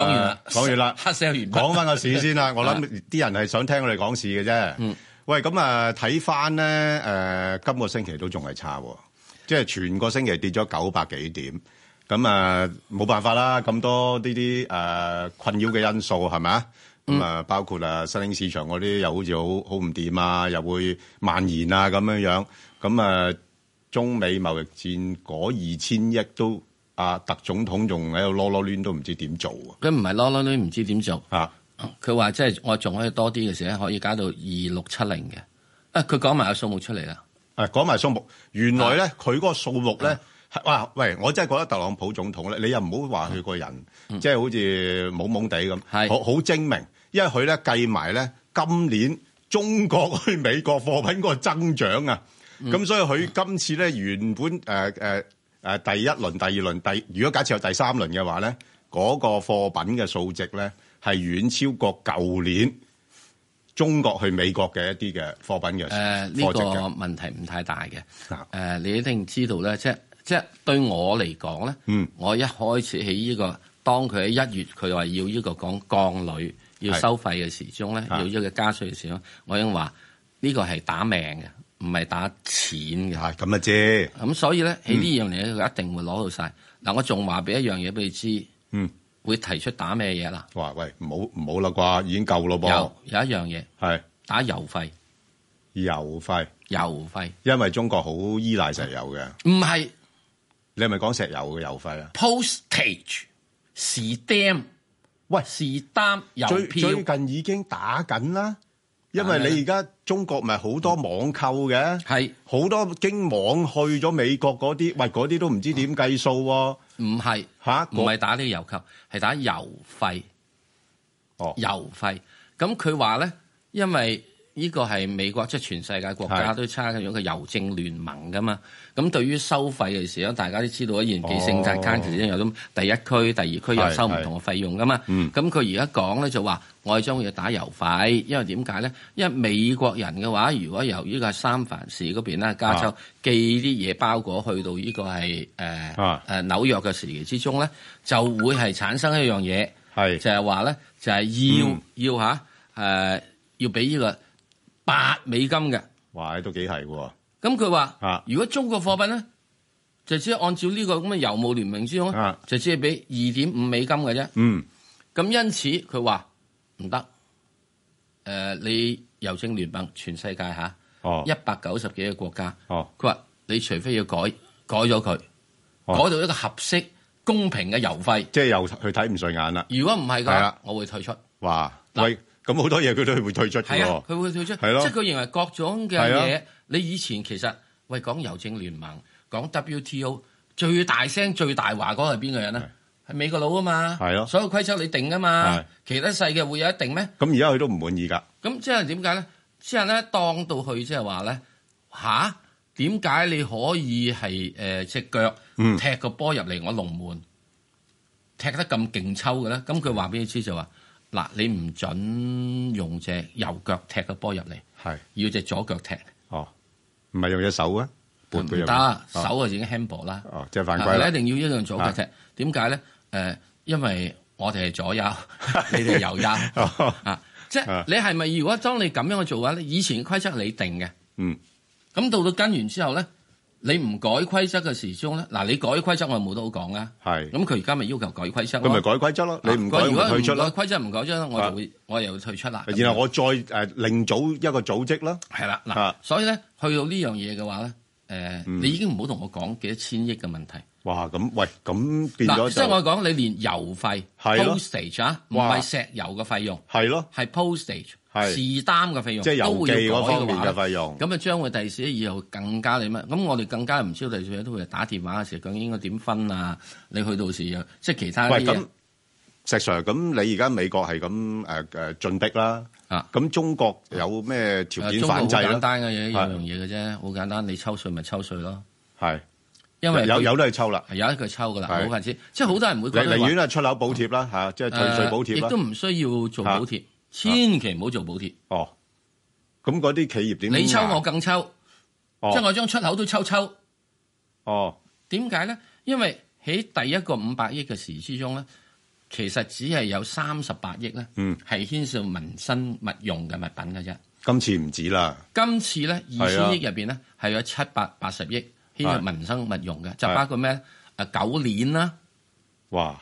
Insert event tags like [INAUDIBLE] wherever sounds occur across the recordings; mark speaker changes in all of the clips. Speaker 1: 呃
Speaker 2: 講完啦，
Speaker 1: 黑 sell 完
Speaker 2: 講翻個市先啦。我諗啲人係想聽我哋講市嘅啫。喂，咁啊睇翻咧，誒、呃、今個星期都仲係差喎，即係全個星期跌咗九百幾點。咁啊冇辦法啦，咁多呢啲誒困擾嘅因素係咪啊？咁啊、包括啊新興市場嗰啲又好似好好唔掂啊，又會蔓延啊咁樣樣。咁啊中美貿易戰嗰二千億都啊特總統仲喺度攞攞攣都唔知點做啊！
Speaker 1: 佢唔係攞攞攣唔知點做，
Speaker 2: 啊
Speaker 1: 佢話即係我仲可以多啲嘅時咧，可以加到二六七零嘅。啊，佢講埋個數目出嚟啦。
Speaker 2: 誒啊講埋數目，原
Speaker 1: 啊
Speaker 2: 來咧佢嗰個數目咧，係哇喂！我真係覺得特朗普總統咧，你又唔好話佢個人，即係好似懵懵地咁，
Speaker 1: 嗯係
Speaker 2: 好好精明，因為佢咧計埋咧今年中國去美國貨品嗰個增長啊，
Speaker 1: 嗯
Speaker 2: 咁所以佢今次咧原本誒誒誒第一輪、第二輪、第如果假設有第三輪嘅話咧，嗰、個貨品嘅數值咧係遠超過舊年中國去美國嘅一啲嘅貨品嘅
Speaker 1: 誒呢
Speaker 2: 貨
Speaker 1: 個
Speaker 2: 值嘅。
Speaker 1: 問題唔太大嘅。
Speaker 2: 啊
Speaker 1: 誒，你一定知道咧，即係即係對我嚟講咧，
Speaker 2: 嗯
Speaker 1: 我一開始喺呢個當佢喺一月佢話要呢個講降旅要
Speaker 2: 係
Speaker 1: 收費嘅時鐘咧，
Speaker 2: 啊
Speaker 1: 要呢個加稅嘅時鐘，我已經話呢個係打命嘅，唔係打錢嘅。
Speaker 2: 啊，咁啊嗯啫，
Speaker 1: 咁所以咧喺呢樣嘢佢一定會攞到晒。嗱，我仲話俾一樣嘢俾你知，
Speaker 2: 嗯，
Speaker 1: 會提出打咩嘢啦？
Speaker 2: 哇喂，唔好唔好啦啩，已經夠咯噃
Speaker 1: 有，有一樣嘢
Speaker 2: 係
Speaker 1: 打油費，
Speaker 2: 油費，
Speaker 1: 油費
Speaker 2: 因為中國好依賴石油嘅，
Speaker 1: 唔係
Speaker 2: 你係咪講石油嘅油費啊？
Speaker 1: postage 是 dam
Speaker 2: 喂
Speaker 1: 是擔郵
Speaker 2: 最
Speaker 1: 票
Speaker 2: 最近已經打緊啦，因為
Speaker 1: 打咩
Speaker 2: 你而家中國咪好多網購嘅，
Speaker 1: 係
Speaker 2: 好多經網去咗美國嗰啲，喂嗰啲都唔知點計數喎
Speaker 1: 唔係
Speaker 2: 嚇，
Speaker 1: 唔係打呢個郵購，係打郵費
Speaker 2: 哦
Speaker 1: 郵費。咁佢話咧，因為呢個係美國即係全世界國家
Speaker 2: 係
Speaker 1: 都參加咗個郵政聯盟噶嘛。咁對於收費嘅時候，大家都知道喺延期聖誕間期之間有咁第一區、第二區又
Speaker 2: 哦係
Speaker 1: 收唔同嘅費用噶嘛。
Speaker 2: 嗯
Speaker 1: 咁佢而家講咧就話，我哋將會要打郵費，因為點解咧？因為美國人嘅話，如果由呢個三藩市嗰邊啦，加州
Speaker 2: 啊
Speaker 1: 寄啲嘢包裹去到呢個係誒。呃
Speaker 2: 啊
Speaker 1: 誒紐約嘅時期之中咧，就會係產生一樣嘢，
Speaker 2: 係
Speaker 1: 就係話咧，就係要、
Speaker 2: 嗯
Speaker 1: 要吓誒、呃要俾呢個八美金嘅。
Speaker 2: 哇，都幾係喎，
Speaker 1: 咁佢話
Speaker 2: 啊，
Speaker 1: 如果中國貨品咧，就只係按照呢個咁嘅郵務聯盟之中咧
Speaker 2: 啊，
Speaker 1: 就只係俾二點五美金嘅啫。
Speaker 2: 嗯
Speaker 1: 咁因此佢話唔得，誒、呃你郵政聯盟全世界吓
Speaker 2: 哦
Speaker 1: 一百九十幾個國家，
Speaker 2: 哦
Speaker 1: 佢話你除非要改改咗佢，
Speaker 2: 哦
Speaker 1: 改到一個合適公平嘅郵費。
Speaker 2: 即係又佢睇唔順眼啦，
Speaker 1: 如果唔係
Speaker 2: 係
Speaker 1: 嘅
Speaker 2: 啦，
Speaker 1: 我會退出。
Speaker 2: 哇，
Speaker 1: 嗱
Speaker 2: 喂，咁好多嘢佢都會退出嘅
Speaker 1: 係啊
Speaker 2: 喎，，
Speaker 1: 佢會退出。
Speaker 2: 係咯
Speaker 1: 即係佢認為各種嘅
Speaker 2: 係啊
Speaker 1: 嘢，你以前其實喂講郵政聯盟、講 WTO 最大聲最大話嗰個係邊個人啊？係美國佬啊嘛。
Speaker 2: 係咯
Speaker 1: 所有規則你定啊嘛
Speaker 2: 係，
Speaker 1: 其他細嘅會有一定咩？
Speaker 2: 咁而家佢都唔滿意㗎，
Speaker 1: 咁即係點解咧？之後咧，當到去即係話咧，吓？點解你可以係誒只腳
Speaker 2: 嗯
Speaker 1: 踢個波入嚟我龍門，踢得咁勁抽嘅咧？咁佢話俾你知就話嗱，你唔準用隻右腳踢個波入嚟，
Speaker 2: 係。
Speaker 1: 要隻左腳踢，
Speaker 2: 哦，唔係用隻手啊，撥
Speaker 1: 唔
Speaker 2: 佢入
Speaker 1: 得，
Speaker 2: 哦
Speaker 1: 手啊已經 handball 啦，啊
Speaker 2: 哦，即係犯規
Speaker 1: 你一
Speaker 2: 啦。啊
Speaker 1: 定要一樣左腳踢。點解咧？誒，因為我哋係
Speaker 2: [LAUGHS]
Speaker 1: 左右，你哋右右。
Speaker 2: 哦
Speaker 1: 啊，即係
Speaker 2: 啊
Speaker 1: 你係咪如果當你咁樣去做嘅話咧，以前嘅規則你定嘅，
Speaker 2: [LAUGHS] 嗯，
Speaker 1: 咁到到跟完之後咧，你唔改規則嘅時鐘咧，嗱你改規則我冇得好講啦，
Speaker 2: 係，
Speaker 1: 咁佢而家咪要求改規則
Speaker 2: 佢咪
Speaker 1: 咯，
Speaker 2: 改規則咯，你唔改
Speaker 1: 啊如果
Speaker 2: 咪退出
Speaker 1: 唔
Speaker 2: 咯。
Speaker 1: 改規則唔改則，我就會我又會退出啦。
Speaker 2: 然後我再誒另組一個組織啦。
Speaker 1: 係啦，嗱
Speaker 2: 啊，嗯
Speaker 1: 所以咧去到呢樣嘢嘅話咧，誒，你已經唔好同我講幾多千億嘅問題。
Speaker 2: 哇，咁喂，咁變
Speaker 1: 嗱，
Speaker 2: 咗
Speaker 1: 即係我
Speaker 2: 就
Speaker 1: 講你連郵費
Speaker 2: 係咯
Speaker 1: postage 啊，唔
Speaker 2: 哇
Speaker 1: 係石油嘅費用，
Speaker 2: 係咯，
Speaker 1: 係 postage
Speaker 2: 係
Speaker 1: 是單嘅費用，
Speaker 2: 即係
Speaker 1: 都
Speaker 2: 郵
Speaker 1: 會
Speaker 2: 寄
Speaker 1: 要
Speaker 2: 嗰
Speaker 1: 改嘅
Speaker 2: 方面
Speaker 1: 話
Speaker 2: 嘅
Speaker 1: 呢
Speaker 2: 費用。
Speaker 1: 咁啊，將會第時以後更加你乜？咁我哋更加唔知道第時都會打電話嘅時候，究竟應該點分啊？你去到時又即係其他啲
Speaker 2: 喂，
Speaker 1: 嘢
Speaker 2: 咁石 Sir，咁你而家美國係咁誒誒進逼啦，
Speaker 1: 啊。
Speaker 2: 咁中國有咩條
Speaker 1: 啊
Speaker 2: 件
Speaker 1: 中國好
Speaker 2: 反制
Speaker 1: 簡
Speaker 2: 啦？
Speaker 1: 單嘅嘢，有
Speaker 2: 係
Speaker 1: 樣嘢嘅啫，好簡單。你抽稅咪抽稅咯，
Speaker 2: 係，
Speaker 1: 因為
Speaker 2: 有
Speaker 1: 佢
Speaker 2: 有都係抽啦。
Speaker 1: 係有一句抽噶啦，
Speaker 2: 係
Speaker 1: 好快知。即係好多人會
Speaker 2: 你
Speaker 1: 覺得
Speaker 2: 寧
Speaker 1: 話
Speaker 2: 願啊出樓補貼啦嚇，即係退稅補
Speaker 1: 誒亦
Speaker 2: 貼
Speaker 1: 都
Speaker 2: 啦。
Speaker 1: 唔需要做補貼，千祈唔好做補貼。
Speaker 2: 哦，咁嗰啲企業點？啊
Speaker 1: 你抽我，更抽，
Speaker 2: 哦
Speaker 1: 即係我將出口都抽抽。
Speaker 2: 哦，
Speaker 1: 點解咧？因為喺第一個五百億嘅時之中咧，其實只係有三十八億咧，
Speaker 2: 嗯
Speaker 1: 係牽涉民生物用嘅物品嘅啫。
Speaker 2: 今次唔止啦，
Speaker 1: 今次咧
Speaker 2: 啊
Speaker 1: 二千億入邊咧係有七百八十億牽涉
Speaker 2: 係
Speaker 1: 民生物用嘅，就
Speaker 2: 係
Speaker 1: 包括咩誒狗鏈啦，啊
Speaker 2: 哇！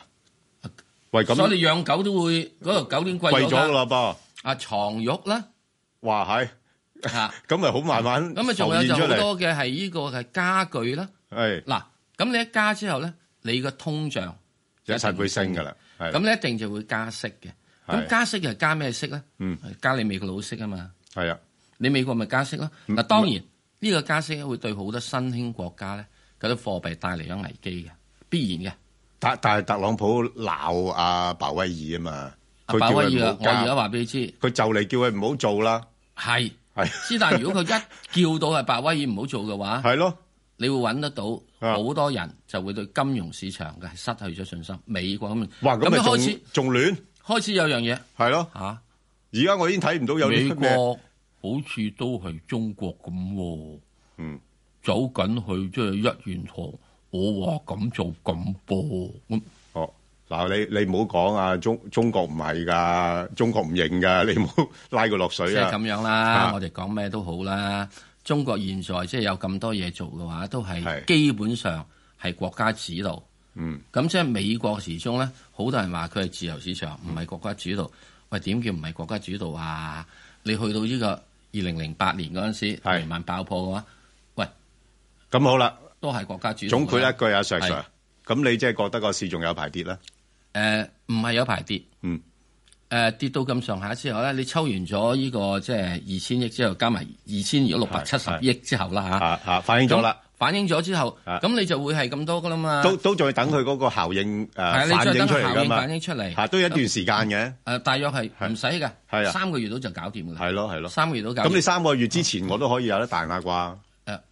Speaker 2: 喂，咁
Speaker 1: 所以你養狗都會嗰度狗鏈貴
Speaker 2: 貴咗
Speaker 1: 咗
Speaker 2: 㗎
Speaker 1: 啦，
Speaker 2: 啦噃，
Speaker 1: 啊床褥啦
Speaker 2: 哇係，
Speaker 1: 嚇，
Speaker 2: [LAUGHS] 咁咪好慢慢
Speaker 1: 咁啊仲有
Speaker 2: 浮現
Speaker 1: 就
Speaker 2: 出
Speaker 1: 好
Speaker 2: 嚟，
Speaker 1: 多嘅係呢個係家具啦。
Speaker 2: 係
Speaker 1: 嗱，咁你一加之後咧，你個通脹
Speaker 2: 一齊會升㗎啦，係
Speaker 1: 咁你一定就會加息嘅。
Speaker 2: 係
Speaker 1: 咁加息又加咩息咧？
Speaker 2: 嗯，
Speaker 1: 加你美國佬息啊嘛。
Speaker 2: 係啊，
Speaker 1: 你美國咪加息咯？
Speaker 2: 嗯
Speaker 1: 嗱，當然呢個加息咧會對好多新興國家咧嗰啲貨幣帶嚟咗危機嘅，必然嘅。
Speaker 2: 但但係特朗普鬧阿鮑威爾啊嘛，
Speaker 1: 阿
Speaker 2: 佢
Speaker 1: 鮑
Speaker 2: 叫
Speaker 1: 威
Speaker 2: 佢
Speaker 1: 爾啊，
Speaker 2: 唔
Speaker 1: 我而
Speaker 2: 好
Speaker 1: 家
Speaker 2: 加，
Speaker 1: 話俾你知，
Speaker 2: 佢就嚟叫佢唔好做啦，
Speaker 1: 係
Speaker 2: 係
Speaker 1: 之但如果佢一叫到係鮑威爾唔好做嘅話，
Speaker 2: 係咯，
Speaker 1: 你會揾得到
Speaker 2: 啊
Speaker 1: 好多人就會對金融市場嘅係失去咗信心。美國咁，
Speaker 2: 哇咁
Speaker 1: 咁啊
Speaker 2: 咪
Speaker 1: 開始
Speaker 2: 仲仲亂，
Speaker 1: 開始有樣嘢
Speaker 2: 係咯，
Speaker 1: 嚇，
Speaker 2: 而家我已經睇唔到有
Speaker 1: 美
Speaker 2: 啲咩，
Speaker 1: 國好似都係中國咁喎。
Speaker 2: 嗯，
Speaker 1: 走緊去即係一元堂，我話咁做咁噃，咁
Speaker 2: 哦。嗱，你你唔好講啊，中中國唔係㗎，中國唔認㗎， [LAUGHS] 你唔好拉佢落
Speaker 1: 即
Speaker 2: 水
Speaker 1: 係
Speaker 2: 啊！
Speaker 1: 咁樣
Speaker 2: 啊
Speaker 1: 啦。我哋講咩都好啦。中國現在即係有咁多嘢做嘅話，都係
Speaker 2: 係
Speaker 1: 基本上係國家指導。
Speaker 2: 嗯，
Speaker 1: 咁即係美國時鐘咧，好多人話佢係自由市場，
Speaker 2: 嗯
Speaker 1: 唔係國家主導。喂，點叫唔係國家主導啊？你去到呢個二零零八年嗰陣時，
Speaker 2: 係
Speaker 1: 雷曼爆破嘅話，喂，
Speaker 2: 咁好啦，
Speaker 1: 都係國家主導。
Speaker 2: 總括一句啊，石
Speaker 1: 係
Speaker 2: Sir，咁你即係覺得個市仲有排跌咧？
Speaker 1: 誒呃唔係有排跌，
Speaker 2: 嗯，
Speaker 1: 誒、跌到咁上下之後咧，你抽完咗呢、個即係二千億之後，加埋二千六百七十
Speaker 2: 係
Speaker 1: 億之後啦嚇，
Speaker 2: 啊啊，反映咗啦，
Speaker 1: 反映咗之後，
Speaker 2: 啊
Speaker 1: 咁你就會係咁多噶啦嘛，
Speaker 2: 都都仲要等佢嗰個效應誒
Speaker 1: 啊係啊你
Speaker 2: 反
Speaker 1: 再
Speaker 2: 映
Speaker 1: 等
Speaker 2: 出嚟
Speaker 1: 效
Speaker 2: 㗎
Speaker 1: 應
Speaker 2: 嘛
Speaker 1: 反，映出嚟，
Speaker 2: 嚇都有一段時間嘅，
Speaker 1: 誒、大約係唔使
Speaker 2: 係
Speaker 1: 㗎，
Speaker 2: 啊
Speaker 1: 三個月到就搞掂㗎啦，
Speaker 2: 係咯係咯。
Speaker 1: 三個月到搞
Speaker 2: 咁
Speaker 1: 掂。
Speaker 2: 你
Speaker 1: 誒、
Speaker 2: 三個月之前我都可以有得彈下啩？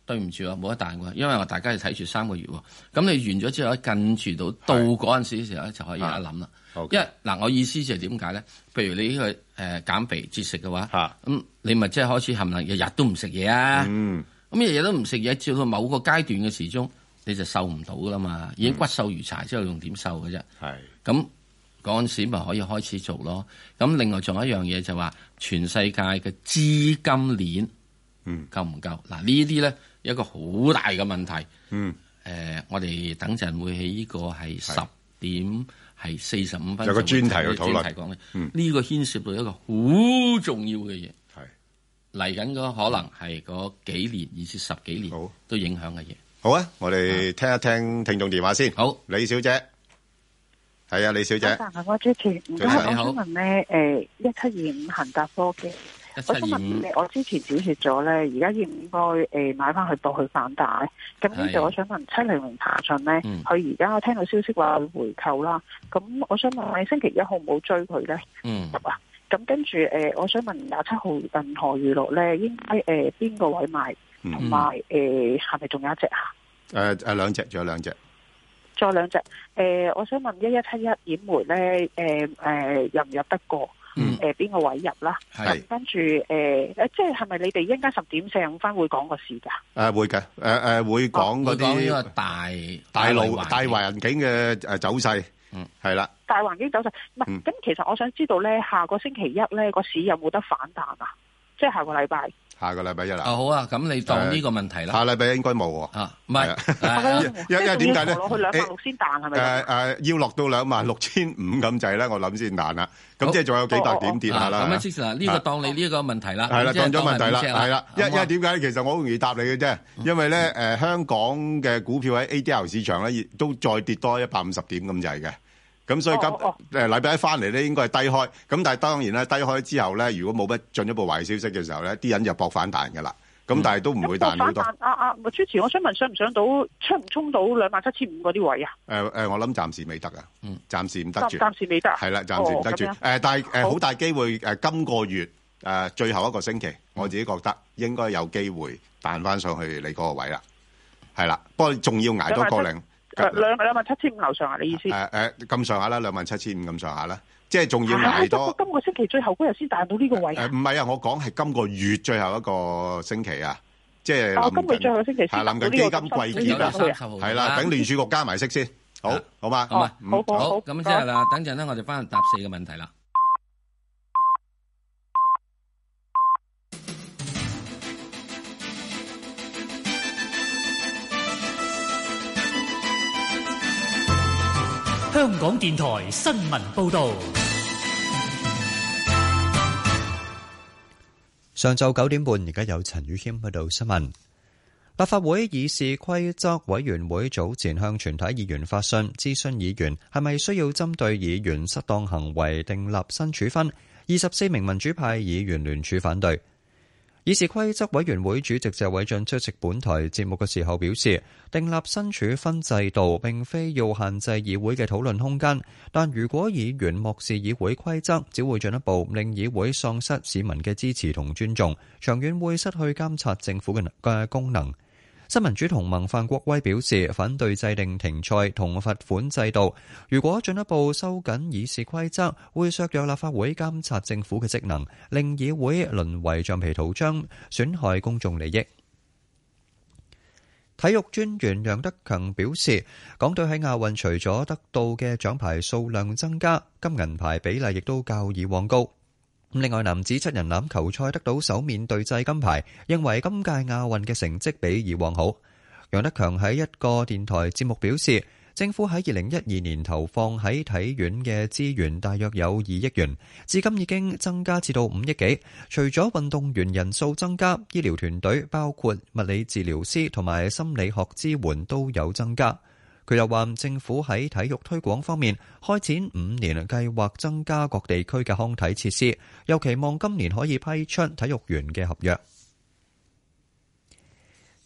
Speaker 1: 對唔住啊，冇得彈喎，因為我大家要睇住三個月喎。咁你完咗之後咧，近住到到嗰陣時嘅時候咧，就可以有得諗啦。
Speaker 2: 好
Speaker 1: 因為嗱，我意思就係點解咧？譬如你呢個誒減肥節食嘅話，咁、
Speaker 2: 嚇
Speaker 1: 你咪即係開始冚唪唥日日都唔食嘢啊！
Speaker 2: 嗯
Speaker 1: 咁日日都唔食嘢，照到某個階段嘅時鐘，你就瘦唔到噶啦嘛，已經
Speaker 2: 嗯
Speaker 1: 骨瘦如柴之後，用點瘦嘅啫？
Speaker 2: 係
Speaker 1: 咁嗰陣時咪可以開始做咯。咁另外仲有一樣嘢就話，全世界嘅資金鏈
Speaker 2: 嗯
Speaker 1: 夠唔夠？嗱呢啲咧一個好大嘅問題。
Speaker 2: 嗯，
Speaker 1: 誒、我哋等陣會喺呢個係十點係四十五分
Speaker 2: 有個專題去
Speaker 1: 嘅
Speaker 2: 討論
Speaker 1: 講嘅
Speaker 2: 嗯
Speaker 1: 呢個牽涉到一個好重要嘅嘢，
Speaker 2: 係
Speaker 1: 嚟緊嗰可能係嗰幾年，以至十幾年
Speaker 2: 好
Speaker 1: 都影響嘅嘢。
Speaker 2: 好啊！我哋聽一聽聽眾電話先。
Speaker 1: 好，
Speaker 2: 李小姐，係啊，李小姐，
Speaker 3: 早晨，我主持，唔該，
Speaker 2: 早
Speaker 1: 晨
Speaker 3: 我
Speaker 1: 你好
Speaker 3: 想問咧，誒一七二五恒達科技，
Speaker 1: 一
Speaker 3: 我想
Speaker 1: 七
Speaker 3: 問
Speaker 1: 二五
Speaker 3: 你，我之前止蝕咗咧，而家應唔應該誒買翻去搏佢反彈咧？咁呢
Speaker 1: 係
Speaker 3: 度我想問七零零騰訊咧
Speaker 1: 嗯，
Speaker 3: 佢而家我聽到消息話佢回購啦，咁我想問你星期一號冇追佢咧？
Speaker 1: 嗯
Speaker 3: 啊，咁跟住誒，我想問廿七號銀河娛樂咧，應該誒邊個位買？同
Speaker 2: 嗯
Speaker 3: 埋誒係咪仲有一隻啊？
Speaker 2: 誒誒兩隻，仲有兩隻，
Speaker 3: 再兩隻誒、呃我想問一一七一掩梅咧誒誒呃入唔入得過？
Speaker 1: 嗯
Speaker 3: 誒邊個位入啦？
Speaker 2: 係
Speaker 3: 跟住誒誒，即係係咪你哋一陣間十點四十五分會講個事㗎？
Speaker 2: 誒會嘅，誒誒會講嗰
Speaker 1: 會講呢個
Speaker 2: 啲
Speaker 1: 大
Speaker 2: 大路
Speaker 1: 環境
Speaker 2: 大環境嘅誒走勢
Speaker 1: 嗯，
Speaker 2: 係啦。
Speaker 3: 大環境走勢唔係
Speaker 2: 嗯
Speaker 3: 咁，其實我想知道咧，下個星期一咧個市有冇得反彈啊？即係下個禮拜。
Speaker 2: 下個禮拜一啦
Speaker 1: 啊，好啊，咁你當呢個問題啦
Speaker 2: 下禮拜應該冇喎。
Speaker 1: 啊，唔係
Speaker 3: 我覺
Speaker 1: 誒
Speaker 2: [LAUGHS]
Speaker 3: 得
Speaker 2: 因因為點解
Speaker 3: 即係仲
Speaker 2: 咧
Speaker 3: 要落去兩萬六先彈係咪
Speaker 2: 誒
Speaker 3: 咁啊？
Speaker 2: 誒，要落到兩萬六千五咁滯咧，我諗先難啦。咁
Speaker 1: 好
Speaker 2: 即係仲有幾百點跌下
Speaker 1: 啊咁
Speaker 2: 啦
Speaker 1: 啊，。即係呢個當你呢個問題啦，
Speaker 2: 係啦，
Speaker 1: 即係
Speaker 2: 當咗問題啦，
Speaker 1: 當係五隻
Speaker 2: 係啦。因
Speaker 1: 好
Speaker 2: 因
Speaker 1: 嘛
Speaker 2: 為點解咧？其實我好容易答你嘅啫，
Speaker 1: 嗯
Speaker 2: 因為咧誒，香港嘅股票喺 ADR 市場咧，亦都再跌多一百五十點咁滯嘅。咁所以今
Speaker 3: 哦哦
Speaker 2: 誒禮拜一翻嚟咧，應該係低開。咁但係當然啦，低開之後咧，如果冇乜進一步壞消息嘅時候咧，啲人就搏反彈嘅啦。咁但係都唔會
Speaker 3: 咁
Speaker 2: 彈好
Speaker 3: 反
Speaker 2: 多。
Speaker 3: 彈啊啊！主持，我想問上唔上到，出唔衝到兩萬七千五嗰啲位啊？
Speaker 2: 誒誒，我諗暫時未得啊
Speaker 1: 嗯，
Speaker 2: 暫時唔得
Speaker 3: 暫
Speaker 2: 住。
Speaker 3: 暫時未得啊。
Speaker 2: 係啦，暫時唔得住。
Speaker 3: 哦咁樣
Speaker 2: 誒，但係誒
Speaker 3: 好
Speaker 2: 好大機會誒，今個月誒最後一個星期，我自己覺得應該有機會彈翻上去你嗰個位啦。係啦，不過仲要捱多個零
Speaker 3: 誒兩兩萬七千五樓上啊！你意思？
Speaker 2: 誒誒咁上下啦，兩萬七千五咁上下啦，即係仲要
Speaker 3: 啊
Speaker 2: 捱
Speaker 3: 不
Speaker 2: 多
Speaker 3: 過今個星期最後嗰日先彈到呢個位
Speaker 2: 誒
Speaker 3: 啊！
Speaker 2: 唔係啊！我講係今個月最後一個星期啊，即係
Speaker 3: 啊，今個
Speaker 2: 臨
Speaker 3: 最
Speaker 2: 近
Speaker 3: 後個星期先
Speaker 2: 係
Speaker 3: 彈到
Speaker 2: 臨
Speaker 3: 呢個
Speaker 2: 近基金
Speaker 3: 咁
Speaker 2: 季
Speaker 1: 有
Speaker 2: 結啦
Speaker 1: 啲
Speaker 3: 辛苦嘅位
Speaker 1: 三
Speaker 3: 啊
Speaker 1: 十號
Speaker 2: 係啦，等聯儲局加埋息先。好好好
Speaker 1: 啊，
Speaker 2: 嘛，
Speaker 1: 好嘛
Speaker 2: 嗯
Speaker 3: 好好
Speaker 1: 好，咁即係啦，等陣咧，我哋翻去答四個問題啦。
Speaker 4: 香港電台新聞報導，
Speaker 5: 上晝九點半，而家有陳宇謙喺度新聞。立法會議事規則委員會早前向全體議員發信，諮詢議員係咪需要針對議員失當行為訂立新處分。二十四名民主派議員聯署反對。議事規則委員會主席謝偉俊出席本台節目嘅時候表示，訂立新處分制度並非要限制議會嘅討論空間，但如果議員漠視議會規則，只會進一步令議會喪失市民嘅支持同尊重，長遠會失去監察政府嘅能嘅功能。新民主同盟范國威表示反對制定停賽同罰款制度，如果進一步收緊議事規則，會削弱立法會監察政府嘅職能，令議會淪為橡皮圖章，損害公眾利益。體育專員楊德強表示，港隊喺亞運除咗得到嘅獎牌數量增加，金銀牌比例亦都較以往高。咁另外，男子七人欖球賽得到首面對制金牌，認為今屆亞運嘅成績比以往好。楊德強喺一個電台節目表示，政府喺二零一二年投放喺體院嘅資源大約有二億元，至今已經增加至到五億幾。除咗運動員人數增加，醫療團隊包括物理治療師同埋心理學支援都有增加。佢又話：政府喺體育推廣方面開展五年計劃，增加各地區嘅康體設施，又期望今年可以批出體育員嘅合約。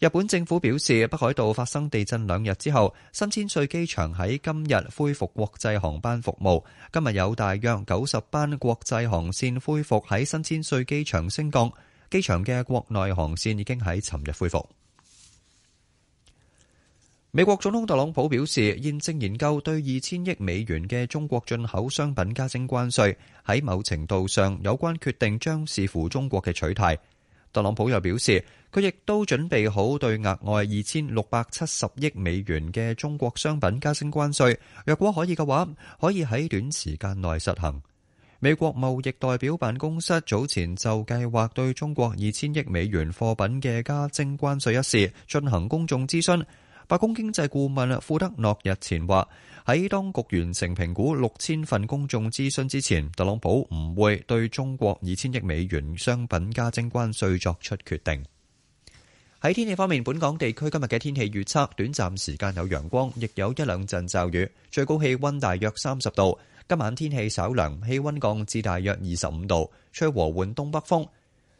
Speaker 5: 日本政府表示，北海道發生地震兩日之後，新千歲機場喺今日恢復國際航班服務。今日有大約九十班國際航線恢復喺新千歲機場升降，機場嘅國內航線已經喺尋日恢復。美國總統特朗普表示，現正研究對二千億美元嘅中國進口商品加徵關稅。喺某程度上，有關決定將視乎中國嘅取態。特朗普又表示，佢亦都準備好對額外二千六百七十億美元嘅中國商品加徵關稅。若果可以嘅話，可以喺短時間內實行。美國貿易代表辦公室早前就計劃對中國二千億美元貨品嘅加徵關稅一事進行公眾諮詢。白宮經濟顧問庫啊德諾日前話，喺當局完成評估六千份公眾諮詢之前，特朗普唔會對中國二千億美元商品加徵關稅作出決定。喺天氣方面，本港地區今日嘅天氣預測，短暫時間有陽光，亦有一兩陣驟雨，最高氣温大約三十度。今晚天氣稍涼，氣温降至大約二十五度，吹和緩東北風。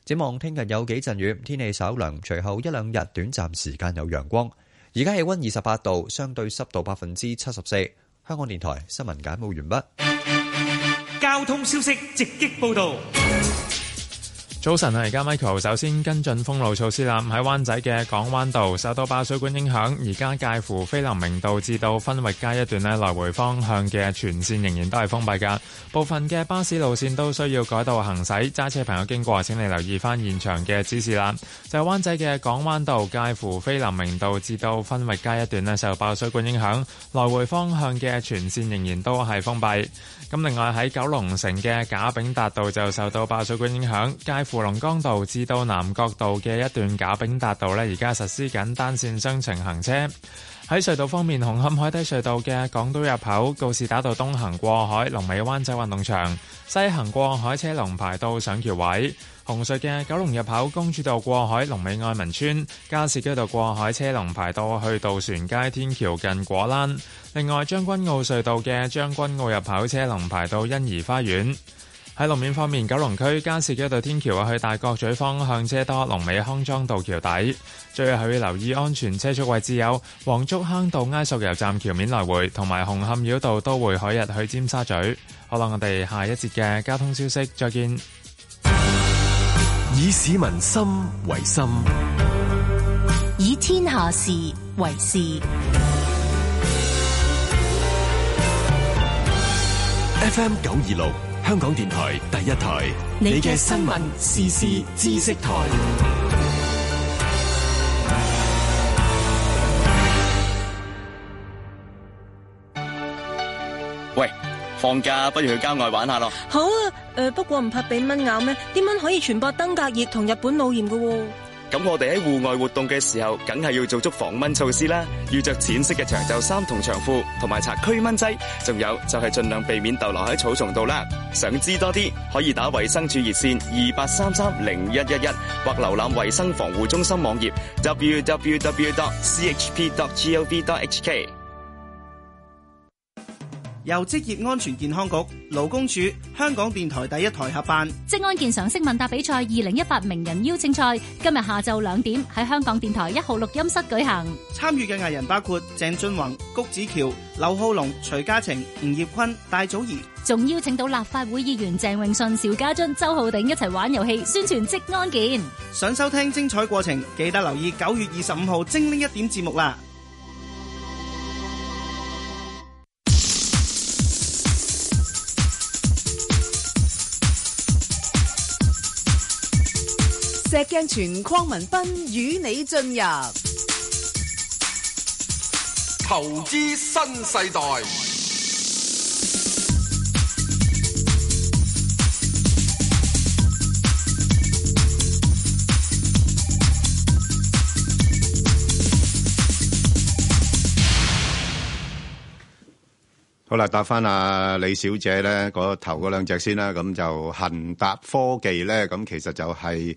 Speaker 5: 展望聽日有幾陣雨，天氣稍涼，隨後一兩日短暫時間有陽光。而家氣温二十八度，相對濕度百分之七十四。香港電台新聞簡報完畢。
Speaker 4: 交通消息直擊報導。
Speaker 6: 早晨啊，而家 Michael 首先跟進封路措施啦。喺灣仔嘅港灣道受到爆水管影響，而家介乎菲林明道至到分域街一段呢，來回方向嘅全線仍然都係封閉㗎。部分嘅巴士路線都需要改道行駛，揸車朋友經過請你留意翻現場嘅指示啦。就係灣仔嘅港灣道介乎菲林明道至到分域街一段呢，受爆水管影響，來回方向嘅全線仍然都係封閉。咁另外喺九龍城嘅賈炳達道就受到爆水管影響，介乎龍崗道至到南角道嘅一段賈炳達道呢，而家實施緊單線雙程行車。喺隧道方面，紅磡海底隧道嘅港島入口告士打道東行過海，龍尾灣仔運動場；西行過海車龍排到上橋位。紅隧嘅九龍入口公主道過海，龍尾愛民村；加士居道過海車龍排到去渡船街天橋近果欄。另外，將軍澳隧道嘅將軍澳入口車龍排到欣怡花園。喺路面方面，九龍區加士居道天橋去大角咀方向車多，龍尾康莊道橋底。最後要留意安全車速位置有黃竹坑道埃索油站橋面來回，同埋紅磡繞道都會海日去尖沙咀。好啦，我哋下一節嘅交通消息再見。
Speaker 7: 以市民心為心，
Speaker 8: 以天下事為事。
Speaker 7: FM 九二六，香港電台第一台，你嘅新聞時事知識台，
Speaker 9: 放假不如去郊外玩下咯。
Speaker 10: 好啊，诶、不過唔怕俾蚊咬咩？啲蚊可以傳播登革熱同日本腦炎噶喎。
Speaker 9: 咁我哋喺戶外活動嘅時候，梗係要做足防蚊措施啦。要着淺色嘅長袖衫同長褲，同埋搽驅蚊劑。仲有就係盡量避免逗留喺草叢度啦。想知多啲，可以打衛生署熱線二八三三零一一一，或瀏覽衛生防護中心網頁 www.chp.gov.hk。
Speaker 11: 由職業安全健康局、勞工處、香港電台第一台合辦。
Speaker 12: 職安健常識問答比賽二零一八名人邀請賽今日下晝兩點喺香港電台一號錄音室舉行。
Speaker 11: 參與嘅藝人包括鄭俊弘、谷子喬、劉浩龍、徐嘉晴、吳業坤、戴祖儀。
Speaker 12: 仲邀請到立法會議員鄭泳舜、邵家臻、周浩鼎一齊玩遊戲，宣傳職安健。
Speaker 11: 想收聽精彩過程，記得留意九月二十五號精靈一點節目啦。
Speaker 13: 石鏡泉鄺民彬與你進入
Speaker 14: 投資新世代。
Speaker 2: 好啦，答翻阿李小姐咧，嗰頭嗰兩隻先啦。咁就恒達科技咧，咁其實就係、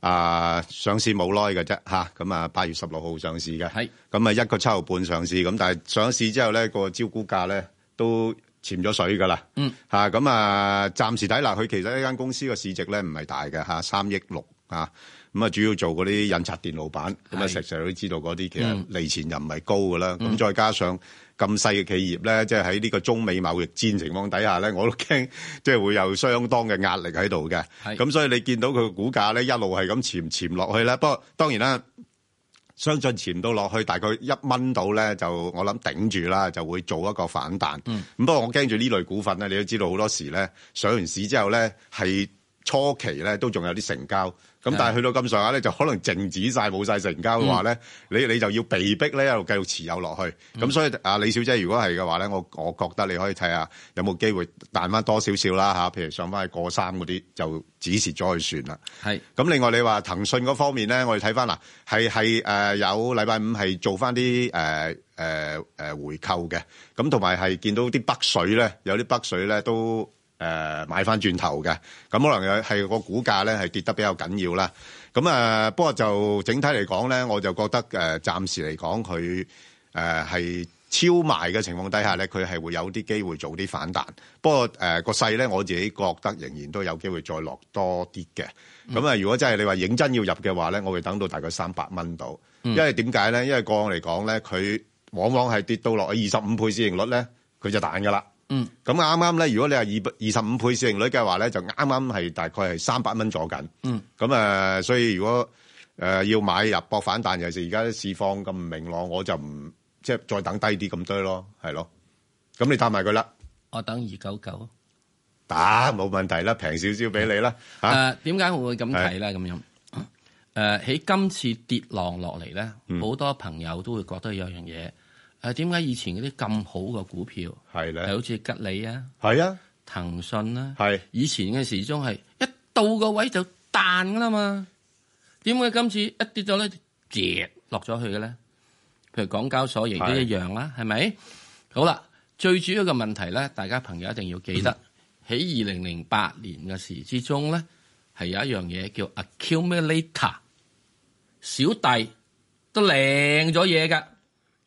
Speaker 2: 啊上市冇耐嘅啫嚇，咁啊八月十六號上市嘅，係咁啊一個七毫半上市，咁但係上市之後咧個招股價咧都潛咗水㗎啦，
Speaker 1: 嗯
Speaker 2: 嚇咁啊暫時睇嗱，佢其實呢間公司個市值咧唔係大嘅嚇，三億六啊，咁啊主要做嗰啲印刷電路板，咁啊
Speaker 1: 係
Speaker 2: 石 Sir 都知道嗰啲其
Speaker 1: 嗯
Speaker 2: 實利錢又唔係高㗎啦，咁
Speaker 1: 嗯
Speaker 2: 再加上。咁細嘅企業咧，即係喺呢個中美貿易戰情況底下咧，我都驚 [LAUGHS] 即係會有相當嘅壓力喺度嘅。
Speaker 1: 係
Speaker 2: 咁所以你見到佢個股價咧一路係咁潛潛落去咧。不過當然啦，相信潛到落去大概一蚊到咧，就我諗頂住啦，就會做一個反彈。
Speaker 1: 嗯
Speaker 2: 咁不過我驚住呢類股份咧，你都知道好多時咧上完市之後咧係初期咧都仲有啲成交，咁但係去到咁上下咧就可能靜止晒冇晒成交嘅話咧，你你就要被逼咧一路繼續持有落去。咁、
Speaker 1: 嗯
Speaker 2: 所以啊李小姐如果係嘅話咧，我我覺得你可以睇下有冇機會彈翻多少少啦吓，譬如上翻去過三嗰啲就止蝕咗去算啦。
Speaker 1: 係
Speaker 2: 咁另外你話騰訊嗰方面咧，我哋睇翻嗱，係係誒有禮拜五係做翻啲誒誒誒回購嘅，咁同埋係見到啲北水咧，有啲北水咧都誒、呃、買翻轉頭嘅，咁可能係個股價咧係跌得比較緊要啦。咁啊、呃不過就整體嚟講咧，我就覺得誒、呃、暫時嚟講佢誒係超賣嘅情況底下咧，佢係會有啲機會做啲反彈。不過誒個勢咧，我自己覺得仍然都有機會再落多啲嘅。咁啊、如果真係你話認真要入嘅話咧，我會等到大概三百蚊度。
Speaker 1: 嗯
Speaker 2: 因為點解咧？因為個案嚟講咧，佢往往係跌到落去二十五倍市盈率咧，佢就彈噶啦。
Speaker 1: 嗯，
Speaker 2: 咁啱啱咧，如果你係二二十五倍市盈率嘅話咧，就啱啱係大概係三百蚊左緊。
Speaker 1: 嗯，
Speaker 2: 咁誒，所以如果誒、呃要買入博反彈，尤其是而家市況咁唔明朗，我就唔即係再等低啲咁多咯，係咯。咁你答埋佢啦，
Speaker 1: 我等二九九。
Speaker 2: 打冇問題啦，平少少俾你啦嚇。
Speaker 1: 誒點解我會咁睇咧？咁樣誒喺今次跌浪落嚟咧，好、
Speaker 2: 嗯
Speaker 1: 多朋友都會覺得有樣嘢誒點解以前嗰啲咁好嘅股票
Speaker 2: 係咧，
Speaker 1: 好似吉利啊，
Speaker 2: 係啊，
Speaker 1: 騰訊啦、
Speaker 2: 係
Speaker 1: 以前嘅時鐘係一到個位就彈噶啦嘛，點解今次一跌咗咧，跌落咗去嘅咧？譬如港交所亦都
Speaker 15: 係
Speaker 1: 一樣啦，係咪？好啦，最主要嘅問題咧，大家朋友一定要記得喺二零零八年嘅時之中咧，係有一樣嘢叫 accumulator，小弟都領咗嘢㗎。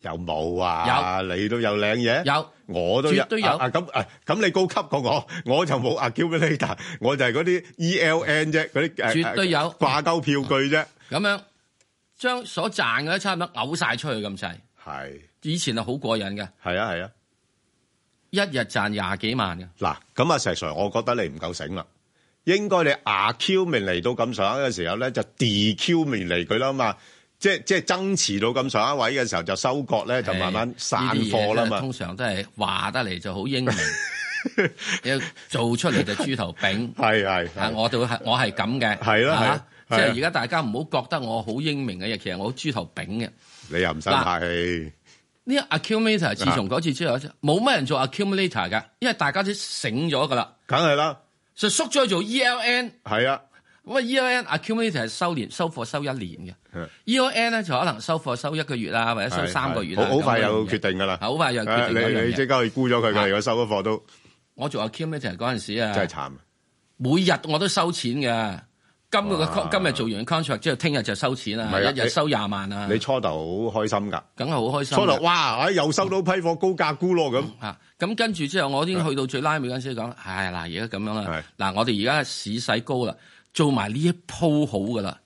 Speaker 2: 有冇啊？有，你都有領嘢？
Speaker 1: 有，
Speaker 2: 我都有。
Speaker 1: 絕對有
Speaker 2: 啊啊咁啊咁，你高級過我，我就冇 accumulator，我就係嗰啲 ELN 啫，嗰啲誒
Speaker 1: 絕對有
Speaker 2: 誒掛鈎票據啫。
Speaker 1: 咁樣將所賺嘅差唔多嘔晒出去咁滯。
Speaker 2: 係
Speaker 1: 以前係好過癮嘅，
Speaker 2: 係啊係啊，
Speaker 1: 一日賺廿幾萬嘅。
Speaker 2: 嗱，咁啊石 Sir，我覺得你唔夠醒啦。應該你 accumulate 到咁上下嘅時候咧，就 decumulate 佢啦嘛。即係即係增持到咁上一位嘅時候，就收割咧，就慢慢散貨啦
Speaker 1: 哎啊呢啲嘢真係
Speaker 2: 嘛。
Speaker 1: 通常都係話得嚟就
Speaker 2: [LAUGHS]
Speaker 1: 好英明，要做出嚟就豬頭炳。
Speaker 2: [LAUGHS] 係係
Speaker 1: 啊，我哋係我係咁嘅。
Speaker 2: 係啦
Speaker 1: 啊
Speaker 2: 係啦
Speaker 1: 即
Speaker 2: 係啊
Speaker 1: 係而家大家唔好覺得我好英明嘅嘢，其實我好豬頭炳嘅。
Speaker 2: 你又唔使
Speaker 1: 嗱
Speaker 2: 客氣。
Speaker 1: 呢個 accumulator
Speaker 2: 啊
Speaker 1: 自從嗰次之後，冇乜人做 accumulator 噶，因為大家都醒咗噶啦。
Speaker 2: 梗係啦，
Speaker 1: 就縮咗去做 ELN。
Speaker 2: 係啊，
Speaker 1: 咁啊 ELN accumulator 係收年收貨收一年嘅，ELN E 咧就可能收貨收一個月啊，或者收三個月啊
Speaker 2: 好好快
Speaker 1: 咁樣
Speaker 2: 有
Speaker 1: 嘅
Speaker 2: 決定㗎啦，啊
Speaker 1: 好快有決定嗰樣
Speaker 2: 你
Speaker 1: 嘢
Speaker 2: 你即刻去沽咗佢㗎，如果收咗貨都
Speaker 1: 我做 accumulator 嗰陣時啊，
Speaker 2: 真係慘。
Speaker 1: 每日我都收錢嘅，今個
Speaker 2: 哇
Speaker 1: 今日做完 contract 之後，聽日就收錢
Speaker 2: 唔
Speaker 1: 啊，
Speaker 2: 係啊
Speaker 1: 一日收廿萬啊。
Speaker 2: 你初頭好開心㗎，
Speaker 1: 梗係好開心㗎
Speaker 2: 初頭哇，哎又收到批貨高價沽咯咁。
Speaker 1: 啊，咁跟住之後，我已
Speaker 2: 啊
Speaker 1: 經去到最拉尾嗰陣時講，唉嗱，而家咁樣啦，嗱我哋而家市勢高啦，做埋呢一鋪好噶啦。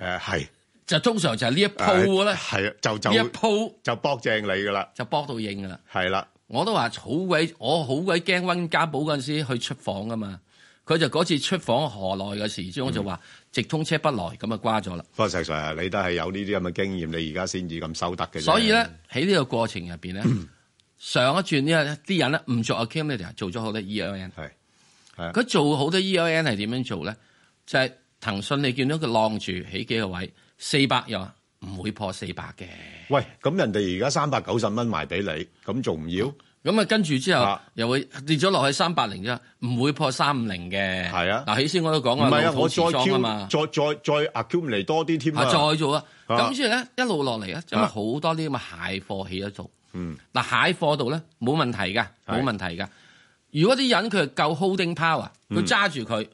Speaker 2: 誒係，
Speaker 1: 就通常就係呢一鋪咧，
Speaker 2: 係啊，就就
Speaker 1: 呢一鋪
Speaker 2: 就搏正你噶啦，
Speaker 1: 就搏到應噶啦。
Speaker 2: 係啦，
Speaker 1: 我都話好鬼，我好鬼驚温家寶嗰陣時去出訪噶嘛。佢就嗰次出訪河內嘅時
Speaker 2: 嗯
Speaker 1: 之後，我就話直通車不來，咁啊瓜咗啦。
Speaker 2: 不過石 Sir，你都係有呢啲咁嘅經驗，你而家先至咁收得嘅啫。
Speaker 1: 所以咧喺呢個過程入邊咧，上一轉呢啲人咧唔做 accumulator，做咗好多 ELN。
Speaker 2: 係，啊
Speaker 1: 佢做好多 ELN 係點樣做咧？就係騰訊你見到佢浪住起幾個位，四百又話唔會破四百嘅。
Speaker 2: 喂，咁人哋而家三百九十蚊賣俾你，咁仲唔要？
Speaker 1: 咁啊，跟住之後又會跌咗落去三百零啫，唔會破三五零嘅。係啊，嗱，起先我都講
Speaker 2: 唔係
Speaker 1: 啊，
Speaker 2: 啊，
Speaker 1: 老
Speaker 2: 我
Speaker 1: 土時
Speaker 2: 再
Speaker 1: 裝啊
Speaker 2: Q
Speaker 1: 嘛，
Speaker 2: 再再再 accumulate 多啲添
Speaker 1: 啊
Speaker 2: 啊，
Speaker 1: 再做啊，
Speaker 2: 啊
Speaker 1: 咁之後咧一路落嚟啊，咁
Speaker 2: 啊
Speaker 1: 好多啲咁嘅蟹貨起咗做。
Speaker 2: 嗯，
Speaker 1: 嗱蟹貨度咧冇問題㗎，
Speaker 2: 係
Speaker 1: 冇問題㗎。如果啲人佢係夠 holding power，佢
Speaker 2: 嗯
Speaker 1: 揸住佢，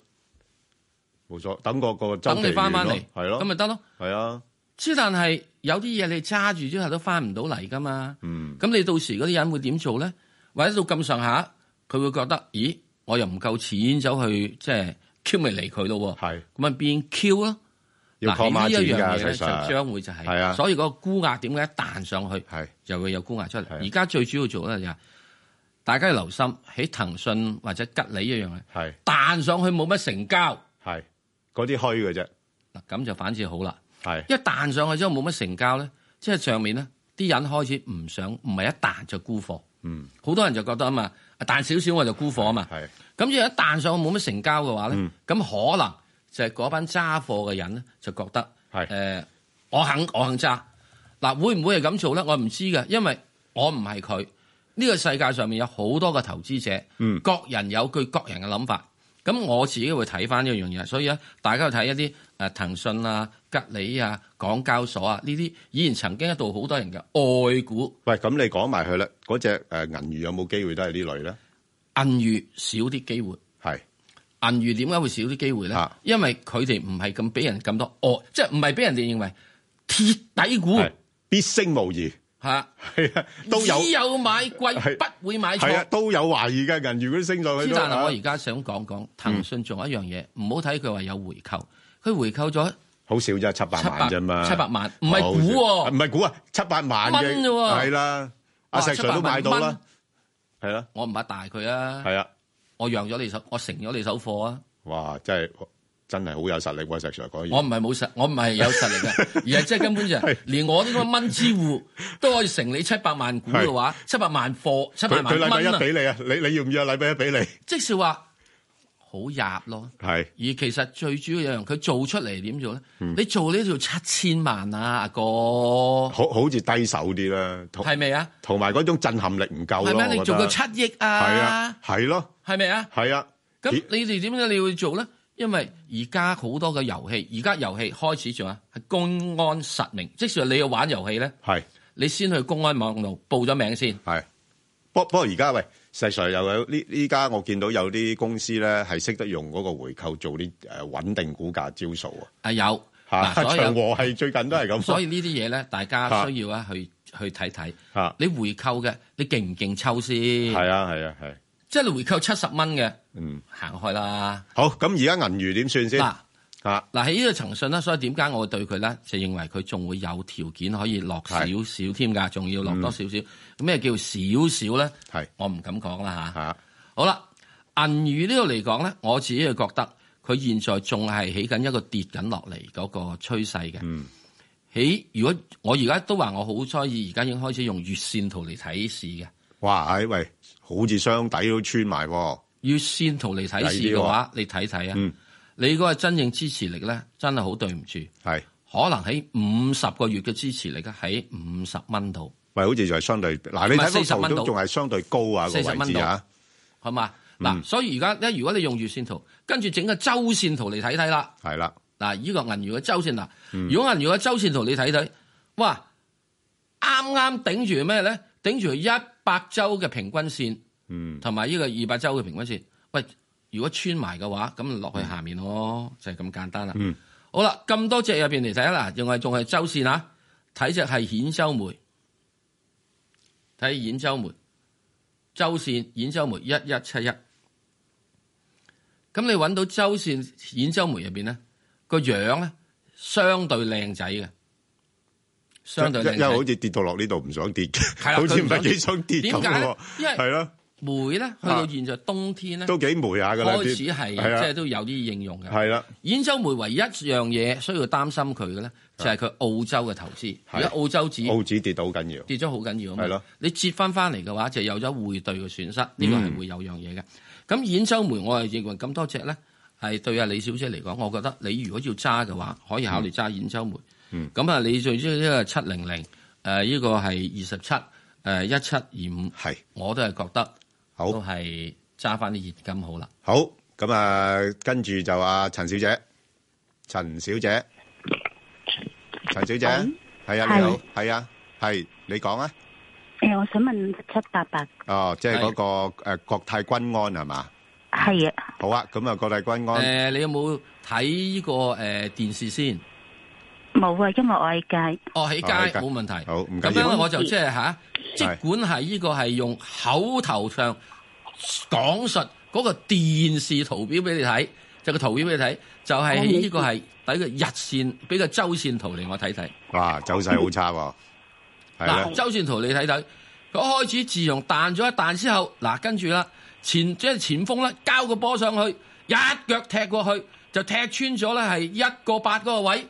Speaker 2: 冇錯，等個個周期
Speaker 1: 等你翻翻嚟
Speaker 2: 完，咯係咯，
Speaker 1: 咁咪得咯。
Speaker 2: 係啊，
Speaker 1: 之但係有啲嘢你揸住之後都翻唔到嚟㗎嘛。
Speaker 2: 嗯，
Speaker 1: 咁你到時嗰啲人會點做咧？或者到咁上下，佢會覺得，咦，我又唔夠錢走去即係 Q 咪嚟佢咯喎。
Speaker 2: 係，
Speaker 1: 咁咪變 Q 咯。
Speaker 2: 要
Speaker 1: 嗱，
Speaker 2: 抗
Speaker 1: 呢
Speaker 2: 孖
Speaker 1: 一
Speaker 2: 展
Speaker 1: 樣
Speaker 2: 㗎，
Speaker 1: 嘢咧
Speaker 2: 石
Speaker 1: 就
Speaker 2: Sir
Speaker 1: 將會就
Speaker 2: 係啊
Speaker 1: 係，所以嗰個估壓點解一彈上去，就會有估壓出嚟。而家最主要做咧就係大家要留心喺騰訊或者吉利一樣咧，
Speaker 2: 係
Speaker 1: 彈上去冇乜成交，
Speaker 2: 係嗰啲虛嘅啫。
Speaker 1: 嗱咁就反至好啦，
Speaker 2: 係
Speaker 1: 一彈上去之後冇乜成交咧，即係上面咧啲人開始唔想，唔係一彈就沽貨。
Speaker 2: 嗯，
Speaker 1: 好多人就覺得啊嘛，彈少少我就沽貨啊嘛。
Speaker 2: 係。
Speaker 1: 咁如果一彈上冇乜成交嘅話咧，咁、
Speaker 2: 嗯
Speaker 1: 可能就係嗰班揸貨嘅人咧就覺得係、呃我肯我肯揸。嗱，會唔會係咁做咧？我唔知嘅，因為我唔係佢。呢、個世界上面有好多個投資者，
Speaker 15: 嗯
Speaker 1: 各人有佢各人嘅諗法。咁我自己會睇翻一樣嘢，所以咧，大家去睇一啲誒騰訊啊、吉利啊、港交所啊呢啲，以前曾經一度好多人嘅愛股。
Speaker 2: 喂，咁你講埋佢啦，嗰只誒銀魚有冇機會都係呢類咧？
Speaker 1: 銀魚少啲機會，
Speaker 2: 係啊
Speaker 1: 銀魚點解會少啲機會咧？因為佢哋唔係咁俾人咁多愛，即係唔係俾人哋認為鐵底股
Speaker 2: 必升無疑。
Speaker 1: 嚇，
Speaker 2: 係啊，都有
Speaker 1: 只有買貴
Speaker 2: 係
Speaker 1: 不會買
Speaker 2: 係啊，
Speaker 1: 錯。
Speaker 2: 都有懷疑嘅銀魚嗰啲升上去
Speaker 1: 之
Speaker 2: 都。
Speaker 1: 但係我而家想講講騰訊仲有一樣嘢，唔好睇佢話有回購，佢回購咗
Speaker 2: 好少啫，七百萬啫嘛，
Speaker 1: 700萬唔係股
Speaker 2: 喎，唔係股啊，七百萬嘅
Speaker 1: 蚊啫喎
Speaker 2: 係啦，阿
Speaker 1: 哇
Speaker 2: 石 Sir 都買到啦，係啦，
Speaker 1: 我唔係大佢啊，
Speaker 2: 係啊，
Speaker 1: 我讓咗你手，我成咗你手貨啊，
Speaker 2: 哇，真係真係好有實力喎，石 Sir 講嘢，
Speaker 1: 我唔係冇實，我唔係有實
Speaker 2: [LAUGHS]
Speaker 1: 力嘅，而係即係根本就係連我呢個蚊之戶都可以成你七百萬股嘅話，七百萬貨，七百
Speaker 2: 佢佢禮
Speaker 1: 萬
Speaker 2: 拜
Speaker 1: 蚊
Speaker 2: 一
Speaker 1: 啊，
Speaker 2: 俾你啊，你你要唔要啊？禮拜一俾你
Speaker 1: 即是話好入咯。
Speaker 2: 係嗯
Speaker 1: 而其實最主要一樣，佢做出嚟點做咧？你做呢度七千萬啊，阿哥，
Speaker 2: 好好似低手啲啦，同
Speaker 1: 係咪啊？
Speaker 2: 同埋嗰種震撼力唔夠
Speaker 1: 係
Speaker 2: 咯，
Speaker 1: 咪？你做
Speaker 2: 個
Speaker 1: 過七億
Speaker 2: 係
Speaker 1: 啊
Speaker 2: 啊？，係咯，
Speaker 1: 係咪啊？
Speaker 2: 係啊，
Speaker 1: 咁你哋點解你會做咧？因為而家好多嘅遊戲，而家遊戲開始做啊，係公安實名，即係你要玩遊戲咧，
Speaker 2: 係
Speaker 1: 你先去公安網度報咗名先。
Speaker 2: 係。不不過而家喂，石 Sir 又有呢呢家我見到有啲公司咧係識得用嗰個回購做啲誒穩定股價招數啊。
Speaker 1: 啊有
Speaker 2: 嚇，
Speaker 1: 嗱所以有
Speaker 2: 長和係最近都係咁。
Speaker 1: 所以呢啲嘢咧，大家
Speaker 2: 啊
Speaker 1: 需要啊去去睇睇。
Speaker 2: 啊
Speaker 1: 你回購嘅，你勁唔勁抽先？
Speaker 2: 係啊係啊係。
Speaker 1: 即係你回購七十蚊嘅，
Speaker 2: 嗯，
Speaker 1: 行開啦。
Speaker 2: 好，咁而家銀魚點算先？
Speaker 1: 嗱
Speaker 2: 啊，
Speaker 1: 嗱喺呢個騰訊咧，所以點解我會對佢咧就認為佢仲會有條件可以落少少添㗎，仲要落多少少。咩叫少少咧？
Speaker 2: 嗯係
Speaker 1: 我唔敢講啦吓，好啦，銀娛呢度嚟講咧，我自己就覺得佢現在仲係起緊一個跌緊落嚟嗰個趨勢嘅。
Speaker 2: 嗯
Speaker 1: 起如果我而家都話我好在意，而家已經開始用月線圖嚟睇市嘅。
Speaker 2: 哇！唉喂，好似箱底都穿埋喎。
Speaker 1: 月線圖嚟睇市嘅話，你睇睇
Speaker 2: 嗯
Speaker 1: 啊，你嗰個真正支持力咧，真係好對唔住，
Speaker 2: 係
Speaker 1: 可能喺五十個月嘅支持力咧，喺五十蚊度，
Speaker 2: 喂，好似就係相對嗱，你
Speaker 1: 唔係
Speaker 2: 睇
Speaker 1: 40
Speaker 2: 幅
Speaker 1: 蚊
Speaker 2: 圖都
Speaker 1: 度
Speaker 2: 仲係相對高啊個
Speaker 1: 四十
Speaker 2: 位
Speaker 1: 蚊
Speaker 2: 置
Speaker 1: 度
Speaker 2: 啊，，
Speaker 1: 好嘛？
Speaker 2: 嗯
Speaker 1: 嗱，所以而家咧，如果你用月線圖，跟住整個周線圖嚟睇睇啦。
Speaker 2: 係啦，
Speaker 1: 嗱，呢個銀娛嘅周線嗱，
Speaker 2: 嗯
Speaker 1: 如果銀娛嘅周線圖你睇睇，哇，啱啱頂住咩咧？頂住一百周嘅平均線，
Speaker 2: 嗯，
Speaker 1: 同埋呢個二百周嘅平均線。喂，如果穿埋嘅話，咁落去下面咯，就係咁簡單啦。
Speaker 2: 嗯，
Speaker 1: 好啦，咁多隻入邊嚟睇啦，仲係仲係周線啊，睇只係顯周梅，睇顯周梅，周線顯周梅一一七一。咁你揾到周線顯周梅入邊咧，個樣咧相對靚仔嘅，相對
Speaker 2: 因
Speaker 1: 靚
Speaker 2: 因為好
Speaker 1: 仔。
Speaker 2: 似跌到落呢度唔想跌，
Speaker 1: 啦
Speaker 2: 好似唔係幾想跌咁
Speaker 1: 點解咧
Speaker 2: 喎，
Speaker 1: 因為
Speaker 2: 係咯，
Speaker 1: 梅咧，去到現在冬天咧，
Speaker 2: 啊都幾霉下㗎啦，
Speaker 1: 開
Speaker 2: 啲
Speaker 1: 始係
Speaker 2: 係啊
Speaker 1: 即係都有啲應用嘅。
Speaker 2: 係啦，
Speaker 1: 兗州煤唯一一樣嘢需要擔心佢嘅咧，就係佢澳洲嘅投資。而家澳洲紙
Speaker 2: 啊澳紙跌到好緊要，
Speaker 1: 跌咗好緊要啊嘛。
Speaker 2: 係咯，嗯
Speaker 1: 你折翻翻嚟嘅話，就有咗匯兌嘅損失，呢個係會有樣嘢嘅。咁兗州煤我係認為咁多隻咧，係對阿李小姐嚟講，我覺得你如果要揸嘅話，可以考慮揸兗州煤。
Speaker 2: 嗯
Speaker 1: 咁啊，你最中意呢個七零零，誒呢個係二十七，誒一七二五，
Speaker 2: 係
Speaker 1: 我都係覺得
Speaker 2: 好
Speaker 1: 都係揸翻啲現金好啦。
Speaker 2: 好，咁啊，跟住就阿陳小姐，陳小姐，陳小姐，係啊，你好，係啊，係，你講啊，
Speaker 15: 诶、我想問七八八
Speaker 2: 哦，即係嗰個誒國泰君安係嘛？
Speaker 15: 係啊，
Speaker 2: 好啊，咁啊，國泰君
Speaker 1: 誒、
Speaker 2: 安，
Speaker 1: 你有冇睇呢個誒、電視先？
Speaker 15: 冇啊，因為我喺街。
Speaker 1: 哦，起街
Speaker 2: 哦喺街
Speaker 1: 冇問題。
Speaker 2: 好，唔
Speaker 1: 咁
Speaker 2: 緊
Speaker 1: 樣咧
Speaker 2: 要，
Speaker 1: 我就即係吓，即管係呢個係用口頭上講述嗰個電視圖表俾你睇，就個圖表俾你睇，就係、呢個係睇個日線，俾個周線圖嚟我睇睇。
Speaker 2: 哇，走勢好差喎，係啦
Speaker 1: 嗱，，周線圖你睇睇，佢開始自從彈咗一彈之後，嗱跟住啦，前即係前鋒咧交個波上去，一腳踢過去就踢穿咗咧係一個八嗰個位，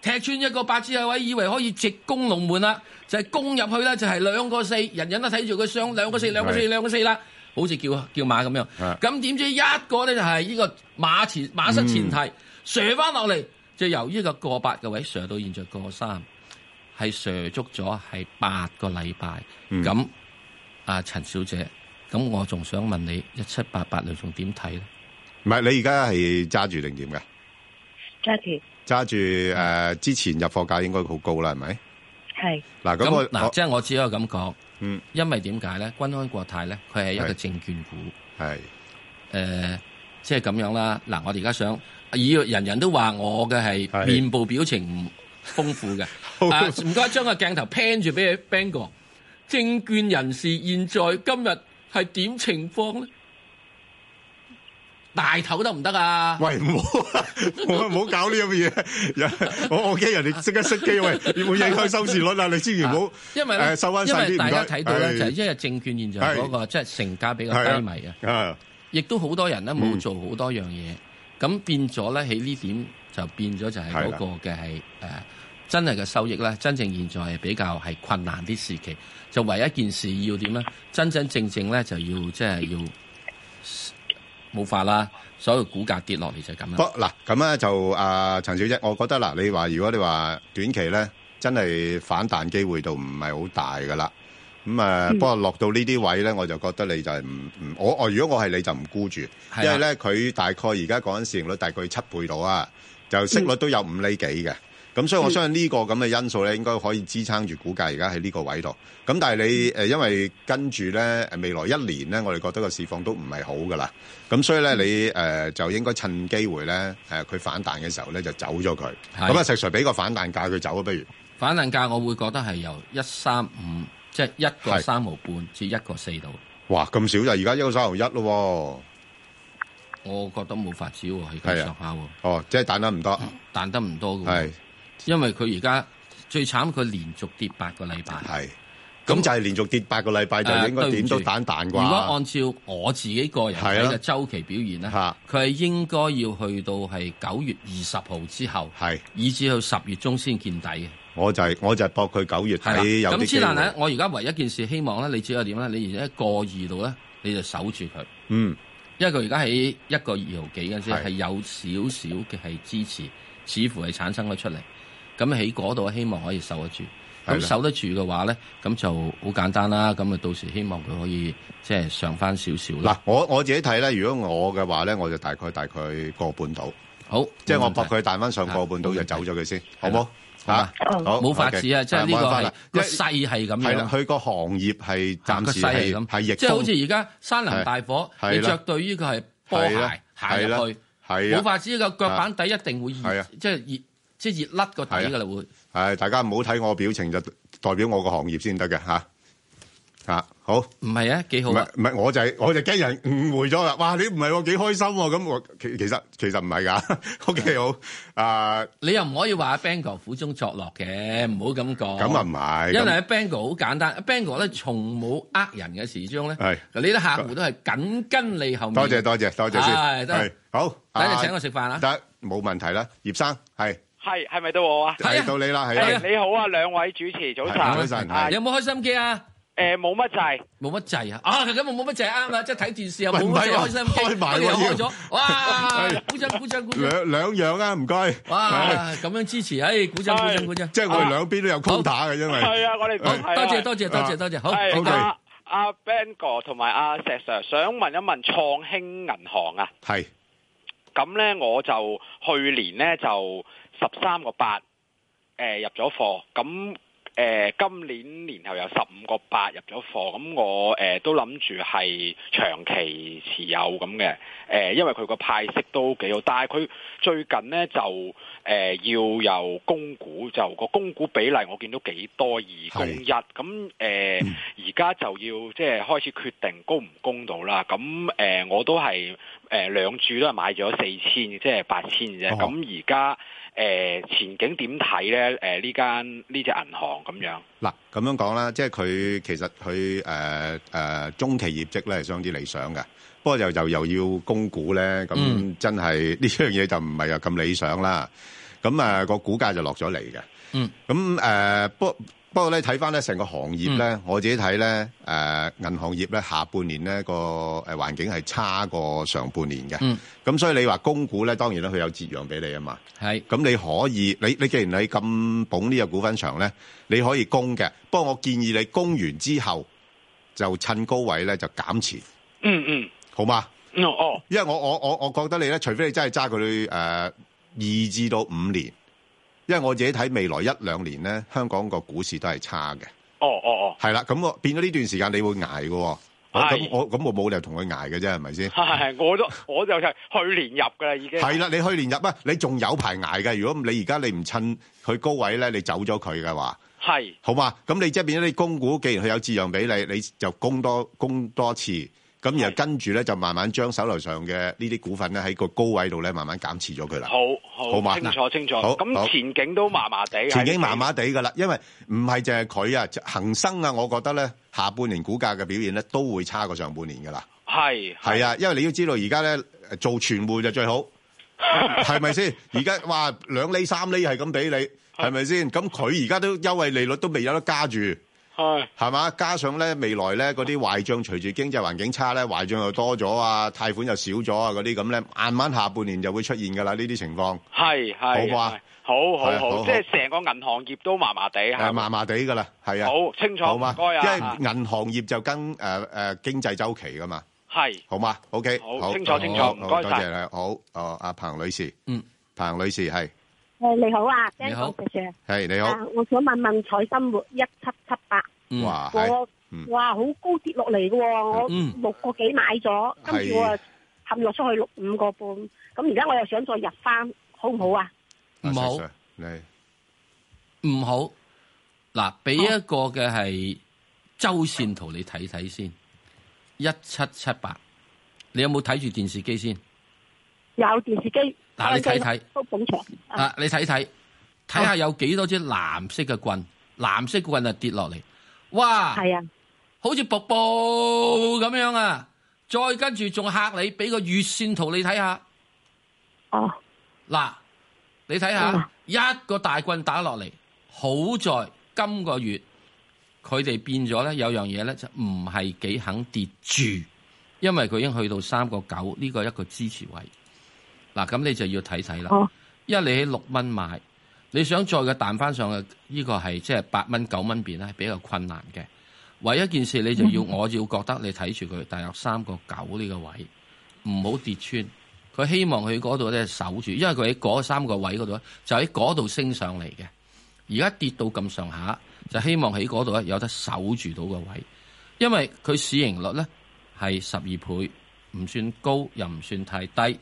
Speaker 1: 踢穿一個八之後位，以為可以直攻龍門啦，就係、攻入去咧就係兩個四，人人都睇住佢上兩個四兩個四
Speaker 16: 係
Speaker 1: 兩個四啦。好似叫叫馬咁樣，
Speaker 16: 係
Speaker 1: 咁點知一個咧就係呢個馬前馬失前蹄，射翻落嚟就由呢個過八嘅位射到現在過三。係蛇足咗係八個禮拜。咁阿、陳小姐，咁我仲想問你一七八八你仲點睇咧？
Speaker 2: 唔係你而家係揸住定點嘅？
Speaker 17: 揸住
Speaker 2: 揸住誒之前入貨價應該好高啦，係咪？
Speaker 17: 係
Speaker 2: 嗱，咁我
Speaker 1: 嗱，
Speaker 2: 我
Speaker 1: 即係我只可以咁講，
Speaker 2: 嗯，
Speaker 1: 因為點解咧？君安國泰咧，佢係一個
Speaker 2: 係
Speaker 1: 證券股，
Speaker 2: 係誒、
Speaker 1: 即係咁樣啦。嗱，我哋而家想，以人人都話我嘅係面部表情唔豐富嘅，啊唔該將個鏡頭 pan 住俾佢 bang 哥。證券人士現在今日係點情況咧？大頭得唔得啊？
Speaker 2: 喂，唔好 [LAUGHS] 啊，我唔好搞呢咁嘅嘢，我我驚人哋即刻熄機，
Speaker 1: [LAUGHS]
Speaker 2: 喂，會影響收視率啊！你千祈唔好，
Speaker 1: 因為
Speaker 2: 誒
Speaker 1: 咧，
Speaker 2: 收翻
Speaker 1: 因
Speaker 2: 晒啲
Speaker 1: 為
Speaker 2: 唔
Speaker 1: 大
Speaker 2: 該哎
Speaker 1: 家睇到咧，就係
Speaker 2: 係
Speaker 1: 因為證券現在嗰個即係成交比較低迷啊，
Speaker 2: 啊，
Speaker 1: 亦都好多人咧冇
Speaker 2: 嗯
Speaker 1: 做好多樣嘢，咁變咗咧喺呢點就變咗就係嗰個嘅係誒真係嘅收益咧，真正現在係比較係困難啲時期，就唯一一件事要點咧，真真正正咧就要即係要冇法啦，所有股價跌落嚟就係咁
Speaker 2: 不
Speaker 1: 啦。
Speaker 2: 嗱咁咧就啊、陳小姐，我覺得嗱，你話如果你話短期咧，真係反彈機會度唔係好大噶啦。咁啊，
Speaker 18: 嗯
Speaker 2: 不過落到呢啲位咧，我就覺得你就係唔唔，我我如果我係你就唔沽住，
Speaker 18: 係啊
Speaker 2: 因為咧佢大概而家講緊市盈率大概七倍度啊，就息
Speaker 1: 嗯
Speaker 2: 率都有五厘幾嘅。咁所以我相信呢個咁嘅因素咧，應該可以支撐住股價而家喺呢個位度。咁但係你
Speaker 1: 嗯
Speaker 2: 誒，因為跟住咧誒未來一年咧，我哋覺得個市況都唔係好噶啦。咁所以
Speaker 1: 嗯
Speaker 2: 咧，你誒就應該趁機會咧誒佢反彈嘅時候咧就走咗佢。
Speaker 1: 係
Speaker 2: 咁啊，石 Sir 俾個反彈價佢走啊，不如
Speaker 1: 反彈價我會覺得係由一三五，即係一個
Speaker 2: 係
Speaker 1: 三毫半至一個四度。
Speaker 2: 哇咁少就而家一個三毫一咯
Speaker 1: 我覺得冇法子喎，係
Speaker 2: 喎，
Speaker 1: 咁
Speaker 2: 係
Speaker 1: 上下
Speaker 2: 啊
Speaker 1: 喎。，
Speaker 2: 哦，即係彈得唔多，
Speaker 1: 彈得唔多嘅喎
Speaker 2: 係。
Speaker 1: 因為佢而家最慘，佢連續跌八個禮拜。
Speaker 2: 係，咁就係連續跌八個禮拜就
Speaker 1: 誒
Speaker 2: 應該點都
Speaker 1: 對唔住
Speaker 2: 彈彈啩。
Speaker 1: 如果按照我自己個人睇
Speaker 2: 係啊
Speaker 1: 嘅周期表現咧，佢係應該要去到係九月二十號之後，
Speaker 2: 係
Speaker 1: 以至到十月中先見底嘅。
Speaker 2: 我就係我就係搏佢九月
Speaker 1: 係啦
Speaker 2: 底有啲
Speaker 1: 咁
Speaker 2: 機
Speaker 1: 之但咧
Speaker 2: 會，。
Speaker 1: 我而家唯一一件事希望咧，你只有點咧？你而家過二度咧，你就守住佢。
Speaker 2: 嗯，
Speaker 1: 因為佢而家喺一個二毫幾嘅啫，
Speaker 2: 係
Speaker 1: 係有少少嘅係支持，似乎係產生咗出嚟。咁喺嗰度希望可以受得住。咁
Speaker 2: 係啦
Speaker 1: 守得住嘅話咧，咁就好簡單啦。咁啊，到時希望佢可以即係上翻少少
Speaker 2: 嗱
Speaker 1: 啦。，
Speaker 2: 我我自己睇咧，如果我嘅話咧，我就大概大概個半度。
Speaker 1: 好，
Speaker 2: 即係我
Speaker 1: 冇問題
Speaker 2: 搏佢彈翻上個半度就走咗佢先，好冇？
Speaker 1: 係啦
Speaker 2: 嚇
Speaker 1: 好啊
Speaker 2: 好
Speaker 1: 冇法子啊
Speaker 2: OK，
Speaker 1: 即係呢個
Speaker 2: 冇辦法啦
Speaker 1: 係個
Speaker 2: 因為
Speaker 1: 勢係咁樣啊
Speaker 2: 係啦，佢個行業係
Speaker 1: 個
Speaker 2: 暫時
Speaker 1: 勢係
Speaker 2: 係
Speaker 1: 咁
Speaker 2: 係逆風
Speaker 1: 即係好似而家山林大火，
Speaker 2: 係
Speaker 1: 你
Speaker 2: 啦
Speaker 1: 着對於佢係波
Speaker 2: 係啦
Speaker 1: 鞋行
Speaker 2: 係啦
Speaker 1: 入去，
Speaker 2: 係啊
Speaker 1: 冇法子個腳板底一定會
Speaker 2: 係
Speaker 1: 熱
Speaker 2: 啊，
Speaker 1: 即係熱即係熱甩個底㗎啦會。
Speaker 2: 係大家唔好睇我表情就代表我個行業先得嘅嚇嚇好。
Speaker 1: 唔係啊，幾好啊！
Speaker 2: 唔係我就係我就驚人誤會咗啦。哇！你唔係喎，幾開心喎咁我其其實其實唔係㗎。OK [LAUGHS] 好啊，
Speaker 1: 你又唔可以話 Bang 哥苦中作樂嘅，唔好咁講。
Speaker 2: 咁啊唔係
Speaker 1: 因為
Speaker 2: 咁
Speaker 1: Bang 哥好簡單，Bang 哥咧從冇呃人嘅時鐘咧，
Speaker 2: 係
Speaker 1: 嗱你啲客戶都係緊跟你後面。
Speaker 2: 多謝多謝多謝
Speaker 1: 係
Speaker 2: 先，
Speaker 1: 得
Speaker 2: 係好。
Speaker 1: 等
Speaker 2: 啊
Speaker 1: 陣請我食飯啊！
Speaker 2: 得冇問題啦，葉生係
Speaker 16: 系系咪到我啊？
Speaker 2: 係到你啦，係啦。
Speaker 16: 誒你好啊，兩位主持，早晨，
Speaker 1: 啊
Speaker 2: 係早晨係
Speaker 1: 有冇開心機啊？
Speaker 16: 誒冇乜滯，
Speaker 1: 冇乜滯啊！啊，咁我冇乜滯啱啦，即係睇電視又冇
Speaker 2: 喂唔
Speaker 1: 乜滯
Speaker 2: 係啊
Speaker 1: 開心機，
Speaker 2: 開埋
Speaker 1: 不過又
Speaker 2: 喎要
Speaker 1: 開咗，哇！鼓掌鼓掌鼓掌！
Speaker 2: 兩兩樣啊，唔該。
Speaker 1: 哇！咁樣支持，唉，鼓掌鼓掌鼓掌！
Speaker 2: 即係我哋兩邊都有 quota 嘅，因為
Speaker 16: 係啊，我哋都
Speaker 1: 好
Speaker 16: 係啊
Speaker 1: 多謝多謝多謝多謝好
Speaker 16: 係
Speaker 2: OK
Speaker 16: 阿阿 Ben 哥同埋阿石 Sir 想問一問創興銀行啊，
Speaker 2: 係
Speaker 16: 咁咧我就去年咧就十三個八誒入咗貨，咁誒、今年年頭有十五個八入咗貨，咁我誒、呃都諗住係長期持有咁嘅，誒、呃因為佢個派息都幾好，但係佢最近呢，就誒、要有供股，就個供股比例我見到幾多嗯二供一，咁誒而家就要即係開始決定供唔供到啦，咁呃誒、我都係誒、呃兩注都係買咗四千，即係八千嘅啫，
Speaker 2: 哦
Speaker 16: 咁而家。誒呃前景點睇咧？誒呢間呢只銀行咁樣，
Speaker 2: 嗱，咁樣講啦，即係佢其實佢誒誒中期業績咧係相之理想嘅，不過就就又要供股咧，咁
Speaker 7: 嗯
Speaker 2: 真係呢樣嘢就唔係又咁理想啦。咁啊個股價就落咗嚟嘅。
Speaker 1: 嗯，
Speaker 2: 咁誒、呃不不過咧睇翻咧成個行業咧，
Speaker 1: 嗯
Speaker 2: 我自己睇咧誒銀行業咧下半年咧個誒環境係差過上半年嘅。
Speaker 1: 嗯，
Speaker 2: 咁所以你話供股咧，當然啦，佢有折讓俾你啊嘛。
Speaker 1: 係。
Speaker 2: 咁你可以，你你既然你咁捧呢個股份場咧，你可以供嘅。不過我建議你供完之後就趁高位咧就減持，
Speaker 16: 嗯嗯，
Speaker 2: 好嘛？
Speaker 16: 嗯哦，
Speaker 2: 因為我我我我覺得你咧，除非你真係揸佢誒呃二至到五年，因為我自己睇未來一兩年咧，香港個股市都係差嘅。
Speaker 16: 哦哦哦，
Speaker 2: 係啦，咁我變咗呢段時間你會捱嘅喎。我咁我咁我冇理由同佢捱嘅啫，係咪先？
Speaker 16: 係我都我就係去年入㗎啦，已經
Speaker 2: 係啦，你去年入啊，你仲有排捱嘅。如果你而家你唔趁佢高位咧，你走咗佢嘅話，
Speaker 16: 係
Speaker 2: 好嘛？咁你即係變咗你供股，既然佢有折讓俾你，你就供多供多次，咁然後跟住咧就慢慢將手頭上嘅呢啲股份咧喺個高位度咧慢慢減持咗佢啦。
Speaker 16: 好好
Speaker 2: 好嘛
Speaker 16: 清楚清楚，
Speaker 2: 好好
Speaker 16: 咁前景都麻麻地，
Speaker 2: 前景麻麻地噶啦，因為唔係淨係佢啊，恒生啊，我覺得咧下半年股價嘅表現咧都會差過上半年噶啦。
Speaker 16: 係
Speaker 2: 係啊，因為你要知道而家咧做傳媒就最好，係咪先？而家哇兩厘三厘係咁俾你，係咪先？咁佢而家都優惠利率都未有得加住，
Speaker 16: 係
Speaker 2: 係嘛？加上咧未來咧嗰啲壞帳隨住經濟環境差咧，壞帳又多咗啊，貸款又少咗啊，嗰啲咁咧，慢慢下半年就會出現㗎啦呢啲情況。
Speaker 16: 係係
Speaker 2: 好啩
Speaker 16: 係好
Speaker 2: 係
Speaker 16: 好
Speaker 2: 啊好好
Speaker 16: 好，即係成個銀行業都麻麻地
Speaker 2: 係
Speaker 16: 係
Speaker 2: 麻麻地㗎啦，係啊。
Speaker 16: 好清楚
Speaker 2: 好嘛
Speaker 16: 唔該啊
Speaker 2: 因為銀行業就跟誒誒經濟周期㗎嘛。
Speaker 16: 係
Speaker 2: 好嘛？OK，
Speaker 16: 好
Speaker 2: 好
Speaker 16: 清楚清楚
Speaker 2: 好
Speaker 16: 唔該
Speaker 2: 好多
Speaker 16: 晒
Speaker 2: 謝你，好，哦，阿彭女士，
Speaker 1: 嗯，
Speaker 2: 彭女士係
Speaker 18: 诶，你好啊，
Speaker 2: 你
Speaker 18: Ben
Speaker 2: 好
Speaker 18: 哥 Sir，
Speaker 2: 係你好
Speaker 18: 啊，我想問問彩生活一七七八，
Speaker 2: 哇，係
Speaker 18: 我哇好高跌落嚟嘅喎，我
Speaker 2: 嗯
Speaker 18: 六個幾買咗，跟
Speaker 2: 係
Speaker 18: 住我啊陷落出去六五個半，咁而家我又想再入翻，好唔好啊？
Speaker 1: 唔好，
Speaker 2: 你
Speaker 1: 唔好。嗱，俾一個嘅係周線圖你睇睇先，一七七八，你有冇睇住電視機先？
Speaker 18: 有電視機，
Speaker 1: 嗱你睇睇
Speaker 18: 都捧場，啊
Speaker 1: 啊，你睇睇，睇下有幾多支藍色嘅棍，藍色嘅棍啊跌落嚟，哇！
Speaker 18: 係啊，
Speaker 1: 好似瀑布咁樣啊！再跟住仲嚇你，俾個月線圖你睇下。
Speaker 18: 哦，
Speaker 1: 嗱，你睇下一個大棍打落嚟，好在今個月佢哋變咗咧，有樣嘢咧就唔係幾肯跌住，因為佢已經去到三個九呢個一個支持位。嗱，咁你就要睇睇啦。
Speaker 18: 哦
Speaker 1: 因為你喺六蚊買，你想再嘅彈翻上去，呢、個係即係八蚊九蚊邊咧，係比較困難嘅。唯一一件事你就要，
Speaker 19: 嗯
Speaker 1: 我要覺得你睇住佢大約三個九呢個位，唔好跌穿。佢希望佢嗰度咧守住，因為佢喺嗰三個位嗰度咧，就喺嗰度升上嚟嘅。而家跌到咁上下，就希望喺嗰度咧有得守住到個位，因為佢市盈率咧係十二倍，唔算高又唔算太低。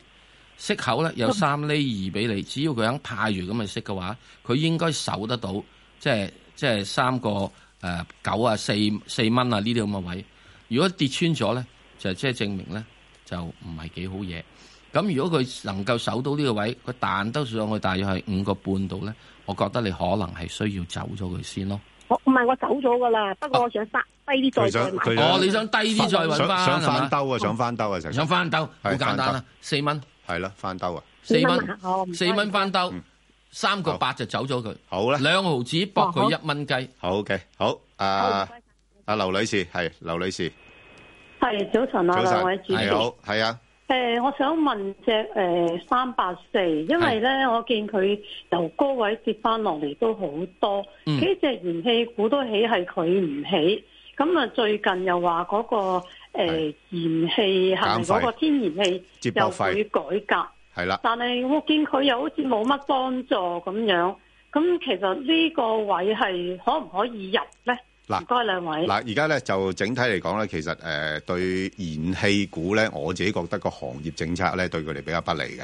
Speaker 1: 息口咧有三厘二俾你，只要佢肯派住咁嘅息嘅話，佢應該守得到，即係即係三個誒九啊四四蚊啊呢啲咁嘅位。如果跌穿咗咧，就即係證明咧就唔係幾好嘢。咁如果佢能夠守到呢個位，佢彈得上去大約係五個半度咧，我覺得你可能係需要走咗佢先咯。
Speaker 18: 我唔係我走咗㗎啦，不過我想翻低啲再再買。
Speaker 1: 哦，你想低啲再揾翻，
Speaker 2: 想想
Speaker 1: 係嘛
Speaker 2: 翻兜啊，想翻兜啊，成
Speaker 1: 想翻兜，好
Speaker 2: 係
Speaker 1: 簡單
Speaker 2: 翻
Speaker 1: 啦
Speaker 2: 兜，
Speaker 1: 四蚊
Speaker 2: 係啦，翻兜啊，
Speaker 1: 四蚊，哦四蚊翻兜，三個八就走咗佢。
Speaker 2: 好啦，
Speaker 1: 兩毫子搏佢一蚊雞。
Speaker 2: 好嘅，好啊，阿劉女士係劉女士，
Speaker 20: 系早晨啊，
Speaker 2: 早晨
Speaker 20: 兩位，主
Speaker 2: 你
Speaker 20: 持。
Speaker 2: 好，係啊，
Speaker 20: 诶、呃我想問只诶三八四，因為咧我見佢由高位跌翻落嚟都好多，
Speaker 21: 嗯
Speaker 20: 幾隻燃氣股都起係佢唔起，咁啊最近又話嗰、個诶、燃氣係咪
Speaker 2: 減費
Speaker 20: 嗰個天然氣
Speaker 2: 接駁
Speaker 20: 又
Speaker 2: 費
Speaker 20: 會改革？
Speaker 2: 係啦，
Speaker 20: 但係我見佢又好似冇乜幫助咁樣，咁其實呢個位係可唔可以入咧？
Speaker 2: 嗱
Speaker 20: 唔該兩位。
Speaker 2: 嗱，而家咧就整體嚟講咧，其實誒、呃、對燃氣股咧，我自己覺得個行業政策咧對佢哋比較不利嘅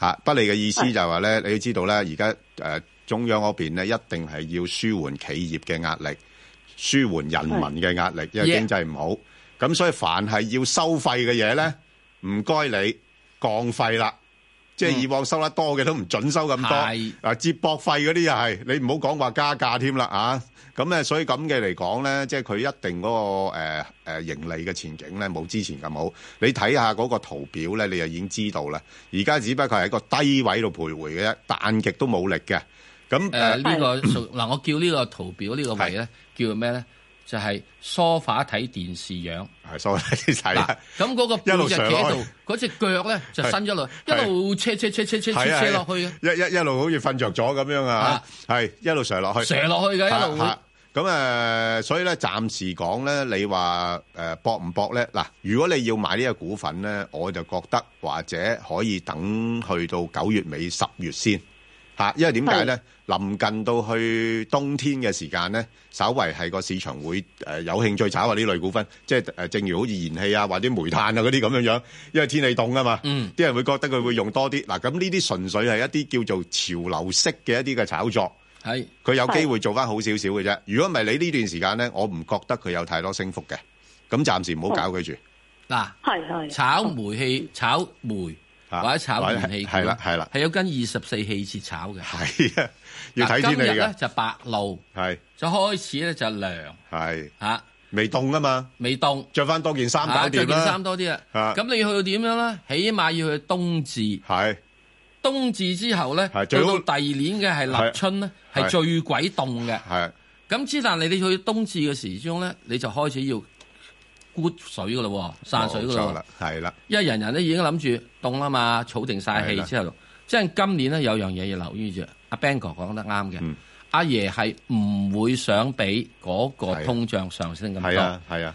Speaker 2: 嚇、不利嘅意思就係話咧，你要知道咧，而家誒中央嗰邊咧一定係要舒緩企業嘅壓力，舒緩人民嘅壓力，因為
Speaker 1: Yeah
Speaker 2: 經濟唔好。咁所以凡係要收費嘅嘢咧，唔該你降費啦。即係以往收得多嘅都唔準收咁
Speaker 1: 嗯係
Speaker 2: 多，啊接駁費嗰啲又係，你唔好講話加價添啦啊！咁咧，所以咁嘅嚟講咧，即係佢一定嗰、個誒、呃呃盈利嘅前景咧冇之前咁好。你睇下嗰個圖表咧，你就已經知道啦。而家只不過係一個低位度徘徊嘅啫，彈極都冇力嘅。咁 [LAUGHS]
Speaker 1: 誒呃呢個屬嗱，我叫呢個圖表呢個位咧叫做咩咧？就係梳化睇電視樣。
Speaker 2: 係梳化睇睇
Speaker 1: 啦。咁嗰個背
Speaker 2: 一
Speaker 1: 脊
Speaker 2: 路
Speaker 1: 企
Speaker 2: 上
Speaker 1: 喺
Speaker 2: 去
Speaker 1: 度，嗰只腳咧就
Speaker 2: 係
Speaker 1: 伸咗落，一
Speaker 2: 係
Speaker 1: 路車車車車車車
Speaker 2: 係啊
Speaker 1: 車落去嘅。
Speaker 2: 係啊一一一路好似瞓着咗咁樣啊，係一路上落去，
Speaker 1: 射落去嘅一路會
Speaker 2: 嚇嚇咁誒，呃所以咧暫時講咧，你話誒搏唔搏咧？嗱，如果你要買呢個股份咧，我就覺得或者可以等去到九月尾十月先嚇，因為點解咧？臨近到去冬天嘅時間咧，稍為係個市場會誒有興趣炒下呢類股份，即係誒正如好似燃氣啊或者煤炭啊嗰啲咁樣樣，因為天氣凍啊嘛，
Speaker 1: 嗯
Speaker 2: 啲人會覺得佢會用多啲。嗱，咁呢啲純粹係一啲叫做潮流式嘅一啲嘅炒作。
Speaker 1: 係
Speaker 2: 佢有機會做翻好少少嘅啫。如果唔係你呢段時間咧，我唔覺得佢有太多升幅嘅。咁暫時唔好搞佢住。
Speaker 1: 哦嗱，
Speaker 20: 係
Speaker 1: 炒煤氣、炒煤或者炒燃氣股，
Speaker 2: 啊係啦係啦，
Speaker 1: 係有跟二十四氣節炒嘅。
Speaker 2: 係啊，要睇天氣
Speaker 1: 今日咧
Speaker 2: 嘅。
Speaker 1: 就白露，
Speaker 2: 係
Speaker 1: 就開始咧就涼
Speaker 2: 係
Speaker 1: 嚇，
Speaker 2: 未凍啊嘛，
Speaker 1: 未凍，
Speaker 2: 着翻多件衫搞
Speaker 1: 嚇
Speaker 2: 掂
Speaker 1: 着件衫
Speaker 2: 啦。
Speaker 1: 多啲啦。
Speaker 2: 啊
Speaker 1: 咁你去到點樣咧？起碼要去冬至，
Speaker 2: 係
Speaker 1: 冬至之後咧，到
Speaker 2: 係最好
Speaker 1: 到第二年嘅係立春咧，
Speaker 2: 係
Speaker 1: 係最鬼凍嘅。
Speaker 2: 係
Speaker 1: 咁之但你哋去冬至嘅時鐘咧，你就開始要沽水噶咯，散水噶
Speaker 2: 冇
Speaker 1: 啊
Speaker 2: 錯
Speaker 1: 咯
Speaker 2: 哦啦。，係啦，
Speaker 1: 因為人人咧已經諗住凍啦嘛，儲定晒
Speaker 2: 係
Speaker 1: 氣
Speaker 2: 啦
Speaker 1: 之後，即係今年咧有樣嘢要留意住。阿 Bang 哥講得啱
Speaker 2: 嗯
Speaker 1: 嘅，阿爺係唔會想俾嗰個通脹上升咁
Speaker 2: 係
Speaker 1: 多
Speaker 2: 啊。，係啊，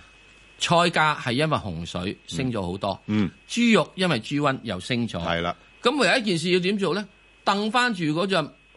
Speaker 1: 菜價係因為洪水升咗好多，
Speaker 2: 嗯，
Speaker 1: 豬肉因為豬瘟又升咗，係
Speaker 2: 啦。
Speaker 1: 咁唯有一件事要點做咧？掟翻住嗰只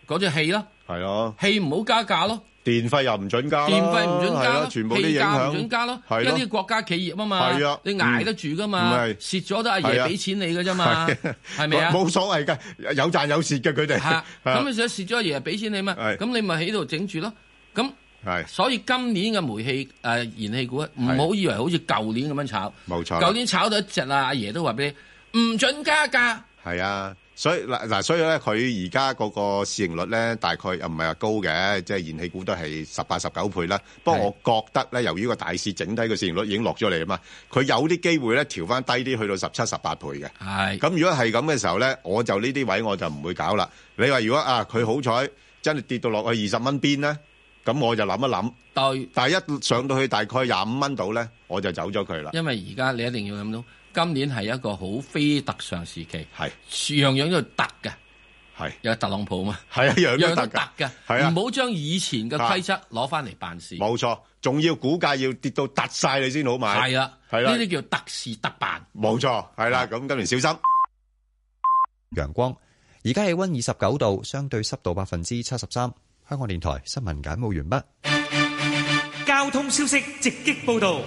Speaker 1: 嗰只氣咯，
Speaker 2: 係咯。
Speaker 1: 氣唔好加價咯。
Speaker 2: 電費又唔準加啦，
Speaker 1: 電費唔準
Speaker 2: 係
Speaker 1: 加
Speaker 2: 啦
Speaker 1: 咯，
Speaker 2: 全部啲影
Speaker 1: 價
Speaker 2: 響
Speaker 1: 唔準加咯，
Speaker 2: 係
Speaker 1: 因
Speaker 2: 咯
Speaker 1: 為啲國家企業啊嘛，
Speaker 2: 係啊
Speaker 1: 你捱得住噶嘛，
Speaker 2: 嗯唔係
Speaker 1: 蝕咗都阿
Speaker 2: 係
Speaker 1: 爺
Speaker 2: 啊
Speaker 1: 俾錢你噶啫嘛， [LAUGHS]
Speaker 2: 係
Speaker 1: 係咪啊？
Speaker 2: 冇所謂㗎，有賺有蝕嘅佢哋。
Speaker 1: 嚇，
Speaker 2: [LAUGHS] 啊
Speaker 1: 咁你想蝕咗阿爺俾錢你嘛，
Speaker 2: 係
Speaker 1: 咁你咪喺度整住咯。咁
Speaker 2: 係
Speaker 1: 所以今年嘅煤氣誒燃氣股啊唔好以為好似舊年咁樣炒，
Speaker 2: 冇錯啦
Speaker 1: 舊年炒到一隻啦，阿爺都話俾你唔準加價，
Speaker 2: 係啊，所以嗱嗱，所以咧，佢而家嗰個市盈率咧，大概又唔係話高嘅，即係燃氣股都係十八十九倍啦。不過我覺得咧，由於個大市整體嘅市盈率已經落咗嚟啊嘛，佢有啲機會咧調翻低啲，去到十七十八倍嘅。
Speaker 1: 係
Speaker 2: 咁，如果係咁嘅時候咧，我就呢啲位我就唔會搞啦。你話如果啊，佢好彩真係跌到落去二十蚊邊咧，咁我就諗一諗。
Speaker 1: 對，
Speaker 2: 但係一上到去大概廿五蚊度咧，我就走咗佢啦。
Speaker 1: 因為而家你一定要諗到，今年係一個好非特常時期，
Speaker 2: 係
Speaker 1: 樣樣都要特嘅。
Speaker 2: 係
Speaker 1: 有特朗普嘛，
Speaker 2: 係啊樣
Speaker 1: 樣
Speaker 2: 都
Speaker 1: 都
Speaker 2: 得
Speaker 1: 得
Speaker 2: 㗎
Speaker 1: 㗎，
Speaker 2: 係啊
Speaker 1: 唔好將以前嘅規則攞翻嚟辦事。
Speaker 2: 冇錯，仲要股價要跌到突晒你先好買。
Speaker 1: 係啦，
Speaker 2: 係啦，
Speaker 1: 呢啲叫特事特辦。
Speaker 2: 冇錯，係啦，咁今年小心。
Speaker 5: 陽光。而家氣温二十九度，相對濕度百分之七十三。香港電台新聞簡報完畢。
Speaker 4: 交通消息直擊報道。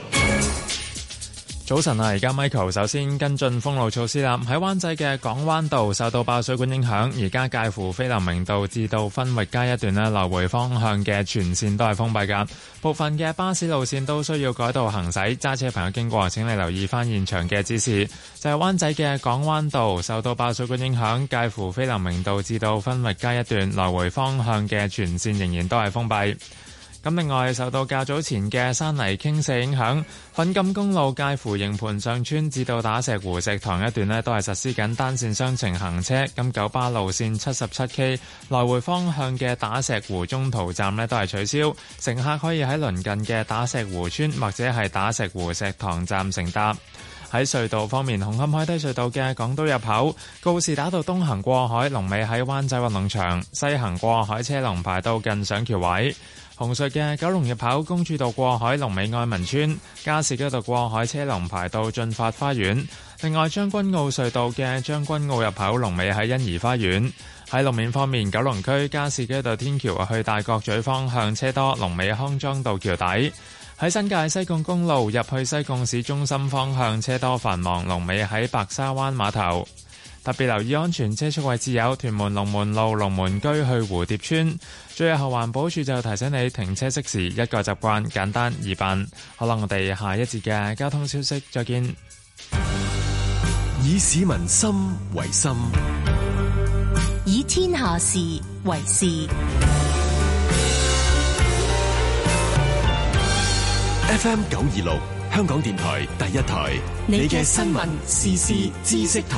Speaker 6: 早晨啊！而家 Michael 首先跟進封路措施啦。喺灣仔嘅港灣道受到爆水管影響，而家介乎菲林明道至到分域街一段呢，來回方向嘅全線都係封閉㗎。部分嘅巴士路線都需要改道行駛，揸車朋友經過請你留意翻現場嘅指示。就係灣仔嘅港灣道受到爆水管影響，介乎菲林明道至到分域街一段來回方向嘅全線仍然都係封閉。咁另外受到較早前嘅山泥傾瀉影響，粉錦公路介乎營盤上村至到打石湖石塘一段呢，都係實施緊單線雙程行車。咁九巴路線七十七 K 來回方向嘅打石湖中途站呢，都係取消，乘客可以喺鄰近嘅打石湖村或者係打石湖石塘站乘搭。喺隧道方面，紅磡海底隧道嘅港島入口告士打道東行過海，龍尾喺灣仔運動場；西行過海車龍排到近上橋位。紅隧嘅九龍入口公主道過海，龍尾愛民村；加士居道過海車龍排到進發花園。另外，將軍澳隧道嘅將軍澳入口龍尾喺欣怡花園。喺路面方面，九龍區加士居道天橋去大角咀方向車多，龍尾康莊道橋底。喺新界西貢公路入去西貢市中心方向車多繁忙，龍尾喺白沙灣碼頭。特別留意安全車速位置有屯門龍門路龍門居去蝴蝶村。最後環保署就提醒你停車熄匙，一個習慣簡單易辦。好啦，我哋下一節嘅交通消息再見。
Speaker 7: 以市民心為心，
Speaker 8: 以天下事為事。
Speaker 7: FM 九二六香港電台第一台，你嘅新聞時事知識台，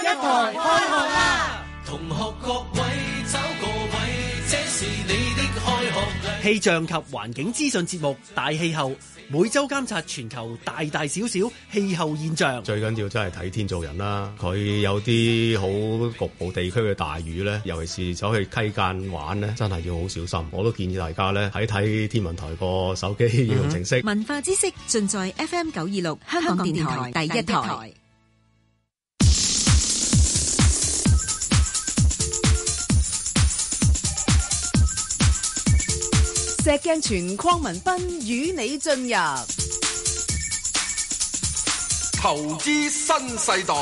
Speaker 21: 一台開學啦！
Speaker 22: 同學各位找個位，這是你的開學禮。
Speaker 21: 氣象及環境資訊節目《大氣候》，每週監察全球大大小小氣候現象。
Speaker 23: 最緊要真係睇天做人啦。佢有啲好局部地區嘅大雨咧，尤其是走去溪澗玩咧，真係要好小心。我都建議大家咧喺睇天文台個手機
Speaker 16: 嗯
Speaker 23: 應用程式。
Speaker 24: 文化知識盡在 FM 九二六香港電台第一台。
Speaker 13: 石鏡泉鄺民彬與你進入
Speaker 14: 投資新世代，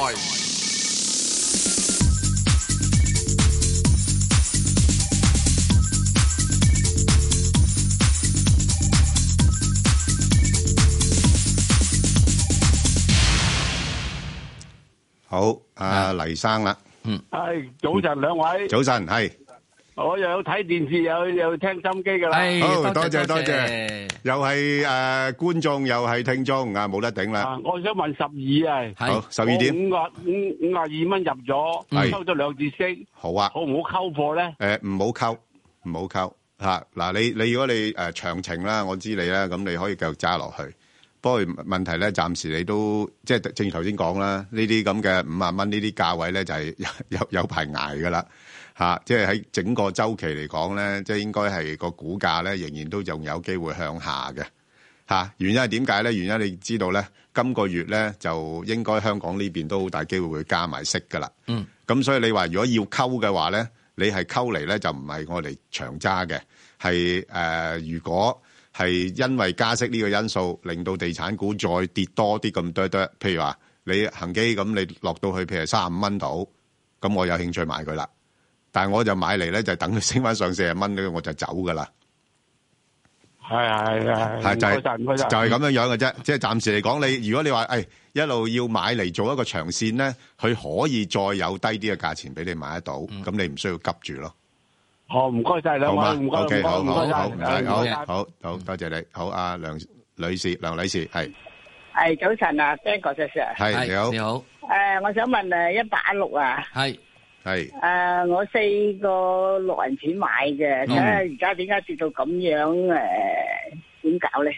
Speaker 2: 好，阿黎生啦，嗯，
Speaker 25: 系早晨，兩位
Speaker 2: 早晨，係。
Speaker 25: 我又有睇電視，又有聽心機噶啦。
Speaker 2: 好，多謝，多謝。又係，誒，觀眾，又係聽眾，啊，冇得頂啦。
Speaker 25: 我想問十二啊，
Speaker 2: 好12點
Speaker 25: 我五啊五五啊二蚊入咗，
Speaker 2: 係
Speaker 25: 收咗兩字息，
Speaker 2: 好啊
Speaker 25: 好唔好溝貨咧？
Speaker 2: 呃誒，唔好溝，唔好溝，嚇，嗱，你-呃你如果你，誒，長情啦，我知你啦，咁你可以繼續揸落去。不過問題呢，暫時你都，即係正-正如頭先講啦，呢啲咁嘅50蚊呢啲價位呢，就係 [LAUGHS] 有-有排捱㗎啦，嚇，即係喺整個周期嚟講呢，即係應該係個股價呢，仍然都仲有機會向下嘅。吓，原因係點解咧？原因你知道咧，今個月咧就應該香港呢邊都好大機會會加埋息噶啦。
Speaker 1: 嗯，
Speaker 2: 咁所以你話如果要溝嘅話咧，你係溝嚟咧就唔係我哋長揸嘅，係誒、呃如果係因為加息呢個因素，令到地產股再跌多啲咁多多，譬如話你恒基咁，你落到去譬如三十五蚊度，咁我有興趣買佢啦。但係我就買嚟咧就等佢升翻上四十蚊咧，我就走噶啦。
Speaker 25: 係係
Speaker 2: 係就係
Speaker 25: 唔該晒唔該晒
Speaker 2: 就係咁樣樣嘅啫。即係暫時嚟講，你如果你話誒、一路要買嚟做一個長線咧，佢可以再有低啲嘅價錢俾你買得到，咁、你唔需要急住咯。
Speaker 25: 好唔該晒兩
Speaker 2: 好嘛
Speaker 25: 位，唔該唔該
Speaker 2: ？OK，好
Speaker 25: 唔
Speaker 2: 好
Speaker 25: 該晒
Speaker 2: 好，唔該
Speaker 25: 唔該晒
Speaker 2: 好好好，多謝你。好，阿梁女士，梁女士係
Speaker 3: 系早晨啊，Ben 哥 Sir。
Speaker 2: 係你好，你
Speaker 1: 好，
Speaker 3: 诶，我想问诶，一百一六啊，
Speaker 1: 係
Speaker 2: 係
Speaker 3: 诶，我四个六人钱买嘅，
Speaker 2: 嗯
Speaker 3: 睇下而家點解跌到咁樣诶，点搞咧？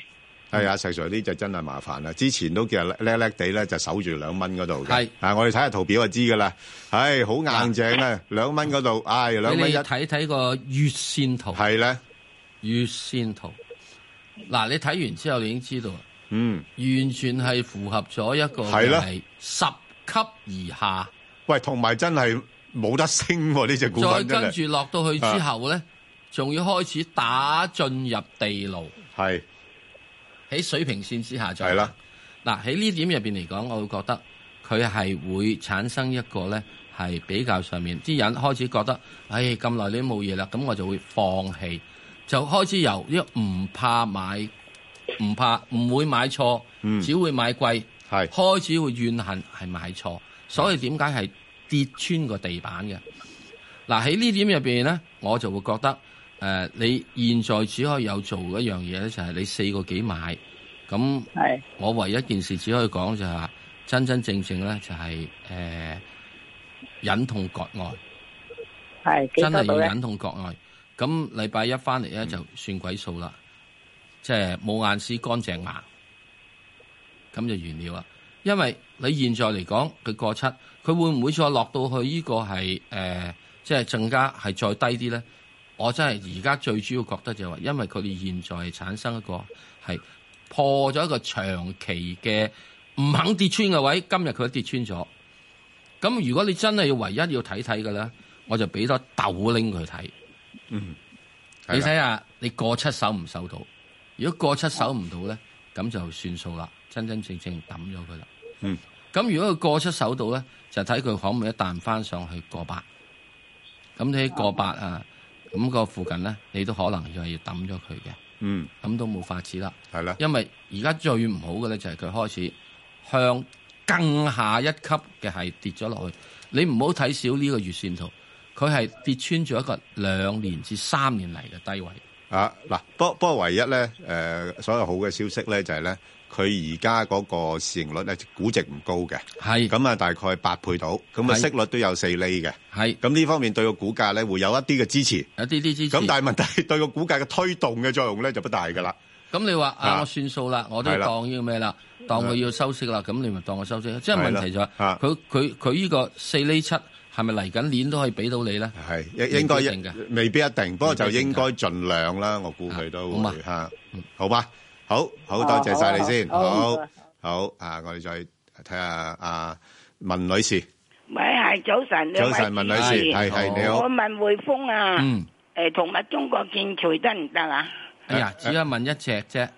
Speaker 2: 係啊，石 Sir 呢就真係麻煩啦。之前都叫叻叻地咧，就守住兩蚊嗰度嘅。
Speaker 1: 係
Speaker 2: 啊，我哋睇下圖表就知㗎啦。唉，好硬淨啊，兩蚊嗰度，唉，兩
Speaker 1: 你
Speaker 2: 蚊一
Speaker 1: 睇睇個月線圖。
Speaker 2: 係咧，
Speaker 1: 月線圖。嗱，你睇完之後，你已經知道啦，
Speaker 2: 嗯，
Speaker 1: 完全係符合咗一個
Speaker 2: 係啦
Speaker 1: 係十級而下，
Speaker 2: 喂，同埋真係冇得升喎呢只股
Speaker 1: 再
Speaker 2: 份真
Speaker 1: 跟住
Speaker 2: 係。啊
Speaker 1: 落到去之後咧，仲要開始打進入地牢。
Speaker 2: 係
Speaker 1: 喺水平線之下就
Speaker 2: 係啦。
Speaker 1: 嗱喺呢點入邊嚟講，我會覺得佢係會產生一個咧係比較上面啲人開始覺得，唉咁耐你都冇嘢啦，咁我就會放棄，就開始由呢個唔怕買，唔怕唔會買錯，只會買貴，
Speaker 2: 嗯係
Speaker 1: 開始會怨恨係買錯，所以點解係跌穿個地板嘅？嗱喺呢點入邊咧，我就會覺得誒、呃你現在只可以有做一樣嘢咧，就係、你四個幾買，咁我唯一一件事只可以講就係、真真正正咧就係、呃忍痛割愛，
Speaker 3: 係幾
Speaker 1: 真
Speaker 3: 多
Speaker 1: 係
Speaker 3: 度
Speaker 1: 要
Speaker 3: 咧？
Speaker 1: 忍痛割愛。咁禮拜一翻嚟咧
Speaker 3: 嗯
Speaker 1: 就算鬼數啦，即係冇眼屎乾淨盲，咁就完了啦。啊因為你現在嚟講，佢過七，佢會唔會再落到去呢個係誒、呃即係更加係再低啲咧？我真係而家最主要覺得就係話，因為佢哋現在係產生一個係破咗一個長期嘅唔肯跌穿嘅位，今日佢都跌穿咗。咁如果你真係要唯一要睇睇嘅咧，我就俾多豆拎佢睇。
Speaker 2: 嗯，
Speaker 1: 你睇下你過七手唔手到，如果過七手唔到咧，咁就算數啦，真真正正抌咗佢啦。
Speaker 2: 嗯，
Speaker 1: 咁如果佢過七手到咧，就睇佢可唔可以彈翻上去過八。咁你喺過八啊，咁、個附近咧，你都可能就係要抌咗佢嘅。
Speaker 2: 嗯，
Speaker 1: 咁都冇法子啦。
Speaker 2: 係啦，
Speaker 1: 因為而家最唔好嘅咧就係佢開始向更下一級嘅係跌咗落去。你唔好睇少呢個月線圖，佢係跌穿咗一個兩年至三年嚟嘅低位。
Speaker 2: 啊嗱，不不過唯一咧，誒、所有好嘅消息咧就係、咧，佢而家嗰個市盈率咧估值唔高嘅，
Speaker 1: 係
Speaker 2: 咁啊大概八倍到，咁啊息
Speaker 1: 係
Speaker 2: 率都有四厘嘅，
Speaker 1: 係
Speaker 2: 咁呢方面對個股價咧會有一啲嘅支持，
Speaker 1: 有啲啲支持
Speaker 2: 咁但係問題對個股價嘅推動嘅作用咧就不大㗎啦，
Speaker 1: 咁你話
Speaker 2: 啊
Speaker 1: 啊，我算數啦，我都
Speaker 2: 係啦
Speaker 1: 當呢個咩啦，當佢要收息啦，咁你咪當佢收息啦。即係
Speaker 2: 係啦啊
Speaker 1: 問題就係佢佢佢呢個四厘七係咪嚟緊年都可以俾到你咧？
Speaker 2: 係應應該
Speaker 1: 定嘅。
Speaker 2: 未必一定，不過就
Speaker 1: 未必一定
Speaker 2: 應
Speaker 1: 㗎
Speaker 2: 該盡量啦，我估佢都
Speaker 1: 好嘛
Speaker 2: 會嚇，好嘛，好好多謝晒你先，
Speaker 9: 好啊好
Speaker 2: 好
Speaker 9: 啊好啊
Speaker 2: 好啊，我哋再睇下啊文女士，
Speaker 9: 喂，係早晨，
Speaker 2: 早晨文女士係係你好
Speaker 9: 我問匯豐啊，
Speaker 1: 嗯，
Speaker 9: 誒同埋中國建材得唔得啊？
Speaker 1: 哎呀，只係問一隻啫，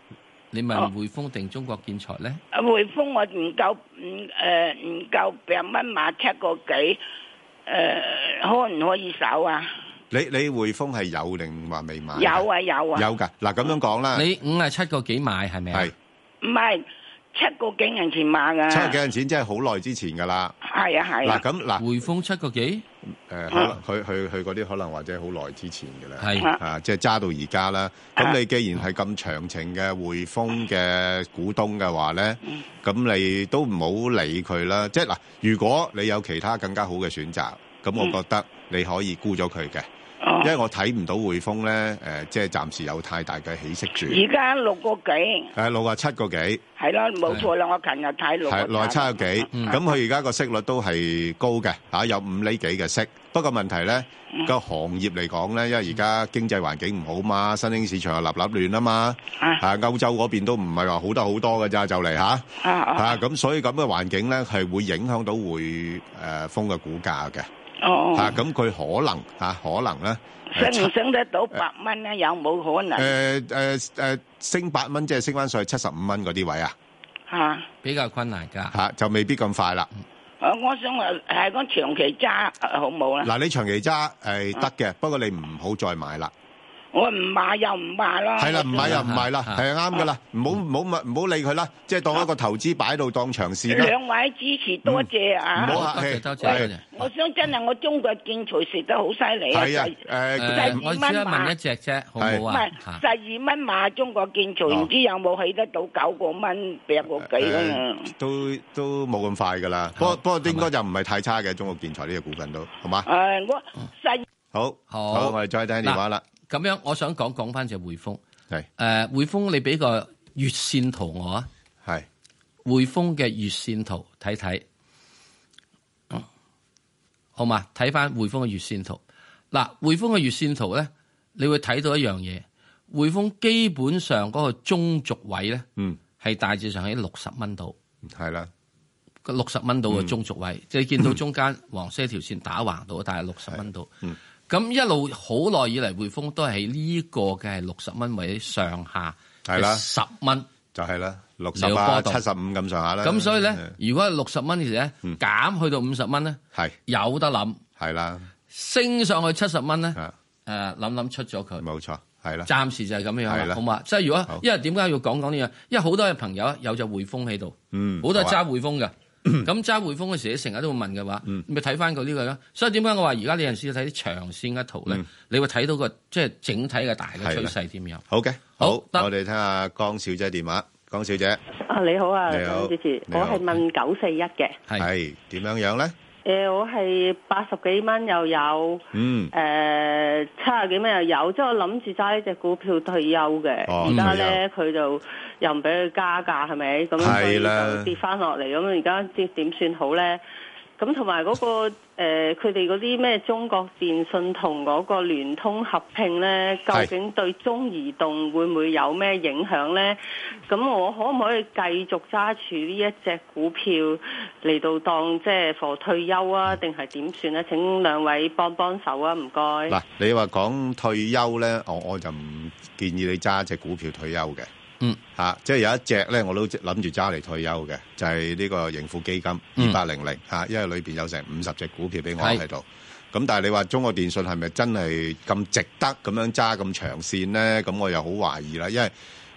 Speaker 1: 你
Speaker 2: 啊
Speaker 1: 問匯豐定中國建材咧？
Speaker 9: 啊匯豐我唔夠唔誒唔夠病蚊買七個幾，誒可唔可以守啊？
Speaker 2: 你你匯豐係有定話未買？
Speaker 9: 有啊有啊，
Speaker 2: 有㗎，嗱咁樣講啦，
Speaker 1: 你五啊七個幾買係咪啊？係
Speaker 9: 唔係七個幾銀錢買㗎，
Speaker 2: 七個幾銀錢真係好耐之前㗎啦。
Speaker 9: 係啊係
Speaker 2: 嗱
Speaker 9: 啊，嗯
Speaker 2: 咁嗱，
Speaker 1: 匯豐七個幾？
Speaker 2: 誒，可能佢佢佢嗰啲可能或者好耐之前嘅啦，
Speaker 1: 係
Speaker 2: 啊，即係揸到而家啦。
Speaker 9: 嗯
Speaker 2: 咁你既然係咁長情嘅匯豐嘅股東嘅話咧，
Speaker 9: 嗯
Speaker 2: 咁你都唔好理佢啦。即係嗱，如果你有其他更加好嘅選擇，咁
Speaker 9: 嗯
Speaker 2: 我覺得你可以沽咗佢嘅，
Speaker 9: 哦
Speaker 2: 因為我睇唔到匯豐咧誒，即係暫時有太大嘅起色住。
Speaker 9: 而家六個幾，
Speaker 2: 誒六啊七個幾。
Speaker 9: 係咯冇錯啦，我琴日睇六
Speaker 2: 係
Speaker 9: 個
Speaker 2: 內差有幾，咁佢而家個息率都係高嘅，嚇有五厘幾嘅息。不過問題咧，個行業嚟講咧，因為而家經濟環境唔好嘛，新興市場又立立亂啊嘛，嚇歐洲嗰邊都唔係話好得好多嘅咋，就嚟嚇嚇咁，所以咁嘅環境咧係會影響到匯誒風嘅股價嘅。
Speaker 9: 哦
Speaker 2: 嚇咁佢可能嚇可能咧誒
Speaker 9: 升唔升得到八蚊咧？有冇可能
Speaker 2: 誒誒誒升八蚊，即係升翻上去七十五蚊嗰啲位啊，
Speaker 9: 嚇？
Speaker 1: 比較困難㗎。
Speaker 2: 嚇就未必咁快啦。
Speaker 9: 啊，我想話係講
Speaker 2: [LAUGHS]
Speaker 9: 長期揸啊好冇啦。
Speaker 2: 嗱，你長期揸係得嘅，不過你唔好再買啦。
Speaker 9: 我唔買又唔買啦。
Speaker 2: 係啦，唔買又唔買啦，
Speaker 9: 啊
Speaker 2: 係啱噶啦，唔好唔好咪唔好理佢啦，即係當一個投資擺到當長線啦。
Speaker 9: 兩位支持多謝啊！
Speaker 2: 唔好客氣，
Speaker 1: 多謝多謝
Speaker 2: 係
Speaker 1: 多謝
Speaker 9: 我想真係我中國建材食得好犀利
Speaker 1: 哎
Speaker 9: 啊！
Speaker 2: 係啊，誒
Speaker 9: 第二
Speaker 1: 呃我只
Speaker 9: 蚊
Speaker 1: 係問
Speaker 9: 買
Speaker 1: 一隻啫，好
Speaker 9: 唔
Speaker 1: 唔好啊
Speaker 9: 係？十二蚊買中國建材，唔知有冇起得到九個蚊、八個幾咁啊？
Speaker 2: 誒都都冇咁快噶啦，不過不過應該就唔係太差嘅中國建材呢個股份都，好嘛？
Speaker 9: 誒，我十
Speaker 2: 好，
Speaker 1: 好
Speaker 2: 好，我哋再聽電話啦。
Speaker 1: 嗱。咁樣，我想講講翻只匯豐。
Speaker 2: 係
Speaker 1: 誒，匯豐你俾個月線圖我啊。
Speaker 2: 係
Speaker 1: 匯豐嘅月線圖睇睇，嗯好嘛？睇翻匯豐嘅月線圖。嗱，匯豐嘅月線圖咧，你會睇到一樣嘢，匯豐基本上嗰個中軸位咧，
Speaker 2: 嗯，
Speaker 1: 係大致上喺六十蚊度。
Speaker 2: 係啦，嗯
Speaker 1: 個六十蚊度嘅中軸位，即係見到中間黃色一條線打橫到，但係六十蚊度。
Speaker 2: 嗯
Speaker 1: 咁一路好耐以嚟，匯豐都係喺呢個嘅係六十蚊位上下，
Speaker 2: 係啦
Speaker 1: 十蚊
Speaker 2: 就係啦，六十
Speaker 1: 你要
Speaker 2: 啊七
Speaker 1: 波動
Speaker 2: 十五咁上下啦。嗯
Speaker 1: 咁所以咧，如果係六十蚊嘅時咧，減去到五十蚊咧，
Speaker 2: 係
Speaker 1: 有得諗。
Speaker 2: 係啦，啊
Speaker 1: 升上去七十蚊咧，誒諗諗出咗佢。
Speaker 2: 冇錯，係啦。
Speaker 1: 暫時就係咁樣
Speaker 2: 係
Speaker 1: 樣
Speaker 2: 啦
Speaker 1: 啦，好嘛？即係如
Speaker 2: 好
Speaker 1: 果，因為點解要講講呢樣？因為好多嘅朋友啊有隻匯豐喺度，
Speaker 2: 嗯
Speaker 1: 好多係
Speaker 2: 好啊
Speaker 1: 揸匯豐嘅。咁揸匯豐嘅時，你成日都會問嘅話，
Speaker 2: 嗯
Speaker 1: 你咪睇翻佢呢個咯。所以點解我話而家你有陣時要睇啲長線嘅圖咧
Speaker 2: 嗯，
Speaker 1: 你會睇到個即係整體嘅大嘅趨勢點樣。
Speaker 2: 好嘅，好，我哋聽下江小姐電話。江小姐
Speaker 10: 啊，你好啊，
Speaker 2: 你好
Speaker 10: 梁主持，
Speaker 2: 你
Speaker 10: 我
Speaker 2: 好
Speaker 10: 係問九四一嘅，
Speaker 2: 係點樣樣咧？
Speaker 10: 诶、我係八十幾蚊又有，
Speaker 2: 嗯，
Speaker 10: 诶七十幾蚊又有，即係我諗住揸呢只股票退休嘅，
Speaker 2: 哦
Speaker 10: 而家咧佢就又唔俾佢加價，係咪？咁所以
Speaker 2: 係啦
Speaker 10: 就跌翻落嚟，咁而家跌點算好咧？咁同埋嗰個呃佢哋嗰啲咩中國電信同嗰個聯通合併呢，究
Speaker 11: 係
Speaker 10: 竟對中移動會唔會有咩影響呢？咁我可唔可以繼續揸住呢一隻股票嚟到當即係貨退休
Speaker 2: 嗯
Speaker 10: 啊？定係點算呢？請兩位幫幫手啊！唔該。
Speaker 2: 嗱，你話講退休咧，我我就唔建議你揸只股票退休嘅。
Speaker 1: 嗯，
Speaker 2: 嚇、即係有一隻咧，我都諗住揸嚟退休嘅，就係、呢個盈富基金二八零零嚇，因為裏邊有成五十隻股票俾我
Speaker 1: 係
Speaker 2: 喺度。咁但係你話中國電信係咪真係咁值得咁樣揸咁長線咧？咁我又好懷疑啦，因為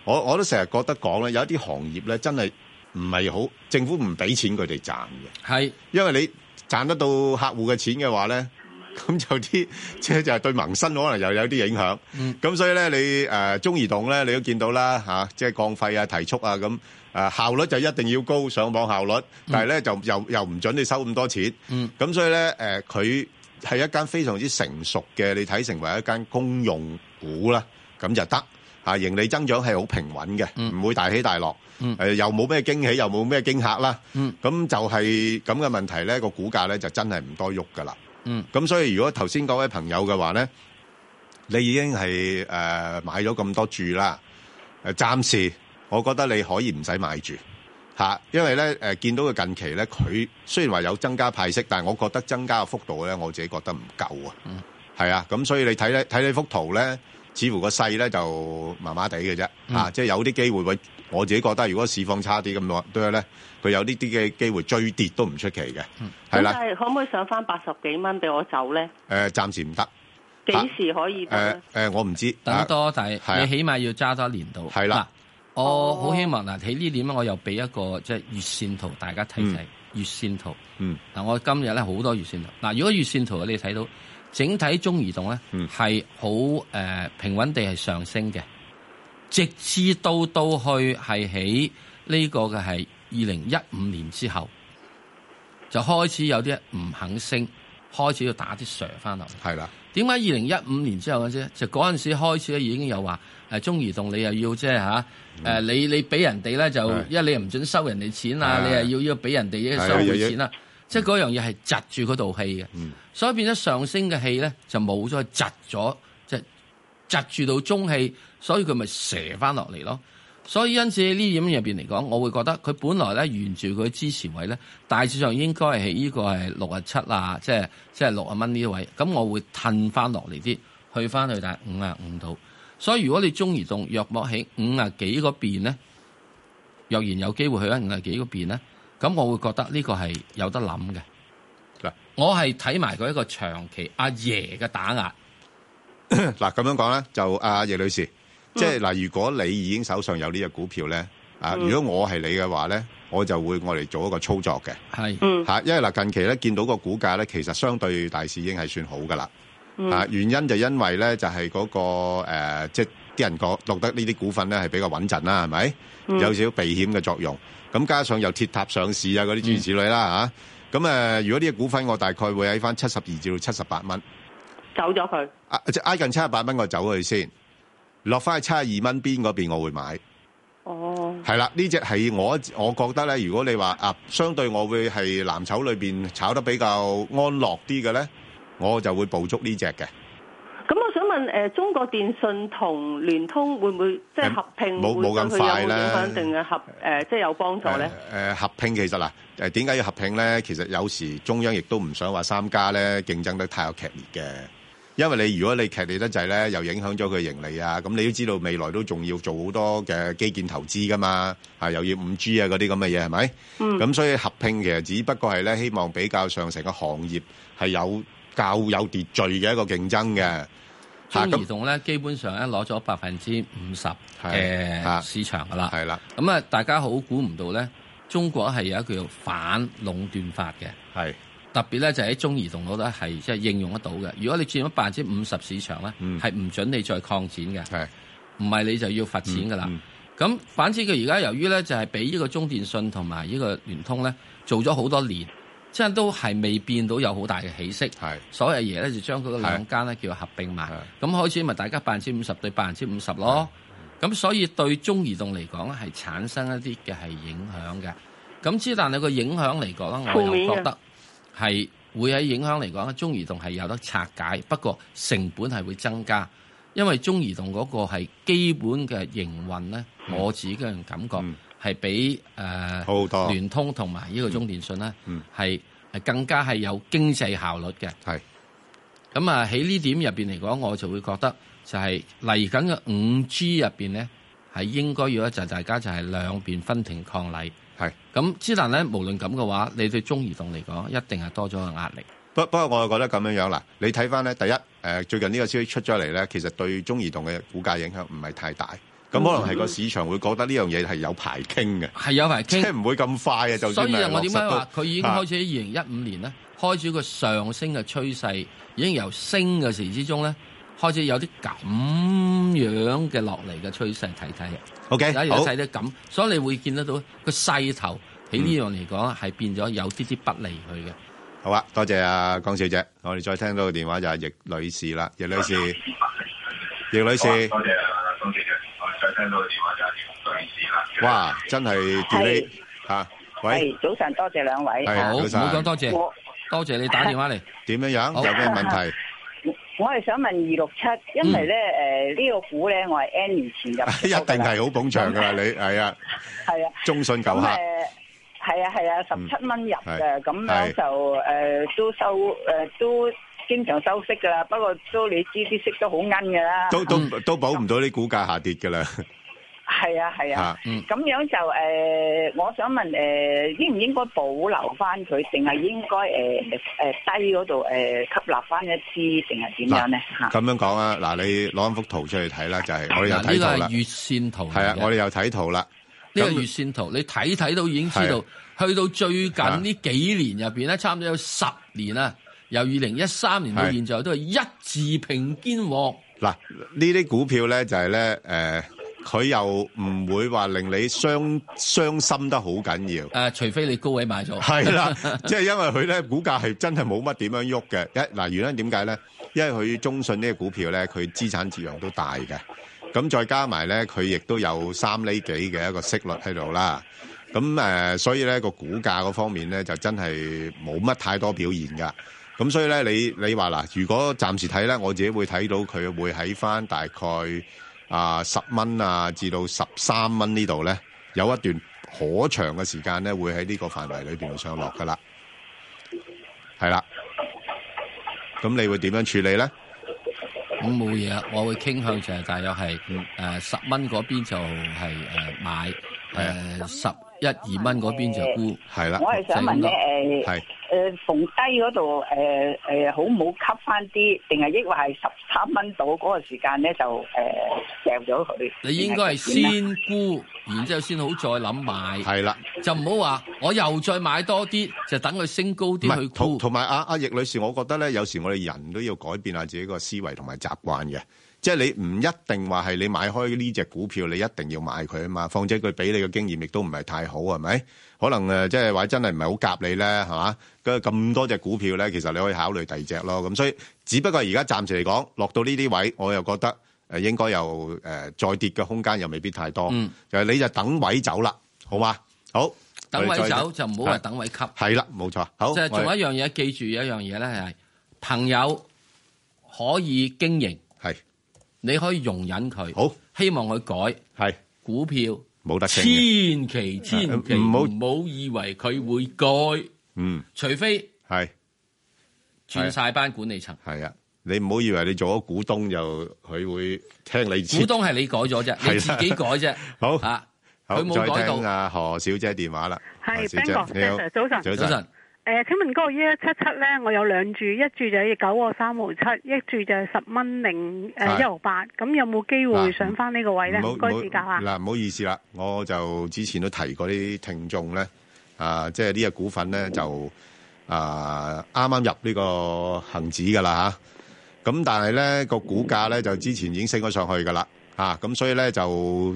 Speaker 2: 我我都成日覺得講咧，有一啲行業咧真係唔係好政府唔俾錢佢哋賺嘅，
Speaker 1: 係
Speaker 2: 因為你賺得到客戶嘅錢嘅話咧。 [LAUGHS] 咁就啲即係就係對民生可能又有啲影響。咁、
Speaker 1: 嗯
Speaker 2: 所以咧，你誒、呃中移動咧，你都見到啦嚇、啊即係降費啊、提速啊咁。誒、效率就一定要高，上網效率，但係咧就又又唔準你收咁多錢。
Speaker 1: 嗯
Speaker 2: 咁所以咧誒，佢、係一間非常之成熟嘅，你睇成為一間公用股啦，咁就得。啊，盈利增長係好平穩嘅，唔、會大起大落。
Speaker 1: 嗯
Speaker 2: 誒又冇咩驚喜，又冇咩驚嚇啦。
Speaker 1: 嗯
Speaker 2: 咁就係咁嘅問題咧，個股價咧就真係唔多喐噶啦。
Speaker 1: 嗯
Speaker 2: 咁所以如果頭先嗰位朋友嘅話咧，你已經係誒、呃、買咗咁多注啦，誒、暫時我覺得你可以唔使買住嚇、因為咧誒、呃、見到佢近期咧，佢雖然話有增加派息，但係我覺得增加嘅幅度咧，我自己覺得唔夠啊。
Speaker 1: 嗯
Speaker 2: 係啊，咁所以你睇咧睇呢幅圖咧，似乎個勢咧就麻麻地嘅啫，
Speaker 1: 嗯
Speaker 2: 啊，即係有啲機會會，我自己覺得如果市況差啲咁多咧，佢有呢啲嘅機會追跌都唔出奇嘅，係
Speaker 10: 咁但
Speaker 2: 啦，誒、
Speaker 10: 係可唔可以上翻八十幾蚊俾我走呢？
Speaker 2: 暫時唔得，
Speaker 10: 幾時可以
Speaker 2: 誒、
Speaker 10: 得呢？
Speaker 2: 誒我唔知，
Speaker 1: 等多，但
Speaker 2: 係啊
Speaker 1: 係你起碼要揸多一年度。
Speaker 2: 係啦
Speaker 1: 嗱，我好希望嗱，喺呢點咧，我又俾一個即係月線圖大家睇睇
Speaker 2: 嗯
Speaker 1: 月線圖。
Speaker 2: 嗯，
Speaker 1: 嗱，我今日咧好多月線圖。嗱，如果月線圖你睇到整體中移動咧
Speaker 2: 嗯
Speaker 1: 係好誒平穩地係上升嘅，直至到到去係喺呢個嘅係二零一五年之後，就開始有啲唔肯升，開始要打啲 s 翻落嚟。
Speaker 2: 係啦，
Speaker 1: 點解二零一五年之後嘅啫？就嗰陣時開始咧已經有話誒中移動你又要即係嚇誒你你俾人哋咧就
Speaker 2: 嗯係
Speaker 1: 因為你又唔准收人哋錢啊，
Speaker 2: 係
Speaker 1: 你又要要俾人哋
Speaker 2: 係
Speaker 1: 收
Speaker 2: 又
Speaker 1: 佢
Speaker 2: 要
Speaker 1: 錢啦，即係嗰樣嘢係窒住嗰度氣嘅，所以變咗上升嘅氣咧就冇咗窒咗，即係窒住到中氣，所以佢咪射翻落嚟咯。所以因此喺呢點入邊嚟講，我會覺得佢本來咧沿住佢支持位咧，大致上應該係喺呢個係六啊七啊，即係即係六啊蚊呢啲位，咁我會褪翻落嚟啲，去翻去大五啊五度。所以如果你中移動若莫喺五啊幾嗰邊咧，若然有機會去翻五啊幾嗰邊咧，咁我會覺得呢個係有得諗嘅。
Speaker 2: 嗱，
Speaker 1: 我係睇埋佢一個長期阿爺嘅打壓，
Speaker 2: [COUGHS] 嗱咁樣講咧，就阿葉女士，即係嗱，如果你已經手上有呢只股票咧，啊，
Speaker 1: 嗯嗯
Speaker 2: 如果我係你嘅話咧，我就會我嚟做一個操作嘅。
Speaker 1: 係
Speaker 2: 嚇，因為嗱近期咧見到個股價咧，其實相對大市已經係算好噶啦。
Speaker 1: 嗯
Speaker 2: 啊，原因就因為咧就係嗰、個、呃、即係啲人覺覺得呢啲股份咧係比較穩陣啦，係咪？
Speaker 1: 嗯
Speaker 2: 有少少避險嘅作用。咁加上又鐵塔上市啊，嗰啲諸如此類
Speaker 20: 嗯
Speaker 2: 啦嚇。咁、誒，如果呢個股份我大概會喺翻七十二至到七十八蚊，
Speaker 20: 走咗佢。
Speaker 2: 啊，即係挨近七十八蚊我走去先，落翻去七十二蚊邊嗰邊我會買。
Speaker 20: 哦，
Speaker 2: 係啦，呢只係我我覺得咧，如果你話啊，相對我會係藍籌裏邊炒得比較安樂啲嘅咧，我就會捕捉呢只嘅。
Speaker 20: 咁我想問誒、呃中國電信同聯通會唔會即係合併
Speaker 2: 冇
Speaker 20: 會
Speaker 2: 冇咁
Speaker 20: 對佢
Speaker 2: 快
Speaker 20: 有冇
Speaker 2: 啦
Speaker 20: 影響定係合誒、呃即係有幫助咧？
Speaker 2: 誒、合併其實嗱，誒點解要合併咧？其實有時中央亦都唔想話三家咧競爭得太過劇烈嘅，因為你如果你劇烈得滯咧，又影響咗佢盈利啊。咁你都知道未來都仲要做好多嘅基建投資噶嘛，啊又要五 G 啊嗰啲咁嘅嘢係咪？
Speaker 11: 嗯
Speaker 2: 咁所以合併其實只不過係咧，希望比較上成個行業係有較有秩序嘅一個競爭嘅。嚇
Speaker 1: 中移動咧，基本上咧攞咗百分之五十嘅市場噶啦。
Speaker 2: 啊係啦，
Speaker 1: 咁啊，大家好估唔到咧，中國係有一個叫反壟斷法嘅。
Speaker 2: 係
Speaker 1: 特別咧，就喺中移動嗰度咧係即係應用得到嘅。如果你佔咗百分之五十市場咧，係唔、準你再擴展嘅。
Speaker 2: 嗯係嗯
Speaker 1: 唔係你就要罰錢噶啦。咁、反之，佢而家由於咧就係俾呢個中電信同埋呢個聯通咧做咗好多年，即係都係未變到有好大嘅起色。
Speaker 2: 係
Speaker 1: 所有嘢咧就將佢嗰兩間咧叫合併埋。咁開始咪大家百分之五十對百分之五十咯。咁所以對中移動嚟講咧係產生一啲嘅係影響嘅。咁之但係個影響嚟講咧，我
Speaker 20: 負面
Speaker 1: 又
Speaker 20: 嘅
Speaker 1: 覺得係會喺影響嚟講咧，中移動係有得拆解，不過成本係會增加，因為中移動嗰個係基本嘅營運咧，我自己個人感覺係比誒
Speaker 2: 嗯好多
Speaker 1: 聯通同埋呢個中電信咧
Speaker 2: 嗯
Speaker 1: 係係更加係有經濟效率嘅。
Speaker 2: 係
Speaker 1: 咁啊，喺呢點入邊嚟講，我就會覺得就係嚟緊嘅五 G 入邊咧，係應該要咧就係大家就係兩邊分庭抗禮。
Speaker 2: 係
Speaker 1: 咁之但咧，無論咁嘅話，你對中移動嚟講一定係多咗個壓力。
Speaker 2: 不不過，我又覺得咁樣樣啦。你睇翻咧，第一誒、呃最近呢個消息出咗嚟咧，其實對中移動嘅股價影響唔係太大。咁可能係個市場會覺得呢樣嘢係有排傾嘅，
Speaker 1: 嗯係有排傾，
Speaker 2: 即係唔會咁快啊嘅。就
Speaker 1: 所
Speaker 2: 算
Speaker 1: 以啊
Speaker 2: 係
Speaker 1: 我點解
Speaker 2: 落實都
Speaker 1: 話
Speaker 2: 啊
Speaker 1: 佢已經開始喺二零一五年咧，開始個上升嘅趨勢，已經由升嘅時之中咧，開始有啲咁樣嘅落嚟嘅趨勢睇啊睇。
Speaker 2: OK，
Speaker 1: 而家
Speaker 2: 好
Speaker 1: 睇得咁，所以你會見得到個勢頭喺呢樣嚟講係變咗有啲啲不利佢嘅。
Speaker 2: 好啊！多謝啊，江小姐。我哋再聽到個電話就係易女士啦，易女士，易女士，哇，真係 delay 嚇，喂，
Speaker 3: 係早晨，多謝兩位。
Speaker 2: 係
Speaker 1: 好
Speaker 2: 早晨
Speaker 1: 唔好講多謝
Speaker 3: 我
Speaker 1: 多謝你打電話嚟。
Speaker 2: 點樣樣？
Speaker 1: 好
Speaker 2: 有咩問
Speaker 1: [LAUGHS]
Speaker 2: 題？
Speaker 3: 我係想問二六七，因為
Speaker 2: 嗯
Speaker 3: 咧誒呢個股咧，我係 N 年
Speaker 2: [LAUGHS]
Speaker 3: 前入
Speaker 2: 一定係好捧場㗎啦，你係啊，
Speaker 3: 係啊，
Speaker 2: 中信
Speaker 3: 咁
Speaker 2: 九
Speaker 3: 誒
Speaker 2: 客。
Speaker 3: 係啊係啊，十七蚊入
Speaker 2: 係
Speaker 3: 嘅，咁樣
Speaker 2: 係
Speaker 3: 就誒、都收誒、都經常收息㗎啦，不過都你知啲息都好奀㗎啦。
Speaker 2: 都都
Speaker 1: 嗯
Speaker 2: 都保唔到啲股價下跌㗎啦。
Speaker 3: 係啊係啊
Speaker 2: 啊，嗯
Speaker 3: 咁、樣就誒、我想問誒、應唔應該保留翻佢，定係應該誒誒低嗰度誒吸納翻一支，定係點樣咧嚇？
Speaker 2: 咁樣講啊，嗱，你攞翻幅圖出嚟睇啦，就係我哋有
Speaker 1: 啊嗱
Speaker 2: 睇
Speaker 1: 呢
Speaker 2: 圖
Speaker 1: 個
Speaker 2: 啦
Speaker 1: 係，月線圖嚟嘅，
Speaker 2: 係啊，我哋有睇圖啦。
Speaker 1: 呢個
Speaker 2: 咁
Speaker 1: 月線圖，你睇睇到已經知道，去到最近呢幾年入邊咧，差唔多有十年啦，由二零一三年到
Speaker 2: 係
Speaker 1: 現在都係一字平肩獲。
Speaker 2: 嗱，呢啲股票咧就係咧，誒，佢又唔會話令你傷傷心得好緊要。
Speaker 1: 誒，呃除非你高位買咗，
Speaker 2: 係
Speaker 1: [LAUGHS]
Speaker 2: 啦， [LAUGHS] 即係因為佢咧股價係真係冇乜點樣喐嘅。一嗱原因點解咧？因為佢中信呢個股票咧，佢資產折讓都大嘅，咁再加埋咧，佢亦都有三厘幾嘅一個息率喺度啦。咁誒、呃所以咧個股價嗰方面咧就真係冇乜太多表現噶。咁所以咧，你你話嗱，如果暫時睇咧，我自己會睇到佢會喺翻大概啊十蚊啊至到十三蚊呢度咧，有一段可長嘅時間咧，會喺呢個範圍裏邊上落噶啦，係啦。咁你會點樣處理咧？
Speaker 1: 咁冇嘢，我會傾向就係大約係誒十蚊嗰邊就係誒買，誒十一二蚊嗰邊就沽，
Speaker 2: 啊係
Speaker 3: 我係想問咧，誒誒呃逢低嗰度誒誒，好唔好吸翻啲，定係抑或係十三蚊到嗰個時間咧就誒掉咗佢？
Speaker 1: 你應該係先沽，然之後先好再諗買。
Speaker 2: 係啦，
Speaker 1: 就唔好話我又再買多啲，就等佢升高
Speaker 2: 唔
Speaker 1: 啲去
Speaker 2: 係，同
Speaker 1: 沽。
Speaker 2: 同埋阿阿易女士，我覺得咧，有時我哋人都要改變下自己個思維同埋習慣嘅。即係你唔一定話係你買開呢只股票，你一定要買佢啊嘛。況且佢俾你嘅經驗亦都唔係太好，係咪？可能誒，即係話真係唔係好夾你咧，係嘛？咁咁多隻股票咧，其實你可以考慮第二隻咯。咁所以，只不過而家暫時嚟講，落到呢啲位，我又覺得誒應該又誒、呃再跌嘅空間又未必太多。
Speaker 1: 嗯
Speaker 2: 就係你就等位走啦，好嘛？好，
Speaker 1: 等位
Speaker 2: 我哋再
Speaker 1: 走就唔好話等位吸。
Speaker 2: 係啦，冇錯。好，
Speaker 1: 即係仲
Speaker 2: 我哋
Speaker 1: 有一樣嘢，記住有一樣嘢咧係朋友可以經營，
Speaker 2: 係
Speaker 1: 你可以容忍佢，
Speaker 2: 好
Speaker 1: 希望佢
Speaker 2: 改，係
Speaker 1: 股票
Speaker 2: 冇得
Speaker 1: 千
Speaker 2: 升嘅啊
Speaker 1: 祈千祈
Speaker 2: 唔好
Speaker 1: 唔好以為佢會改，
Speaker 2: 嗯，
Speaker 1: 除非
Speaker 2: 係
Speaker 1: 轉晒班管理層。
Speaker 2: 係啊，你唔好以為你做咗股東就佢會聽你
Speaker 1: 股東係你改咗啫，你自己改啫。
Speaker 2: 好
Speaker 1: 啊，
Speaker 2: 好
Speaker 1: 佢冇改
Speaker 2: 再
Speaker 1: 到
Speaker 2: 聽。啊何小姐電話啦，
Speaker 11: 係
Speaker 2: 何小姐
Speaker 11: Ben 哥
Speaker 2: 你好
Speaker 11: Sir，早晨
Speaker 2: 早晨，
Speaker 11: 诶、請请問嗰個一一七七咧，我有兩注，一注就係九個三毫七，一注就係十蚊零
Speaker 2: 係
Speaker 11: 诶一毫八，咁有冇機會上翻呢個位咧？
Speaker 2: 唔好
Speaker 11: 唔該
Speaker 2: 唔好
Speaker 11: 指教啊！
Speaker 2: 嗱，唔好意思啦，我就之前都提過啲聽眾咧，啊，即係呢只股份咧就啊啱啱入呢個恒指噶啦吓，咁但係咧個股價咧就之前已經升咗上去噶啦，啊，咁所以咧就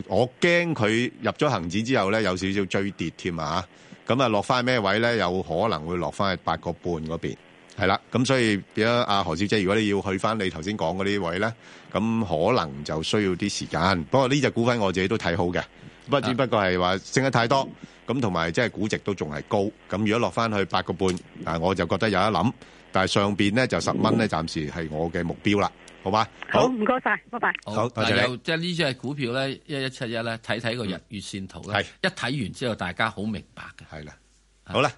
Speaker 2: 我驚佢入咗恒指之後咧有少少追跌添啊，咁啊落翻咩位咧有可能會落翻去八個半嗰邊。係啦，咁所以變咗阿何小姐，如果你要去翻你頭先講嗰啲位咧，咁可能就需要啲時間。不過呢只股份我自己都睇好嘅，不過只不過係話升得太多，咁同埋即係估值都仲係高。咁如果落翻去八個半，啊我就覺得有得諗。但係上邊咧就十蚊咧，暫時係我嘅目標啦，好嘛？
Speaker 11: 好，唔該晒，拜拜。
Speaker 2: 好多謝你嗯
Speaker 1: 嗱，又即係呢只股票咧，一一七一咧，睇睇個日月線圖咧，一睇完之後大家好明白嘅。
Speaker 2: 係啦，好啦，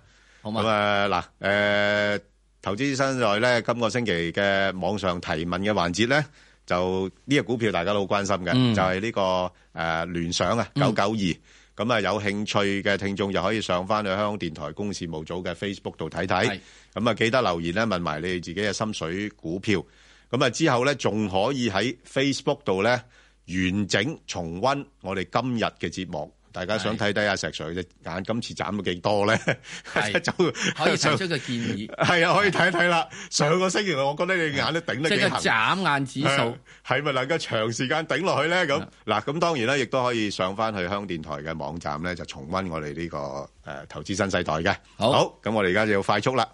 Speaker 2: 咁啊嗱，誒投資新在咧，今個星期嘅網上提問嘅環節咧，就呢只股票大家都好關心嘅，
Speaker 1: 嗯
Speaker 2: 就係呢個誒聯想啊，九九二。咁啊，有興趣嘅聽眾就可以上翻去香港電台公事務組嘅 Facebook 度睇睇。咁啊，記得留言咧，問埋你哋自己嘅心水股票。咁啊，之後咧仲可以喺 Facebook 度咧完整重温我哋今日嘅節目。大家想睇睇阿石 Sir 隻眼今次斬咗幾多咧？ [LAUGHS] 就
Speaker 1: 可以提出個建議。
Speaker 2: [LAUGHS] 係啊，可以睇一睇啦。上個星期我覺得你眼都頂得
Speaker 1: 即
Speaker 2: 幾
Speaker 1: 係
Speaker 2: 行，
Speaker 1: 斬眼指數
Speaker 2: 係咪能夠長時間頂落去咧？咁嗱，咁當然啦，亦都可以上翻去香港電台嘅網站咧，就重温我哋呢個誒投資新世代嘅。
Speaker 1: 好
Speaker 2: 咁我哋而家就要快速啦。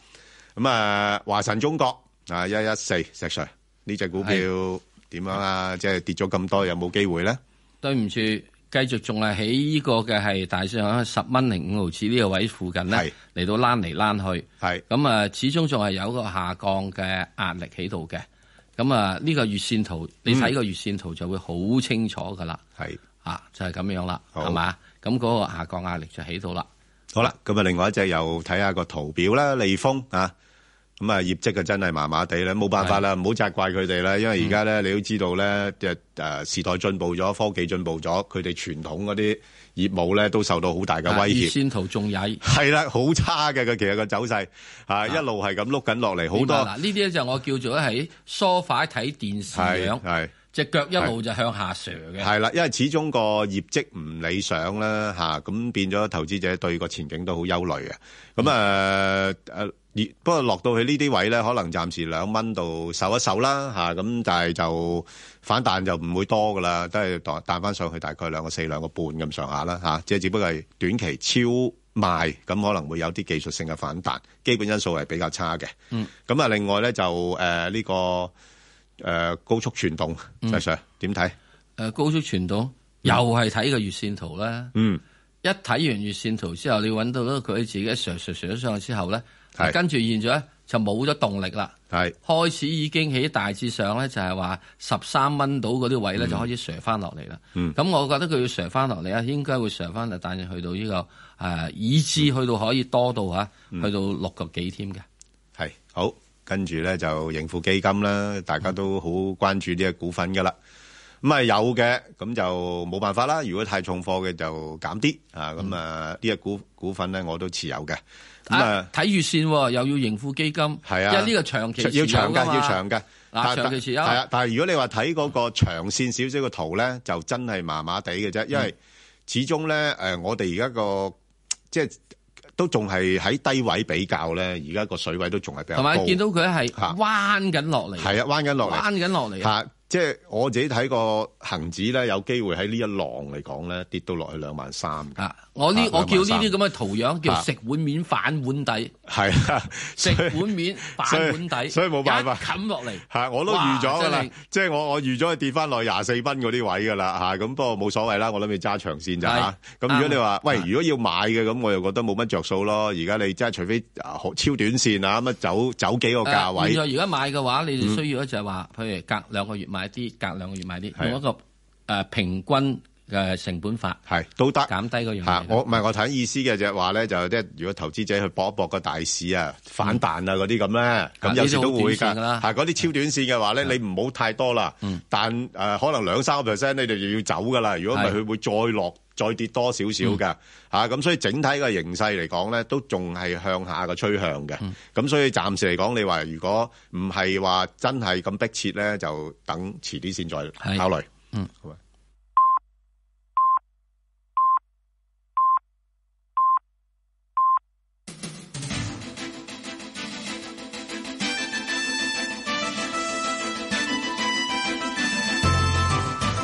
Speaker 2: 咁啊，華晨中國啊，一一四石 Sir 呢只股票點樣啊？即係跌咗咁多，有冇機會咧？
Speaker 1: 對唔住，繼續仲係喺呢個嘅係大上喺十蚊零五毫子呢個位附近咧，嚟到躝嚟躝去。
Speaker 2: 係
Speaker 1: 咁啊，始終仲係有個下降嘅壓力喺度嘅。咁啊，呢個月線圖你睇個月線圖就會好清楚噶啦。
Speaker 2: 嗯係
Speaker 1: 啊，就係咁樣啦，係嘛？咁嗰個下降壓力就喺度啦。
Speaker 2: 好啦，咁啊，另外一隻又睇下個圖表啦，利豐啊，咁啊業績啊真係麻麻地啦，冇辦法啦，唔好責怪佢哋
Speaker 1: 嗯
Speaker 2: 啦，因為而家咧你都知道咧，即係誒時代進步咗，科技進步咗，佢哋傳統嗰啲業務咧都受到好大嘅威脅。
Speaker 1: 月啊線圖仲曳。
Speaker 2: 係啦，好差嘅佢其實個走勢啊，一路係咁碌緊落嚟，好
Speaker 1: 明白
Speaker 2: 多
Speaker 1: 嗱，呢啲就我叫做喺梳化睇電視樣，
Speaker 2: 係
Speaker 1: 隻腳一路就向下瀡嘅。
Speaker 2: 係啦，因為始終個業績唔理想啦，吓咁變咗投資者對個前景都好憂慮嘅。啊咁誒誒，而不過落到去呢啲位咧，可能暫時兩蚊度守一守啦，吓咁但係就反彈就唔會多噶啦，都係彈彈翻上去大概兩個四兩個半咁上下啦，吓即係只不過係短期超賣，咁可能會有啲技術性嘅反彈，基本因素係比較差嘅。
Speaker 1: 嗯，
Speaker 2: 咁啊，另外咧就呃誒呢、個誒、高速傳動，
Speaker 1: 嗯
Speaker 2: Sir 點睇？
Speaker 1: 誒高速傳導又係睇個月線圖啦。
Speaker 2: 嗯，
Speaker 1: 一睇完月線圖之後，你揾到佢自己上上上上去之後咧，跟住現咗咧就冇咗動力啦。
Speaker 2: 係
Speaker 1: 開始已經喺大致上咧，就係話十三蚊到嗰啲位咧，就開始上翻落嚟啦。
Speaker 2: 嗯
Speaker 1: 咁我覺得佢要上翻落嚟啊，應該會上翻嚟，但係去到呢、個誒、啊
Speaker 2: 嗯
Speaker 1: 以至去到可以多到嚇，去到六個幾添嘅。
Speaker 2: 係好，跟住咧就盈富基金啦，大家都好關注呢個股份噶啦。咁啊有嘅，咁就冇辦法啦。如果太重貨嘅就減啲啊。咁啊呢個股股份咧我都持有嘅。咁啊
Speaker 1: 嗯睇月線喎，又要盈富基金，
Speaker 2: 係啊，
Speaker 1: 因為呢個長期
Speaker 2: 要長
Speaker 1: 㗎
Speaker 2: 㗎，要長㗎。
Speaker 1: 嗱，
Speaker 2: 但
Speaker 1: 長期持有
Speaker 2: 係啊，但係如果你話睇嗰個長線少少嘅圖咧，就真係麻麻地嘅
Speaker 1: 嗯
Speaker 2: 啫，因為始終咧誒，我哋而家個即係都仲係喺低位比較咧，而家個水位都仲係比較
Speaker 1: 同
Speaker 2: 高。
Speaker 1: 埋見到佢係彎緊落嚟，
Speaker 2: 係啊，彎緊落嚟，
Speaker 1: 彎緊落嚟啊
Speaker 2: 嚇，即係我自己睇個恒指咧，有機會喺呢一浪嚟講咧，跌到落去兩萬三。啊，
Speaker 1: 我呢我叫呢啲咁嘅圖樣叫食碗面反碗底，
Speaker 2: 係啊，
Speaker 1: 食碗面反碗底，
Speaker 2: 所以所以冇辦法
Speaker 1: 一冚落嚟。
Speaker 2: 係，我都預咗㗎
Speaker 1: 哇
Speaker 2: 啦
Speaker 1: 真係，
Speaker 2: 即係我我預咗佢跌翻落廿四蚊嗰啲位㗎啦嚇，咁不過冇所謂啦，我諗你揸長線咋嚇。咁如果你話
Speaker 1: 啱
Speaker 2: 喂，如果要買嘅咁，我又覺得冇乜着數咯。而家你真係除非啊好超短線啊咁啊走走幾個價
Speaker 1: 誒現
Speaker 2: 位
Speaker 1: 在，如果買嘅話，你哋需要咧就係話，譬如隔兩個月買啲，隔兩個月買啲，
Speaker 2: 係
Speaker 1: 用一個誒平均嘅成本法，
Speaker 2: 係都得
Speaker 1: 減低嗰樣
Speaker 2: 嚇
Speaker 1: 嘢。
Speaker 2: 我唔係我睇意思嘅就係話咧，就即係如果投資者去搏一搏個大市啊反彈啊嗰啲咁咧，
Speaker 1: 啊
Speaker 2: 咁有時都會
Speaker 1: 呢啲好短線㗎啦
Speaker 2: 㗎。係嗰啲超短線嘅話咧，你唔好太多啦。但誒可能兩三個 percent 你哋就要走㗎啦。如果唔係，
Speaker 1: 係
Speaker 2: 佢會再落再跌多少少㗎嚇。啊咁所以整體嘅形勢嚟講咧，都仲係向下嘅趨向嘅。咁所以暫時嚟講，你話如果唔係話真係咁迫切咧，就等遲啲先再考慮。
Speaker 1: 嗯，
Speaker 2: 好啊。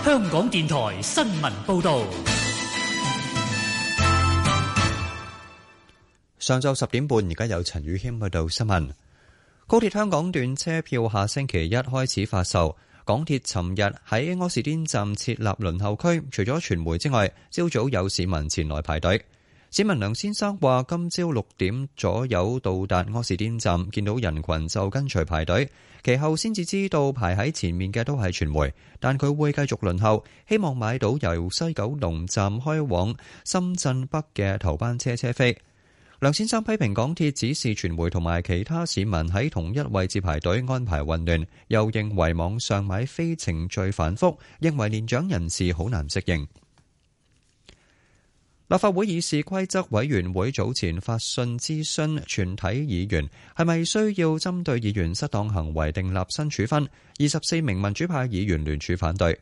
Speaker 4: 香港電台新聞報導，
Speaker 5: 上晝十點半，而家有陳宇軒報道新聞。高鐵香港段車票下星期一開始發售。港鐵尋日喺柯士甸站設立輪候區，除咗傳媒之外，朝早有市民前來排隊。市民梁先生話：今朝六點左右到達柯士甸站，見到人群就跟隨排隊，其後先至知道排喺前面嘅都係傳媒，但佢會繼續輪候，希望買到由西九龍站開往深圳北嘅頭班車車飛。梁先生批評港鐵指示傳媒同埋其他市民喺同一位置排隊安排混亂，又認為網上買非程序繁複，認為年長人士好難適應。立法會議事規則委員會早前發信諮詢全體議員，係咪需要針對議員失當行為訂立新處分？二十四名民主派議員聯署反對。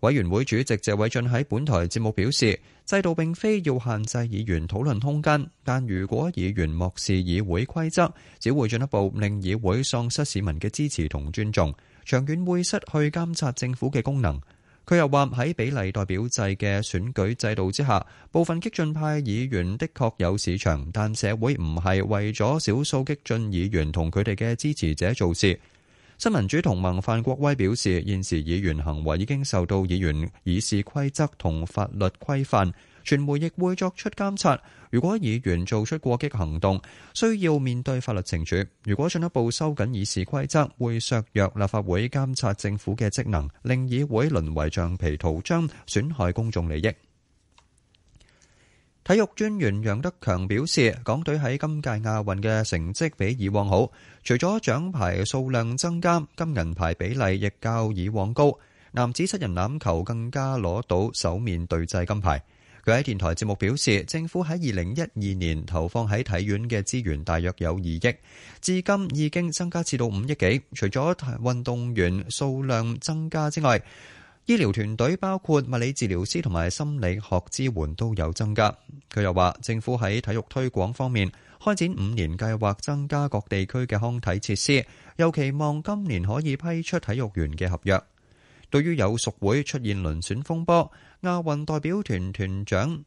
Speaker 5: 委員會主席謝偉俊喺本台節目表示，制度並非要限制議員討論空間，但如果議員漠視議會規則，只會進一步令議會喪失市民嘅支持同尊重，長遠會失去監察政府嘅功能。佢又話喺比例代表制嘅選舉制度之下，部分激進派議員的確有市場，但社會唔係為咗少數激進議員同佢哋嘅支持者做事。新民主同盟范國威表示，現時議員行為已經受到議員議事規則同法律規範，傳媒亦會作出監察。如果議員做出過激行動，需要面對法律懲處。如果進一步收緊議事規則，會削弱立法會監察政府嘅職能，令議會淪為橡皮圖章，損害公眾利益。體育專員楊德強表示，港隊喺今屆亞運嘅成績比以往好，除咗獎牌數量增加，金銀牌比例亦較以往高。男子七人欖球更加攞到首面對制金牌。佢喺電台節目表示，政府喺二零一二年投放喺體院嘅資源大約有二億，至今已經增加至到五億幾。除咗運動員數量增加之外，醫療團隊包括物理治療師同埋心理學支援都有增加。佢又話，政府喺體育推廣方面開展五年計劃，增加各地區嘅康體設施，又期望今年可以批出體育員嘅合約。對於有屬會出現輪選風波，亞運代表團團長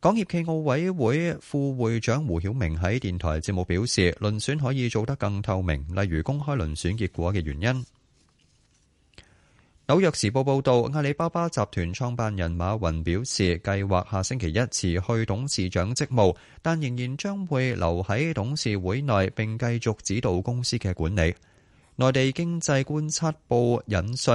Speaker 5: 港協暨奧委會副會長胡曉明喺電台節目表示，輪選可以做得更透明，例如公開輪選結果嘅原因。紐約時報報導，阿里巴巴集團創辦人馬雲表示，計劃下星期一辭去董事長職務，但仍然將會留喺董事會內並繼續指導公司嘅管理。內地經濟觀察報引述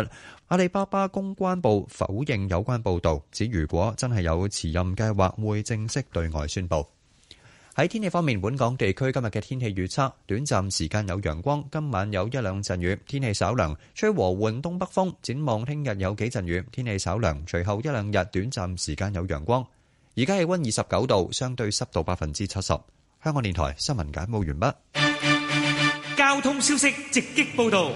Speaker 5: 阿里巴巴公關部否認有關報導，指如果真係有辭任計劃，會正式對外宣佈。喺天氣方面，本港地區今日嘅天氣預測，短暫時間有陽光，今晚有一兩陣雨，天氣稍涼，吹和緩東北風。展望聽日有幾陣雨，天氣稍涼，隨後一兩日短暫時間有陽光。而家氣温二十九度，相對濕度百分之七十。香港電台新聞簡報完畢。
Speaker 4: 交通消息直擊報道。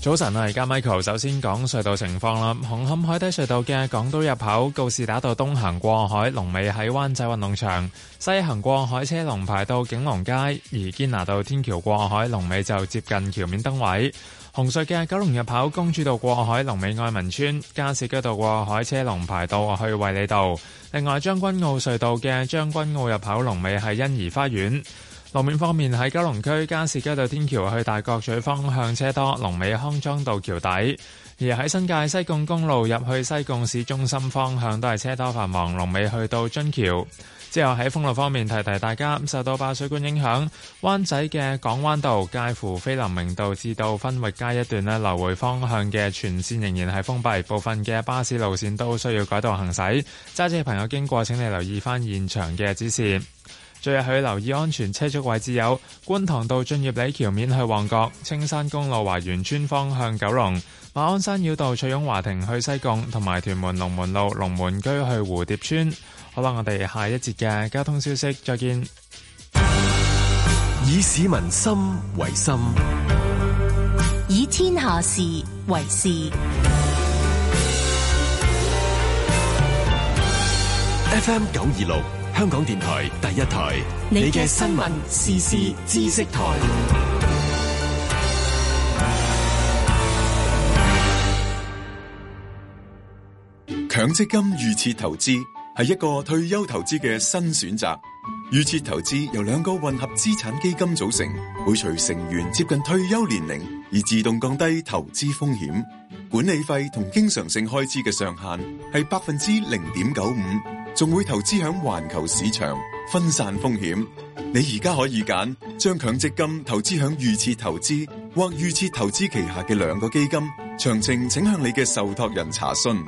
Speaker 6: 早晨啊，而家 Michael 首先講隧道情況啦。紅磡海底隧道嘅港島入口告士打道東行過海，龍尾喺灣仔運動場；西行過海車龍排到景隆街，而堅拿道天橋過海龍尾就接近橋面燈位。紅隧嘅九龍入口公主道過海龍尾愛民村，加士居道過海車龍排到去衛理道。另外將軍澳隧道嘅將軍澳入口龍尾係欣怡花園。路面方面，喺九龍區加士居道天橋去大角咀方向車多，龍尾康莊道橋底；而喺新界西貢公路入去西貢市中心方向都係車多繁忙，龍尾去到津橋。之後喺封路方面提提大家，受到爆水管影響，灣仔嘅港灣道介乎菲林明道至到分域街一段呢，來回方向嘅全線仍然係封閉，部分嘅巴士路線都需要改道行駛。揸車嘅朋友經過，請你留意翻現場嘅指示。最後要留意安全車速位置有觀塘道駿業里橋面去旺角、青山公路華園村方向九龍、馬鞍山繞道翠擁華庭去西貢，同埋屯門龍門路龍門居去蝴蝶村。好啦，我哋下一節嘅交通消息再見。
Speaker 7: 以市民心為心，
Speaker 8: 以天下事為事。
Speaker 7: FM 九二六。香港電台第一台，你嘅新聞時事知識台。
Speaker 12: 強積金預設投資係一個退休投資嘅新選擇。預設投資由兩個混合資產基金組成，會隨成員接近退休年齡而自動降低投資風險。管理費同經常性開支嘅上限係百分之零點九五。仲會投資響環球市場，分散風險。你而家可以揀將強積金投資響預設投資或預設投資旗下嘅兩個基金。詳情請向你嘅受託人查詢。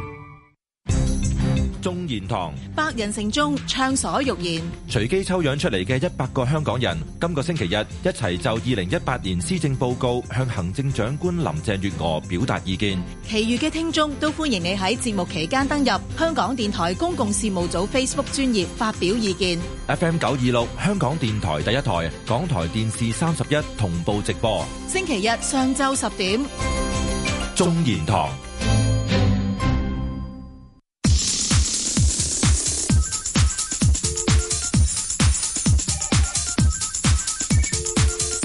Speaker 15: 眾言堂
Speaker 16: 百人城中暢所欲言，
Speaker 15: 隨機抽樣出嚟嘅一百個香港人，今個星期日一齊就二零一八年施政報告向行政長官林鄭月娥表達意見。
Speaker 16: 其餘嘅聽眾都歡迎你喺節目期間登入香港電台公共事務組 Facebook 專頁發表意見。
Speaker 15: FM 九二六香港電台第一台，港台電視三十一同步直播。
Speaker 16: 星期日上晝十點，
Speaker 15: 眾言堂。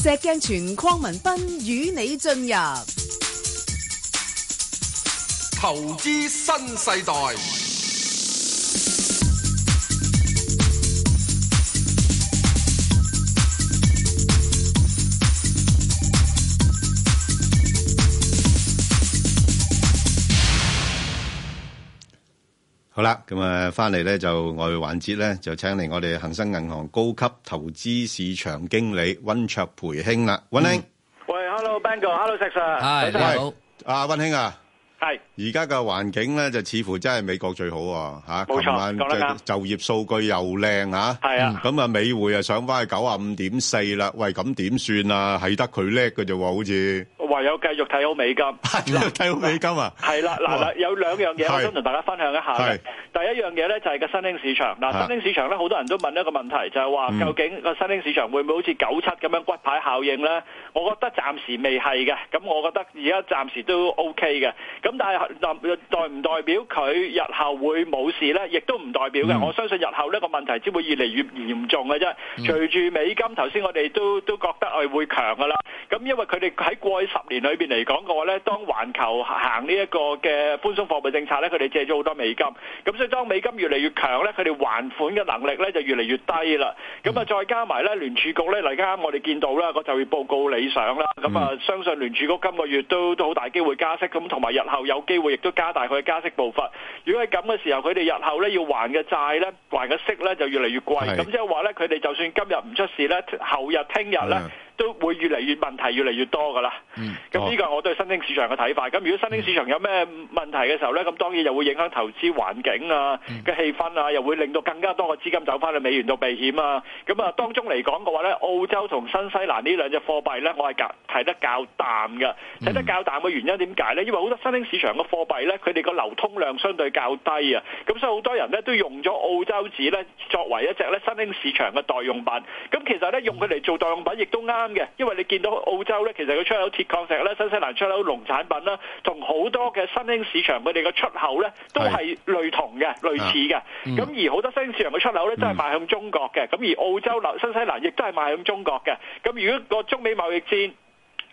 Speaker 13: 石鏡泉鄺民彬與你進入
Speaker 14: 投資新世代。
Speaker 2: 好啦，咁啊，翻嚟咧就外匯環節咧，就請嚟我哋恒生銀行高級投資市場經理温卓培兄啦，温兄，
Speaker 17: 喂，Hello，Ben 哥，Hello，石
Speaker 1: [LAUGHS]
Speaker 17: Sir，
Speaker 1: 係你好，
Speaker 2: 阿温兄啊，
Speaker 17: 係，
Speaker 2: 而家嘅環境咧就似乎真係美國最好喎，嚇，
Speaker 17: 冇錯
Speaker 2: 琴晚
Speaker 17: 講得啱
Speaker 2: 就就業數據又靚嚇，
Speaker 17: 係啊
Speaker 2: 咁啊美匯啊上翻去九啊五點四啦，喂，咁點算啊？係得佢叻嘅啫喎，好似
Speaker 17: 唯有繼續睇好美金。
Speaker 2: 睇好美金啊，
Speaker 17: 係啦，嗱
Speaker 2: 哇
Speaker 17: 嗱，有兩樣嘢
Speaker 2: 係
Speaker 17: 我想同大家分享一下
Speaker 2: 係
Speaker 17: 嘅。第一樣嘢咧就係個新興市場。
Speaker 2: 啊
Speaker 17: 嗱，新興市場咧好多人都問一個問題，就係話
Speaker 2: 嗯
Speaker 17: 究竟個新興市場會唔會好似九七咁樣骨牌效應咧？我覺得暫時未係嘅，咁我覺得而家暫時都 OK 嘅。咁但係代代唔代表佢日後會冇事咧？亦都唔代表嘅。
Speaker 18: 嗯
Speaker 17: 我相信日後呢個問題只會越嚟越嚴重嘅啫。
Speaker 2: 嗯
Speaker 17: 隨住美金，頭先我哋都都覺得係會強噶啦。咁因為佢哋喺過去十年裏邊嚟講嘅話咧，當環球行呢一個嘅寬鬆貨幣政策咧，佢哋借咗好多美金。咁所以當美金越嚟越強咧，佢哋還款嘅能力咧就越嚟越低啦。咁啊，再加埋咧聯儲局咧，而家我哋見到啦個就業報告理想啦。咁啊，相信聯儲局今個月都都好大機會加息，咁同埋日後有機會亦都加大佢嘅加息步伐。如果係咁嘅時候，佢哋日後咧要還嘅債咧，還嘅息咧就越嚟越貴。
Speaker 18: 係
Speaker 17: 咁即係話咧，佢哋就算今日唔出事咧，後日、聽日咧。都會越嚟越問題越嚟越多噶啦。
Speaker 1: 嗯
Speaker 21: 哦
Speaker 17: 咁呢個我對新興市場嘅睇法。咁如果新興市場有咩問題嘅時候呢，咁當然又會影響投資環境啊嘅氣氛啊，又會令到更加多嘅資金走翻去美元度避險啊。咁啊，當中嚟講嘅話呢，澳洲同新西蘭呢兩隻貨幣呢，我係較睇得較淡嘅。睇得較淡嘅原因點解呢？因為好多新興市場嘅貨幣呢，佢哋個流通量相對較低啊。咁所以好多人呢，都用咗澳洲紙呢作為一隻呢新興市場嘅代用品。咁其實呢，用佢嚟做代用品亦都啱嘅，因為你見到澳洲呢，其實佢出口鐵礦石啦、新西蘭出口農產品啦，同好多嘅新興市場佢哋嘅出口呢，都係類同嘅、類似嘅。咁而好多新興市場嘅出口呢，都係邁向中國嘅，咁而澳洲、新西蘭亦都係邁向中國嘅。咁如果個中美貿易戰，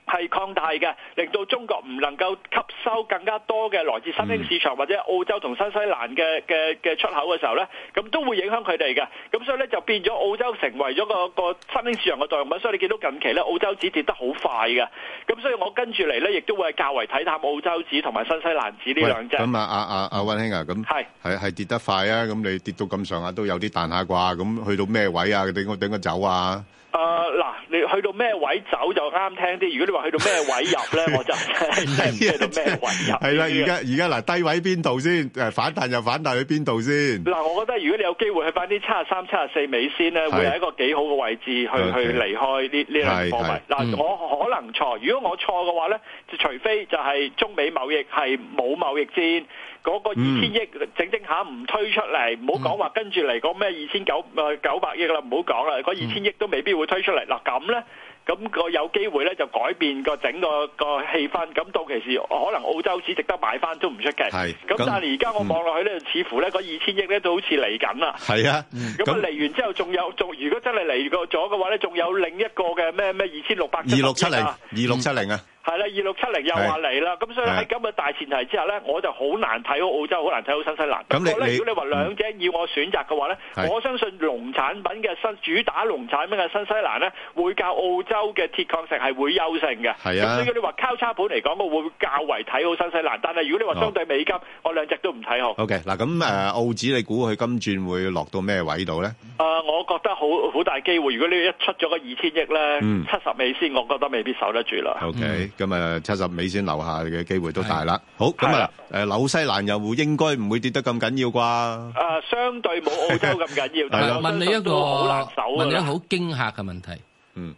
Speaker 17: 係擴大嘅，令到中國唔能夠吸收更加多嘅來自新興市場或者澳洲同新西蘭嘅嘅嘅出口嘅時候呢，咁都會影響佢哋嘅。咁所以呢，就變咗澳洲成為咗個個新興市場嘅代用品，所以你見到近期呢，澳洲紙跌得好快嘅。咁所以我跟住嚟呢，亦都會係較為睇淡澳洲紙同埋新西蘭紙呢兩隻。
Speaker 2: 咁啊，阿阿阿温兄啊，咁係係係跌得快啊，咁你跌到咁上下都有啲彈下啩，咁去到咩位啊？等我等我走啊！
Speaker 17: 誒嗱、你去到咩位走就啱聽啲。如果你話去到咩位入
Speaker 2: [LAUGHS]
Speaker 17: 咧，我就真係唔知去到咩位入。
Speaker 2: 係啦，而家而家嗱低位邊度先？誒反彈就反彈去邊度先？
Speaker 17: 嗱，我覺得如果你有機會去翻啲七十三、七十四美仙咧，會係一個幾好嘅位置去
Speaker 2: OK
Speaker 17: 去離開呢呢兩個貨
Speaker 2: 係
Speaker 17: 幣
Speaker 2: 係。嗯
Speaker 17: 嗱，我可能錯，如果我錯嘅話咧，就除非就係中美貿易係冇貿易戰。嗰個二千億整整下唔推出嚟，唔好講話跟住嚟講咩二千九誒九百億啦，唔好講啦，嗰二千億都未必會推出嚟。嗱咁呢，咁、個有機會呢就改變個整個個氣氛，咁到其時可能澳洲紙值得買翻都唔出奇。
Speaker 2: 係
Speaker 17: 咁
Speaker 2: 咁
Speaker 17: 但係而家我
Speaker 2: 嗯
Speaker 17: 望落去呢，似乎呢嗰二千億呢都好似嚟緊啦。
Speaker 2: 係啊，
Speaker 17: 咁啊嚟完之後仲有仲如果真係嚟過咗嘅話呢，仲有另一個嘅咩咩二千六百
Speaker 2: 二六七零，二六七零啊，
Speaker 17: 啊係啦，二六七零又話嚟啦，咁所以喺
Speaker 2: 係
Speaker 17: 咁嘅大前提之下咧，我就好難睇好澳洲，好難睇好新西蘭。
Speaker 2: 咁
Speaker 17: 不
Speaker 2: 你你嗯
Speaker 17: 過咧，如果你話兩者要我選擇嘅話咧，
Speaker 2: 係
Speaker 17: 我相信農產品嘅新主打農產品嘅新西蘭咧，會較澳洲嘅鐵礦石係會優勝嘅。
Speaker 2: 係啊
Speaker 17: 咁所以如果你話交叉盤嚟講，我會較為睇好新西蘭。但係如果你話相對美金，我兩隻都唔睇好。
Speaker 2: OK，嗱咁誒，澳紙你估佢今轉會落到咩位度咧？
Speaker 17: 誒、呃我覺得好好大機會。如果你一出咗個二千億咧，
Speaker 2: 嗯
Speaker 17: 七十美先，我覺得未必守得住啦。嗯
Speaker 2: OK，咁啊七十美先留下嘅機會都大啦。好，咁啊誒紐西蘭又會應該唔會跌得咁緊要啩？
Speaker 17: 誒、啊相對冇澳洲咁緊要，但係我
Speaker 1: 問你
Speaker 17: 相
Speaker 1: 一
Speaker 17: 信
Speaker 1: 個
Speaker 17: 都好難守啊㗎
Speaker 1: 問
Speaker 17: 啦
Speaker 1: 你一個好驚嚇嘅問題。
Speaker 2: 嗯，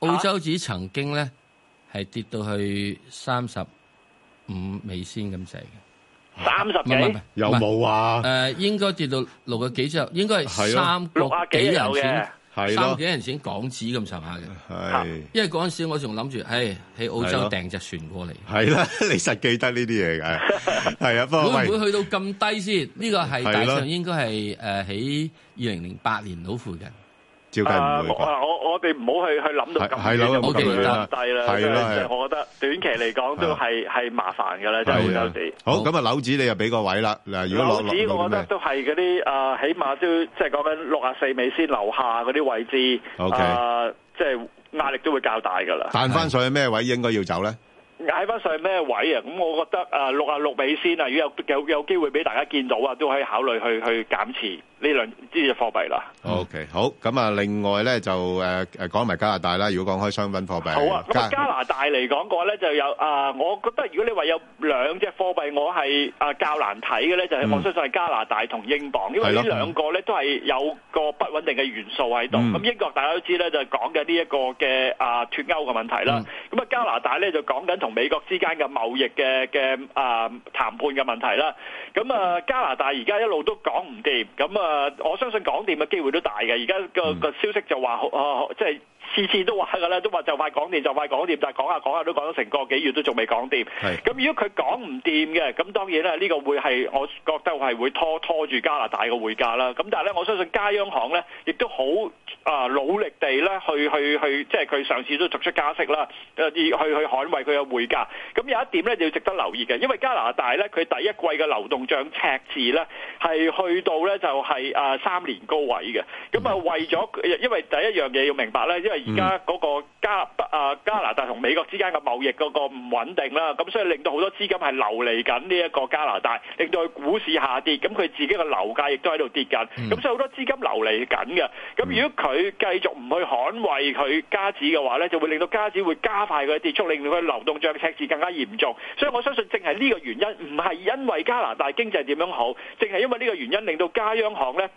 Speaker 1: 澳洲紙曾經咧係跌到去三十五美仙咁滯嘅，
Speaker 17: 三十
Speaker 1: 唔係唔係
Speaker 17: 幾
Speaker 2: 有冇啊？
Speaker 1: 誒呃應該跌到六個幾之後，應該
Speaker 2: 係
Speaker 1: 係
Speaker 2: 咯
Speaker 1: 三
Speaker 17: 六
Speaker 1: 個
Speaker 17: 啊
Speaker 1: 幾
Speaker 17: 幾
Speaker 1: 人
Speaker 17: 有嘅
Speaker 1: 錢，
Speaker 2: 係咯
Speaker 1: 三個幾人錢港紙咁上下嘅。
Speaker 2: 係
Speaker 1: 因為嗰陣時我仲諗住，誒喺澳
Speaker 2: 係咯
Speaker 1: 洲訂隻船過嚟。
Speaker 2: 係啦， [LAUGHS] 你實記得呢啲嘢嘅，係啊。不過
Speaker 1: 會唔
Speaker 2: 喂，
Speaker 1: 會去到咁低先？呢個
Speaker 2: 係
Speaker 1: 係
Speaker 2: 咯
Speaker 1: 大上應該係誒呃喺二零零八年老附近。
Speaker 2: 照計唔會
Speaker 17: 我
Speaker 2: 啩？
Speaker 17: 啊我我哋唔好去去諗到咁
Speaker 2: 係係啦
Speaker 17: 遠
Speaker 2: 咁遠啦
Speaker 17: 低
Speaker 2: 係
Speaker 17: 啦，
Speaker 2: 啦
Speaker 17: 即
Speaker 2: 係啊
Speaker 17: 係我覺得短期嚟講都係係麻煩㗎啦，即係
Speaker 2: 係
Speaker 17: 澳
Speaker 2: 啊
Speaker 17: 洲紙。。
Speaker 2: 好，咁啊紐紙你又俾個位啦。嗱，如果落
Speaker 17: 樓指
Speaker 2: 落落到
Speaker 17: 我覺得
Speaker 2: 咩？
Speaker 17: 都係嗰啲啊，起碼都即係講緊六啊四美先樓下嗰啲位置，
Speaker 2: OK
Speaker 17: 啊，即係壓力都會較大㗎啦。
Speaker 2: 彈翻上去咩位應該要走咧？
Speaker 17: 嗌翻上咩位啊？咁我覺得啊六啊六美先啊，如果有有有機會俾大家見到啊，都可以考慮去去減持呢兩呢只貨幣啦。
Speaker 2: OK，好，咁啊，另外咧就誒誒講埋加拿大啦。如果講開商品貨幣，
Speaker 17: 好啊，咁啊加拿大嚟講嘅話咧，就有啊、我覺得如果你話有兩隻貨幣，我係啊、較難睇嘅咧，就係、
Speaker 2: 嗯
Speaker 17: 我相信係加拿大同英鎊，因為呢
Speaker 2: 係咯
Speaker 17: 兩個咧都係有個不穩定嘅元素喺度。
Speaker 2: 嗯
Speaker 17: 咁、英國大家都知咧，就講緊呢一個嘅啊脱歐嘅問
Speaker 2: 嗯
Speaker 17: 題啦。咁啊、加拿大咧就講緊同美國之間嘅貿易嘅嘅啊談判嘅問題啦。咁啊，加拿大而家一路都講唔掂，咁啊，我相信講掂嘅機會都大嘅。而家
Speaker 2: 嗯
Speaker 17: 個個消息就話，啊，即係次次都話㗎啦，都話就快講掂，就快講掂，但係講下講下都講咗成個幾月都仲未講掂。咁如果佢講唔掂嘅，咁當然啦，呢個會係我覺得係會拖拖住加拿大嘅匯價啦。咁但係咧，我相信加央行咧亦都好啊努力地咧去去去，即係佢上次都作出加息啦，誒以去去捍衞佢嘅匯價。咁有一點咧就要值得留意嘅，因為加拿大咧佢第一季嘅流動帳赤字咧係去呃到咧就係啊三年高位嘅。咁啊為咗因為第一樣嘢要明白咧，因為為而家嗰個加啊加拿大同美國之間嘅貿易嗰個唔穩定啦，咁所以令到好多資金係流離緊呢一個加拿大，令到佢股市下跌，咁佢自己嘅樓價亦都喺度跌緊，咁所以好多資金流離緊嘅。咁如果佢繼續唔去捍衞佢加紙嘅話咧，就會令到加紙會加快佢嘅跌速，令到佢流動帳赤字更加嚴重。所以我相信正係呢個原因，唔係因為加拿大經濟點樣好，正係因為呢個原因令到加央行咧。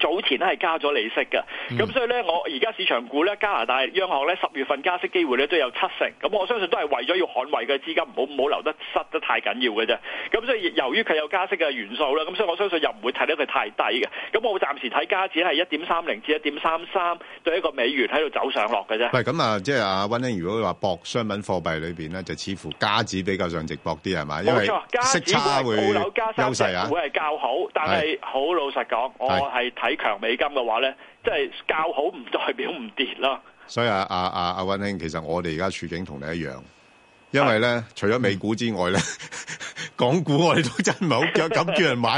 Speaker 17: 早前咧係加咗利息嘅，
Speaker 2: 嗯
Speaker 17: 咁所以咧我而家市場估咧加拿大央行咧十月份加息機會咧都有七成，咁我相信都係為咗要捍衞嘅資金唔好唔好留得失得太緊要嘅啫。咁所以由於佢有加息嘅元素啦，咁所以我相信又唔會睇得佢太低嘅。咁我暫時睇加指係一點三零至一點三三對一個美元喺度走上落嘅啫。
Speaker 2: 喂，咁啊，即係阿温英，如果話博商品貨幣裏邊咧，就似乎加指比較上值博啲係咪？因
Speaker 17: 冇
Speaker 2: 為
Speaker 17: 錯，加
Speaker 2: 息
Speaker 17: 指
Speaker 2: 差會
Speaker 17: 會係澳樓加三
Speaker 2: 優勢啊
Speaker 17: 成，會係較好，但係好老實講，我
Speaker 2: 係
Speaker 17: 係睇強美金嘅話咧，即係較好唔代表唔跌啦。
Speaker 2: 所以啊啊啊阿温兄，其實我哋而家處境同你一樣，因為咧，除咗美股之外咧， [LAUGHS] 港股我哋都真係唔係
Speaker 17: [LAUGHS]
Speaker 2: 好敢敢叫人買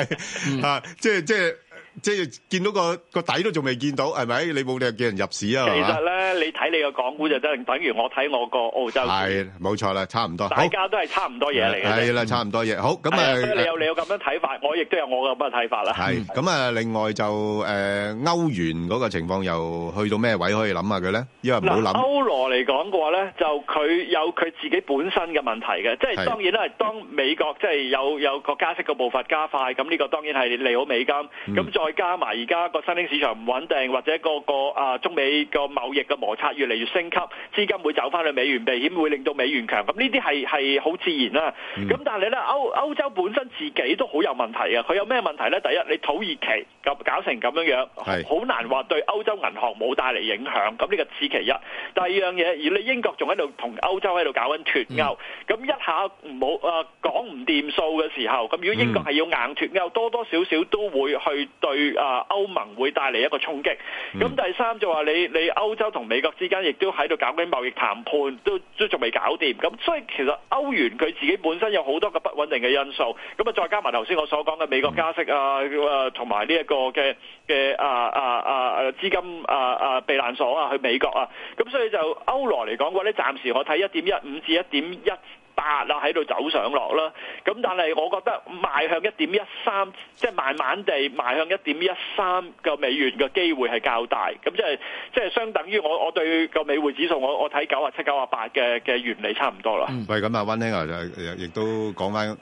Speaker 17: 嗯
Speaker 2: 啊！即係即係即係見到個個底都仲未見到，係咪？你冇理由叫人入市啊？
Speaker 17: 其
Speaker 2: 係嘛
Speaker 17: 實咧，你睇你個港股就真係等於我睇我個澳洲股，
Speaker 2: 係冇錯啦，差唔多。
Speaker 17: 大
Speaker 2: 好
Speaker 17: 家都係差唔多嘢嚟嘅啫。
Speaker 2: 係啦，差唔多嘢。好咁
Speaker 17: 係所以你
Speaker 2: 啊
Speaker 17: 有。你有咁樣睇法，我亦都有我咁嘅睇法啦。
Speaker 2: 係咁啊！另外就诶歐元嗰個情況又去到咩位可以諗下佢咧？因為唔好
Speaker 17: 嗱，
Speaker 2: 諗
Speaker 17: 歐羅嚟講嘅話咧，就佢有佢自己本身嘅問題嘅，即
Speaker 2: 係
Speaker 17: 係當然啦，當美國即係有有個加息嘅步伐加快，咁呢個當然係利好美金，咁、
Speaker 2: 嗯
Speaker 17: 再加埋而家個新興市場唔穩定，或者個個啊中美個貿易嘅摩擦越嚟越升級，資金會走翻去美元避險，會令到美元強，咁呢啲係係好自然啦。
Speaker 2: 嗯
Speaker 17: 咁、但係咧，歐歐洲本身自己都好有問題嘅，啊佢有咩問題咧？第一，你土耳其咁搞成咁樣樣，
Speaker 2: 係
Speaker 17: 好難話對歐洲銀行冇帶嚟影響，咁呢個此其一。第二樣嘢，而你英國仲喺度同歐洲喺度搞緊脱歐，咁、一下唔好啊講唔掂數嘅時候，咁如果英國係要硬脱歐，多多少少都會去對啊歐盟會帶嚟一個衝擊。咁、第三就話你你歐洲同美國之間亦都喺度搞緊貿易談判，都都仲未搞掂。咁所以其實歐元佢自己本身有好多個不穩定嘅因素，咁啊再加埋頭先我所講嘅美國加息啊，啊同埋呢一個嘅嘅啊啊啊啊資金啊啊避難所啊去美國啊，咁所以就歐羅嚟講嘅話咧，暫時我睇一點一五至一點一。八啦，喺度走上落啦，咁但係我覺得邁向一點一三，即係慢慢地邁向一點一三個美元嘅機會係較大，咁即係即係相等於我我對個美匯指數，我我睇九啊七、九啊八嘅嘅原理差唔多啦。
Speaker 2: 喂，咁啊，温兄啊，就亦都講翻誒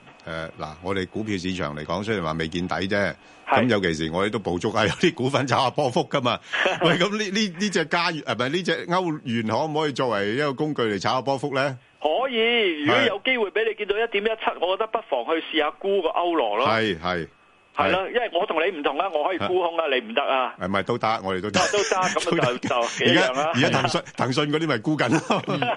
Speaker 2: 嗱，我哋股票市場嚟講，雖然話未見底啫，咁尤其是我哋都捕捉啊，有啲股份炒下波幅噶
Speaker 17: [LAUGHS]
Speaker 2: 嘛。喂，咁呢呢呢只加元啊，唔係呢只歐元可唔可以作為一個工具嚟炒下波幅咧？
Speaker 17: 可以，如果
Speaker 2: 係
Speaker 17: 有機會俾你見到一點一七，我覺得不妨去試下沽個歐羅咯。
Speaker 2: 係係
Speaker 17: 係啦，因為我同你唔同啦，我可以沽空啊，你唔
Speaker 2: [LAUGHS]
Speaker 17: 得啊。
Speaker 2: 係咪都得？我哋都得。
Speaker 17: 都得咁啊就就幾
Speaker 2: 而家
Speaker 17: 樣啦。
Speaker 2: 而家騰
Speaker 17: [LAUGHS]
Speaker 2: 訊騰訊嗰啲咪沽緊咯。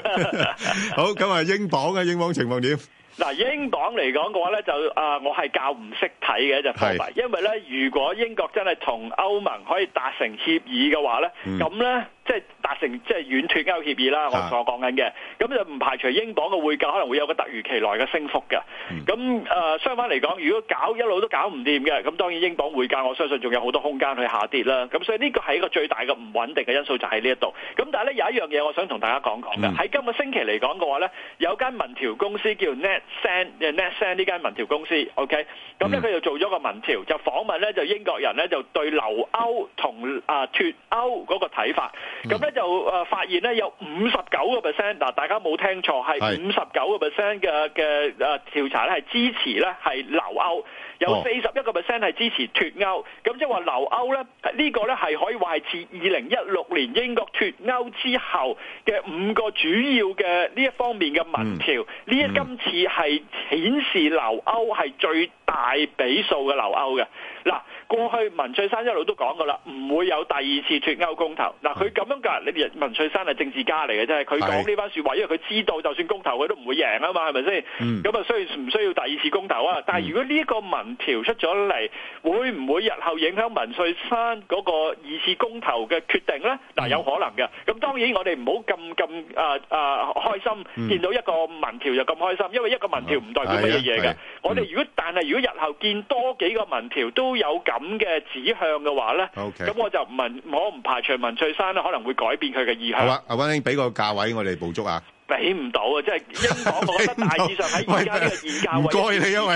Speaker 2: 好，咁啊，英鎊啊，英鎊情況點？
Speaker 17: 嗱，英鎊嚟講嘅話咧，就啊、我係較唔識睇嘅一隻貨幣，因為咧，如果英國真係同歐盟可以達成協議嘅話咧，
Speaker 18: 嗯
Speaker 17: 咁咧、即係達成即係軟脱歐協議啦，我
Speaker 18: 啊
Speaker 17: 所講緊嘅，咁就唔排除英鎊嘅匯價可能會有個突如其來嘅升幅嘅。咁誒、呃相反嚟講，如果搞一路都搞唔掂嘅，咁當然英鎊匯價我相信仲有好多空間去下跌啦。咁所以呢個係一個最大嘅唔穩定嘅因素就喺呢一度。咁但係咧有一樣嘢我想同大家講講嘅，喺今個星期嚟講嘅話咧，有間民調公司叫 NetSan 嘅 NetSan 呢間民調公司，OK，咁咧佢就做咗個民調，就訪問咧就英國人咧就對留歐同啊脱歐嗰個睇法。咁咧就誒發現咧有五十九個 percent，嗱大家冇聽錯，係
Speaker 18: 係
Speaker 17: 五十九個 percent 嘅嘅誒調查咧係支持咧係留歐，有
Speaker 18: 哦
Speaker 17: 四十一個 percent 係支持脱歐，咁即係話留歐咧呢個咧係可以話係自二零一六年英國脱歐之後嘅五個主要嘅呢一方面嘅民嗯調，呢一今次係顯示留歐係最大比數嘅留歐嘅。嗱，過去文翠珊一路都講過啦，唔會有第二次脱歐公投。嗱，
Speaker 18: 嗯
Speaker 17: 佢咁樣㗎，你文翠珊係政治家嚟嘅啫，佢講呢番説話，因為佢知道就算公投佢都唔會贏啊嘛，係咪先？
Speaker 18: 嗯
Speaker 17: 咁啊，雖然唔需要第二次公投啊，但係如果呢一個民調出咗嚟，會唔會日後影響文翠珊嗰個二次公投嘅決定呢？
Speaker 18: 嗯
Speaker 17: 嗱，有可能嘅。咁當然我哋唔好咁咁啊啊開
Speaker 18: 嗯
Speaker 17: 心，見到一個民調就咁開心，因
Speaker 2: 嗯
Speaker 17: 為一個民調唔代表乜嘢
Speaker 18: 係
Speaker 17: 嘢
Speaker 18: 啊係
Speaker 17: 嘅
Speaker 18: 啊。
Speaker 17: 我哋如果但係如果日後見多幾個民調都有咁咁嘅指向嘅話咧，咁
Speaker 2: OK
Speaker 17: 我就唔問，我唔排除文翠珊咧可能會改變佢嘅意向。
Speaker 2: 好啊，阿温兄俾個價位我哋捕捉啊！
Speaker 17: 俾唔到啊！即係英鎊，
Speaker 2: [LAUGHS]
Speaker 17: 我覺得大致上喺而家呢個現價
Speaker 2: 唔
Speaker 17: 位
Speaker 2: 該你，
Speaker 17: 1.29
Speaker 2: 因為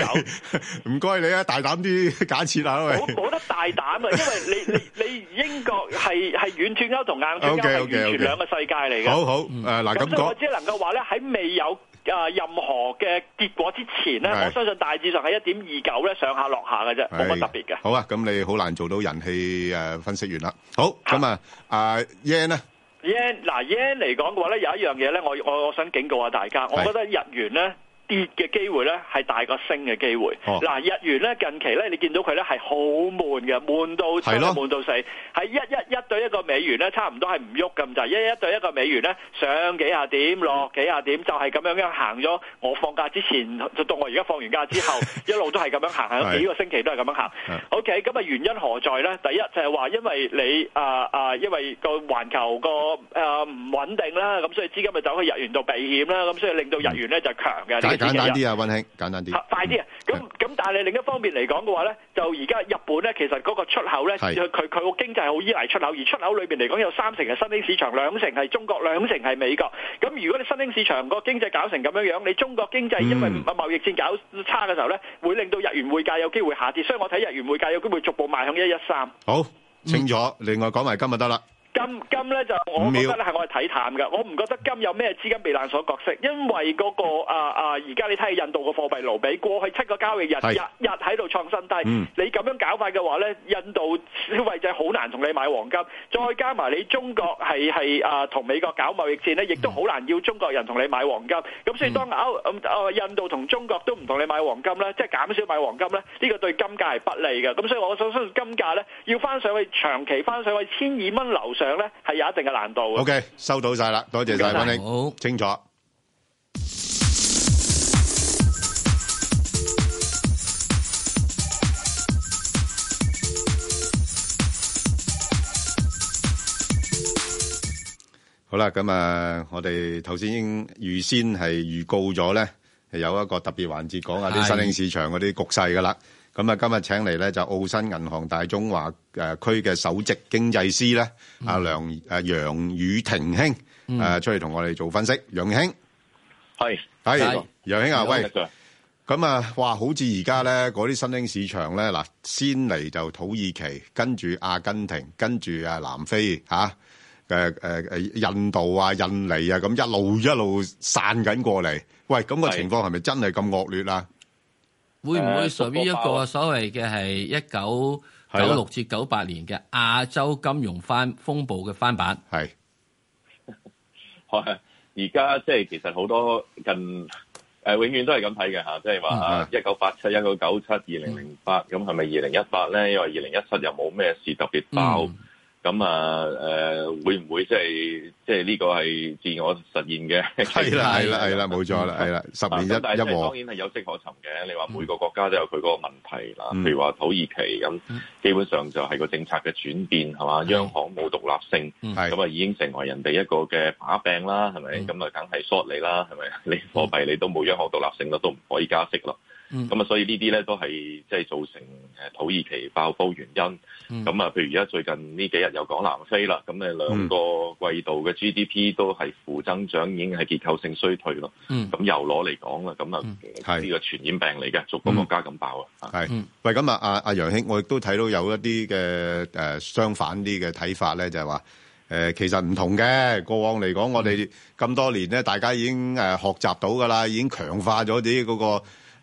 Speaker 2: 唔該你啊，大膽啲 [LAUGHS] 假設啊，因
Speaker 17: 冇
Speaker 2: 為
Speaker 17: 冇得大膽啊！因為你你你英國係係軟脱歐同硬脱歐係
Speaker 2: OK，OK，OK
Speaker 17: 完全兩個世界嚟嘅。
Speaker 2: 好好誒嗱咁
Speaker 17: 所以我
Speaker 2: 講
Speaker 17: 只能夠話咧，喺未有啊任何嘅結果之前咧，
Speaker 2: 係
Speaker 17: 我相信大致上係一點二九咧上下落下嘅啫，冇乜特別嘅。
Speaker 2: 好啊，咁你好難做到人氣誒分析員啦。好咁啊，阿 Yan 咧
Speaker 17: yen 嗱 yen 嚟講嘅話咧，有一樣嘢咧，我我我想警告下大家，我
Speaker 2: 係
Speaker 17: 覺得日元咧。跌嘅機會咧係大過升嘅機會。
Speaker 2: 哦
Speaker 17: 嗱、日元咧近期咧，你見到佢咧係好悶嘅，悶到
Speaker 2: 係
Speaker 17: 七，
Speaker 2: 咯
Speaker 17: 悶到四，係一一一對一個美元咧，差唔多係唔喐咁滯，一一對一個美元咧上幾下點，
Speaker 2: 嗯
Speaker 17: 落幾下點，就係、咁樣樣行咗。我放假之前就到我而家放完假之
Speaker 2: [LAUGHS]
Speaker 17: 後，一路都係咁樣行，行咗幾個星期都係咁樣行。OK，咁啊
Speaker 2: 嗯
Speaker 17: 原因何在咧？第一就係話因為你啊啊，因為個環球個誒唔穩定啦，咁所以資金咪走去日元度避險啦，咁所以令到日元咧就強嘅。呢
Speaker 2: 簡
Speaker 17: 個先
Speaker 2: 簡
Speaker 17: 其
Speaker 2: 單
Speaker 17: 一
Speaker 2: 啲啊，温兄簡單啲。
Speaker 17: 快啲啊！
Speaker 2: 嗯
Speaker 17: 咁咁，但係另一方面嚟講嘅話咧，就而家日本咧，其實嗰個出口咧，
Speaker 2: 係
Speaker 17: 佢佢佢個經濟好依賴出口，而出口裏邊嚟講有三成係新興市場，兩成係中國，兩成係美國。咁如果你新興市場個經濟搞成咁樣樣，你中國經濟因為
Speaker 2: 嗯
Speaker 17: 貿易戰搞差嘅時候咧，會令到日元匯價有機會下跌，所以我睇日元匯價有機會逐步邁向一一三。
Speaker 2: 好清楚，另外講埋今日得啦。
Speaker 17: 金金咧就
Speaker 2: 五
Speaker 17: 我
Speaker 2: 秒
Speaker 17: 覺得咧係我係睇淡嘅，我唔覺得金有咩資金避難所角色，因為嗰、個啊啊而家你睇下印度個貨幣盧比過去七個交易日
Speaker 18: 係
Speaker 17: 日日喺度創新低，
Speaker 18: 嗯
Speaker 17: 你咁樣搞法嘅話咧，印度消費者好難同你買黃金，再加埋你中國係係啊同美國搞貿易戰咧，亦都
Speaker 21: 嗯
Speaker 17: 好難要中國人同你買黃金，咁所以當歐、嗯啊印度同中國都唔同你買黃金咧，即係減少買黃金咧，呢、個對金價係不利嘅，咁所以我相信金價咧要翻上去長期翻上去千二蚊樓上咧係有一定嘅難度嘅。
Speaker 2: OK，收到晒啦，多謝晒
Speaker 17: 唔該晒
Speaker 2: 温兄，好清楚。好啦，咁啊，我哋頭先已經預先係預告咗咧，係有一個特別環節講下啲
Speaker 19: 係
Speaker 2: 新興市場嗰啲局勢噶啦。咁啊，今日請嚟咧就澳新銀行大中華誒區嘅首席經濟師咧，阿梁誒楊宇霆兄誒出嚟同我哋做分析。楊兄
Speaker 21: 係
Speaker 2: 係楊兄啊，
Speaker 21: 係
Speaker 2: 喂，咁啊，哇，好似而家咧嗰啲新興市場咧，嗱，先嚟就土耳其，跟住阿根廷，跟住啊南非嚇，誒誒誒印度啊、印尼啊，咁一路一路散緊過嚟。喂，咁個情況係咪真係咁惡劣啊？
Speaker 1: 會唔會屬於一
Speaker 2: 誒
Speaker 1: 個所謂嘅係一九九六至九八年嘅亞洲金融翻風暴嘅翻版？
Speaker 2: 係哦
Speaker 21: 而家即係其實好多近誒、呃永遠都係咁睇嘅嚇，即係
Speaker 2: 嗯
Speaker 21: 話一九八七、一九九七、二零零八，咁係咪二零一八咧？因為二零一七又冇咩事特別爆，
Speaker 1: 嗯
Speaker 21: 咁啊誒會唔會即係即係呢個係自我實現嘅？啊
Speaker 2: 係啦，係啦，係啦，冇
Speaker 21: [LAUGHS]
Speaker 2: 錯啦，係啦，十年一
Speaker 21: 咁但係即
Speaker 2: 一
Speaker 21: 係
Speaker 2: 和
Speaker 21: 當。然係有跡可尋嘅。你話每個國家都有佢嗰個問題啦，譬如話土耳其咁，基本上就係個政策嘅轉變係嘛，央行冇獨立性，咁啊已經成為人哋一個嘅把柄啦，係咪？咁啊梗係 short 你啦，係咪？你貨幣你都冇央行獨立性啦，都唔可以加息啦。
Speaker 17: 嗯
Speaker 21: 咁啊，所以呢啲咧都係即係造成誒土耳其爆煲原因。
Speaker 22: 嗯
Speaker 21: 咁啊，譬如而家最近呢幾日又講南非啦，咁誒兩個季度嘅 GDP 都係負增長，已經係結構性衰退咯。
Speaker 2: 嗯
Speaker 21: 咁又攞嚟講啦，咁啊呢個傳染病嚟嘅，逐個國家咁爆啊。
Speaker 2: 嗯係，喂，咁啊，阿阿楊兄，我亦都睇到有一啲嘅誒相反啲嘅睇法咧，就係話誒其實唔同嘅。過往嚟講，我哋咁多年咧，大家已經誒學習到噶啦，已經強化咗啲嗰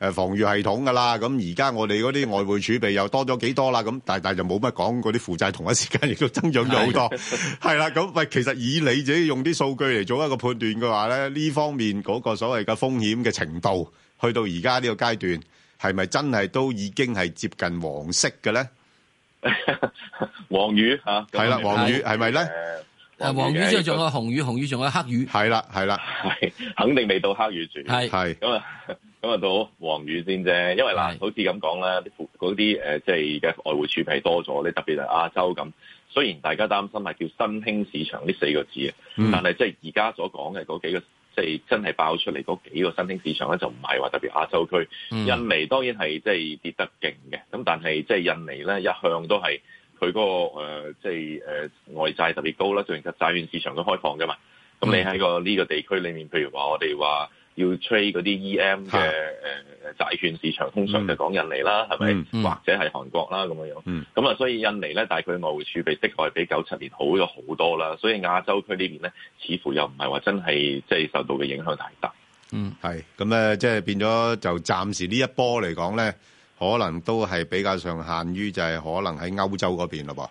Speaker 2: 個誒防禦系統噶啦。咁而家我哋嗰啲外匯儲備又多咗幾多啦。咁但但就冇乜講嗰啲負債同一時間亦都增長咗好多。係啦，咁喂，其實以你自己用啲數據嚟做一個判斷嘅話咧，呢方面嗰個所謂嘅風險嘅程度，去到而家呢個階段，係咪真係都已經係接近黃色嘅咧？
Speaker 21: 黃魚嚇，咁
Speaker 2: 係啦，
Speaker 21: 你
Speaker 2: 黃魚係咪咧？
Speaker 1: 誒黃魚之後仲有紅魚，紅魚仲有黑魚。
Speaker 2: 係啦，係啦，
Speaker 21: 係肯定未到黑魚住，
Speaker 1: 係
Speaker 2: 係
Speaker 21: 咁啊， [LAUGHS] 咁啊到黃魚先啫，因為嗱，好似咁講啦，啲負嗰啲誒即係嘅外匯儲備多咗，你特別係亞洲咁，雖然大家擔心係叫新興市場呢四個字啊，
Speaker 23: 嗯
Speaker 21: 但係即係而家所講嘅嗰幾個。四真係爆出嚟嗰幾個新興市場咧，就唔係話特別亞洲區。
Speaker 18: 嗯
Speaker 21: 印尼當然係即係跌得勁嘅，咁但係即係印尼咧一向都係佢嗰個呃即係誒外債特別高啦，最近債券市場都開放㗎嘛。咁
Speaker 18: 嗯
Speaker 21: 你喺個呢個地區裏面，譬如話我哋話要 trade 嗰啲 EM 嘅誒誒債券市場，通常就講印尼啦，係咪、
Speaker 18: 嗯嗯
Speaker 21: 或者係韓國啦咁樣樣。
Speaker 18: 嗯
Speaker 21: 咁啊，所以印尼咧，但係佢外匯儲備的確係比九七年好咗好多啦。所以亞洲區呢邊咧，似乎又唔係話真係即係受到嘅影響太大。
Speaker 1: 嗯，
Speaker 2: 系咁诶，即係變咗就暫時呢一波嚟講咧，可能都係比較上限於就係可能喺歐洲嗰邊咯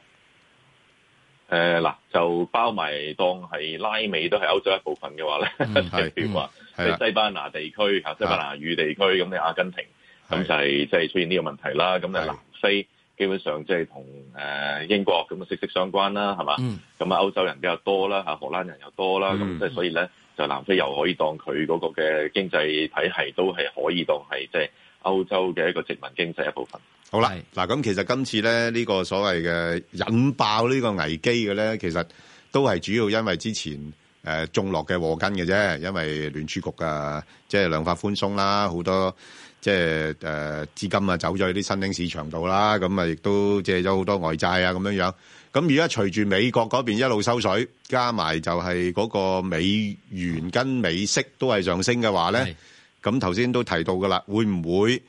Speaker 21: 誒呃嗱、就包埋當係拉美都係歐洲一部分嘅話咧， [LAUGHS] 即係譬如話即
Speaker 2: 係啦
Speaker 21: 係西班牙地區啊嚇、西班牙語地區，咁你阿根廷咁就係即係出現呢個問題啦。咁你南非基本上即係同誒英國咁啊息息相關啦，係嘛？
Speaker 18: 嗯
Speaker 21: 咁啊歐洲人比較多啦，嚇荷蘭人又多啦，咁
Speaker 18: 嗯
Speaker 21: 即係所以咧就南非又可以當佢嗰個嘅經濟體系都係可以當係即係歐洲嘅一個殖民經濟一部
Speaker 2: 噃。
Speaker 21: 分。
Speaker 2: 好啦，嗱咁其實今次咧呢個所謂嘅引爆呢個危機嘅咧，其實都係主要因為之前誒種落嘅禍根嘅啫，因為聯儲局啊，即係量化寬鬆啦，好多即係誒資金啊走咗去啲新興市場度啦，咁啊亦都借咗好多外債啊咁樣樣。咁而家隨住美國嗰邊一路收水，加埋就係嗰個美元跟美息都係上升嘅話咧，咁頭先都提到噶啦，會唔會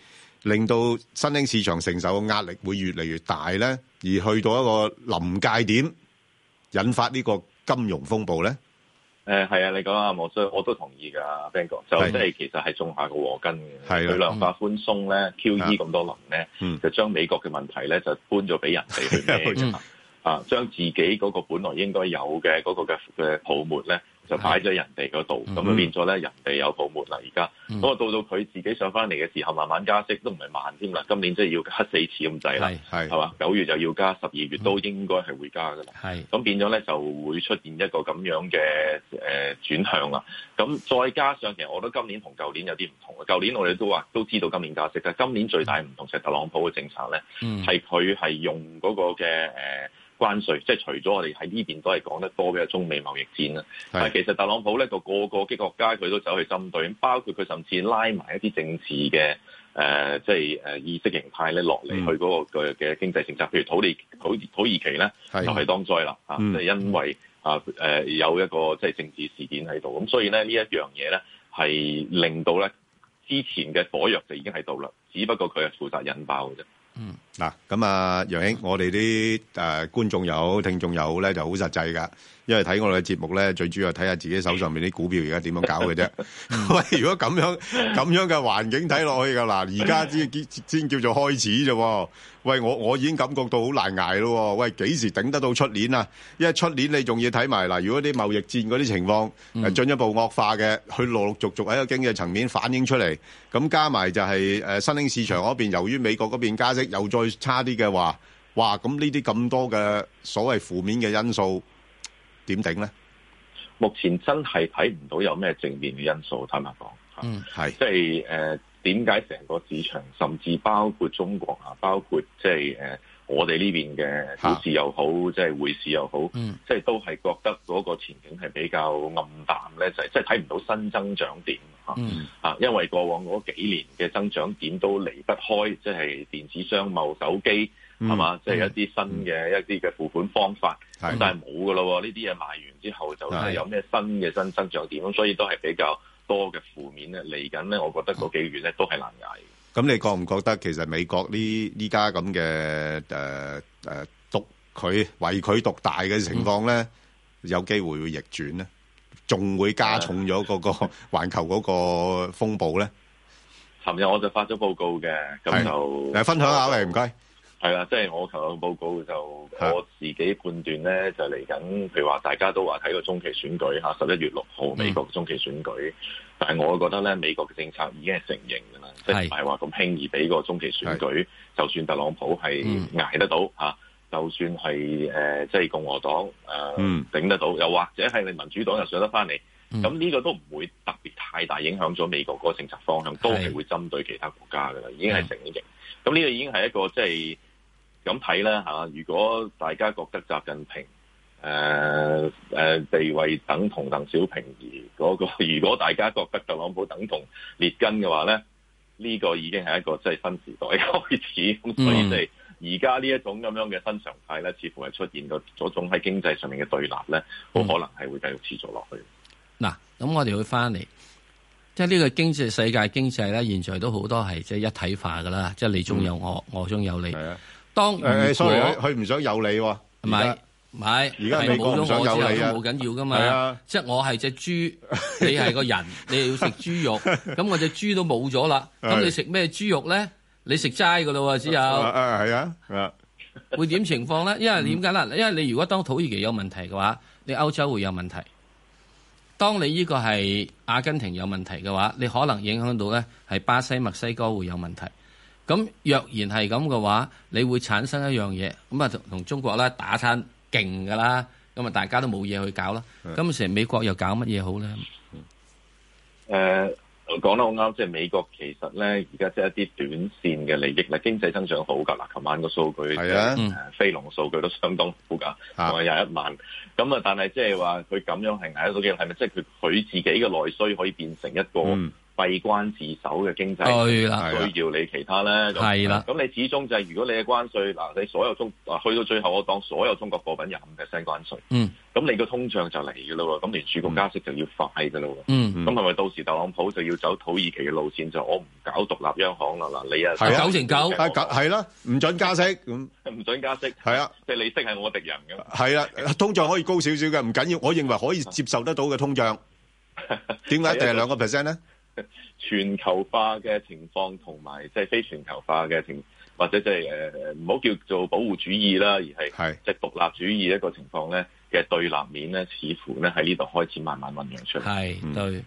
Speaker 2: 令到新興市場承受嘅壓力會越嚟越大咧？而去到一個臨界點，引發呢個金融風暴咧？
Speaker 21: 誒係啊，你講啊，我所以我都同意㗎，Ben 哥就
Speaker 2: 係
Speaker 21: 即係其實係種下個禍根嘅。
Speaker 2: 係啦啊
Speaker 21: 佢量化寬鬆咧，QE 咁多輪咧
Speaker 2: 嗯，
Speaker 21: 就將美國嘅問題咧就搬咗俾人哋去
Speaker 2: [LAUGHS]
Speaker 21: 孭㗎嘛啊，將自己嗰個本來應該有嘅嗰個嘅嘅泡沫咧，就擺咗喺人哋嗰度，
Speaker 18: 嗯
Speaker 21: 咁啊變咗咧人哋有泡沫啦而家。
Speaker 18: 嗯
Speaker 21: 咁啊到到佢自己上翻嚟嘅時候，慢慢加息都唔係慢添啦，今年即係要加四次咁滯啦，
Speaker 2: 係
Speaker 21: 係嘛？九月就要加，十二月都應該係會加㗎啦。
Speaker 1: 係
Speaker 21: 咁變咗咧就會出現一個咁樣嘅誒、呃、轉向啦。咁再加上其實我覺得今年同舊年有啲唔同嘅。舊年我哋都話都知道今年加息嘅，今年最大唔同就係特朗普嘅政策咧，
Speaker 18: 嗯
Speaker 21: 係佢係用嗰個嘅誒。呃關稅，即係除咗我哋喺呢邊都係講得多嘅中美貿易戰啦，但係其實特朗普咧個個個嘅國家佢都走去針對，包括佢甚至拉埋一啲政治嘅誒、呃即係誒意識形態咧落嚟
Speaker 18: 嗯
Speaker 21: 去嗰、個嘅嘅經濟政策，譬如土地土土耳其咧就
Speaker 18: 係
Speaker 21: 係當災啦嚇，
Speaker 18: 嗯
Speaker 21: 即係因為啊誒、呃有一個即係政治事件喺度，咁所以咧呢一樣嘢咧係令到咧之前嘅火藥就已經喺度啦，只不過佢係負責引爆嘅啫。
Speaker 2: 嗱，咁啊，楊兄，我哋啲誒觀眾又好，聽眾又好咧，就好實際噶，因為睇我哋嘅節目咧，最主要係睇下自己手上面啲股票而家點樣搞嘅啫。 [LAUGHS] 喂，如果咁樣咁樣嘅環境睇落去㗎，嗱，而家先先叫做開始啫喎。喂，我我已經感覺到好難捱咯喎。喂，幾時頂得到出年啊？因為出年你仲要睇埋嗱，如果啲貿易戰嗰啲情況誒進一步惡化嘅，佢陸陸續續喺個經濟層面反映出嚟，咁加埋就係誒新興市場嗰邊，由於美國嗰邊加息又再差啲嘅話，哇！咁呢啲咁多嘅所謂負面嘅因素點頂咧？
Speaker 21: 目前真係睇唔到有咩正面嘅因素，坦白講。
Speaker 1: 嗯，
Speaker 2: 係
Speaker 21: 即係誒點解成個市場，甚至包括中國啊，包括即係誒我哋呢邊嘅股市又好，即係匯市又好，
Speaker 18: 嗯
Speaker 21: 即係都係覺得嗰個前景係比較暗淡咧，就係即係睇唔到新增長點嚇。
Speaker 18: 嗯
Speaker 21: 啊，因為過往嗰幾年嘅增長點都離不開，即係電子商貿、手機
Speaker 18: 嗯嗯
Speaker 21: 係嘛，即係一啲新嘅一啲嘅付款方法，
Speaker 18: 係
Speaker 21: 咁但係冇噶咯喎，呢啲嘢賣完之後就真係
Speaker 18: 係
Speaker 21: 有咩新嘅新增長點，咁所以都係比較多嘅負面咧。嚟緊咧，我覺得嗰幾個月咧都係難捱。
Speaker 2: 咁你覺唔覺得其實美國呢呢家咁嘅誒誒獨佢為佢獨大嘅情況咧，有機會會逆轉咧，仲會加重咗嗰個 [LAUGHS] 環球嗰個風暴咧？
Speaker 21: 尋日我就發咗報告嘅，咁
Speaker 2: 誒
Speaker 21: 就
Speaker 2: 分享下喂，唔該。
Speaker 21: 係啊啦，即係我求嘅報告就我自己判斷咧，就嚟緊，譬如話大家都話睇個中期選舉嚇，十一月六號美國嘅中期選舉，但係我覺得咧美國嘅政策已經係成型㗎啦，即係唔係話咁輕易俾個中期選舉，就算特朗普係
Speaker 18: 嗯
Speaker 21: 捱得到嚇。就算係誒、呃即係共和黨誒、呃
Speaker 18: 嗯
Speaker 21: 頂得到，又或者係你民主黨又上得翻嚟，
Speaker 18: 嗯
Speaker 21: 咁呢個都唔會特別太大影響咗美國嗰個政策方向，都係會針對其他國家噶啦，已經係成型。咁呢個已經係一個即係咁睇啦嚇。如果大家覺得習近平誒誒地位等同鄧小平而嗰、個， [LAUGHS] 如果大家覺得特朗普等同列根嘅話咧，呢、個已經係一個即係新時代嘅開始，咁所以即係。而家呢一種咁樣嘅新常態咧，似乎係出現個嗰種喺經濟上面嘅對立咧，好可能係會繼續持續落去。
Speaker 1: 嗱，咁我哋會翻嚟，即係呢個經濟世界經濟咧，現在都好多係即係一體化噶啦，即係你
Speaker 2: 嗯
Speaker 1: 中有我，我中有你。當
Speaker 2: 誒
Speaker 1: 如果
Speaker 2: 啊，sorry，佢佢唔想有你喎，
Speaker 1: 唔係唔係，
Speaker 2: 而家
Speaker 1: 係
Speaker 2: 美國
Speaker 1: 冇
Speaker 2: 唔
Speaker 1: 咗
Speaker 2: 想
Speaker 1: 我之後
Speaker 2: 有你啊
Speaker 1: 都冇緊要噶
Speaker 2: 係
Speaker 1: 嘛
Speaker 2: 啊。
Speaker 1: 即係我係只豬，你係個人，你又要食
Speaker 2: [LAUGHS]
Speaker 1: 豬肉，咁我只豬都冇咗啦。咁
Speaker 2: 係
Speaker 1: 你食咩豬肉咧？你食齋噶咯喎，只有。
Speaker 2: 啊係
Speaker 1: [LAUGHS]
Speaker 2: 啊，啊
Speaker 1: 會點情況咧？因為點解咧？因為你如果當土耳其有問題嘅話，你歐洲會有問題；當你呢個係阿根廷有問題嘅話，你可能影響到咧係巴西、墨西哥會有問題。咁若然係咁嘅話，你會產生一樣嘢，咁啊同同中國咧打餐勁噶啦，咁啊大家都冇嘢去搞啦。咁成美國又搞乜嘢好咧？
Speaker 21: 誒呃講得好啱，即係美國其實咧，而家即係一啲短線嘅利益咧，經濟增長好㗎嗱，琴晚個數據
Speaker 2: 係啊
Speaker 1: 嗯
Speaker 21: 誒非農數據都相當好
Speaker 1: 啊
Speaker 21: 㗎，同埋廿一萬。咁啊，但係即係話佢咁樣係捱得到嘅，係咪即係佢佢自己嘅內需可以變成一個閉關自守嘅經濟？
Speaker 1: 嗯
Speaker 21: 啊
Speaker 1: 對啦
Speaker 21: 需要你其他咧。咁
Speaker 1: 係啦
Speaker 21: 咁你始終就係如果你嘅關税嗱，你所有中嗱去到最後，我當所有中國貨品廿五 percent 關税。
Speaker 1: 嗯
Speaker 21: 咁你個通脹就嚟嘅咯喎，咁聯
Speaker 2: 嗯
Speaker 21: 儲局加息就要快嘅咯喎，
Speaker 1: 嗯
Speaker 21: 咁係咪到時特朗普就要走土耳其嘅路線，就我唔搞獨立央行啦嗱，你啊
Speaker 2: 係啊啊
Speaker 21: 係
Speaker 2: 九係啦，唔准加息咁
Speaker 21: 唔准加息，
Speaker 2: 係啊，
Speaker 21: 即係你息係我敵人㗎嘛，
Speaker 2: 係啦，通脹可以高少少嘅，唔緊要，我認為可以接受得到嘅通脹，
Speaker 21: 啊
Speaker 2: 點解一定係兩個 percent 咧？
Speaker 21: 全球化嘅情況同埋即係非全球化嘅情，或者即係誒唔好叫做保護主義啦，而係即係獨立主義一個情況咧嘅對立面咧，似乎咧喺呢度開始慢慢醖釀出嚟。
Speaker 1: 係對。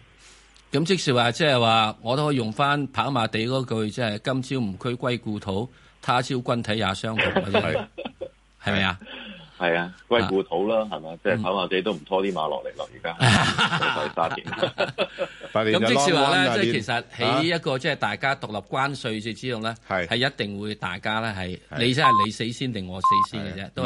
Speaker 1: 咁即是話，即係話，我都可以用翻跑馬地嗰句，即係今朝吾軀歸故土，他朝君體也相同嗰啲係咪啊？嗯
Speaker 21: 係啊，歸故土啦，係咪？即係跑馬地都唔拖啲馬落嚟咯，
Speaker 1: [LAUGHS]
Speaker 21: 而家就係沙田。
Speaker 1: 咁即是話咧，即係其
Speaker 21: 係
Speaker 1: 實喺一個即係大家獨立關税制之中咧，係一定會大家咧係
Speaker 21: 係
Speaker 1: 你真係你死先定我死先嘅啫，都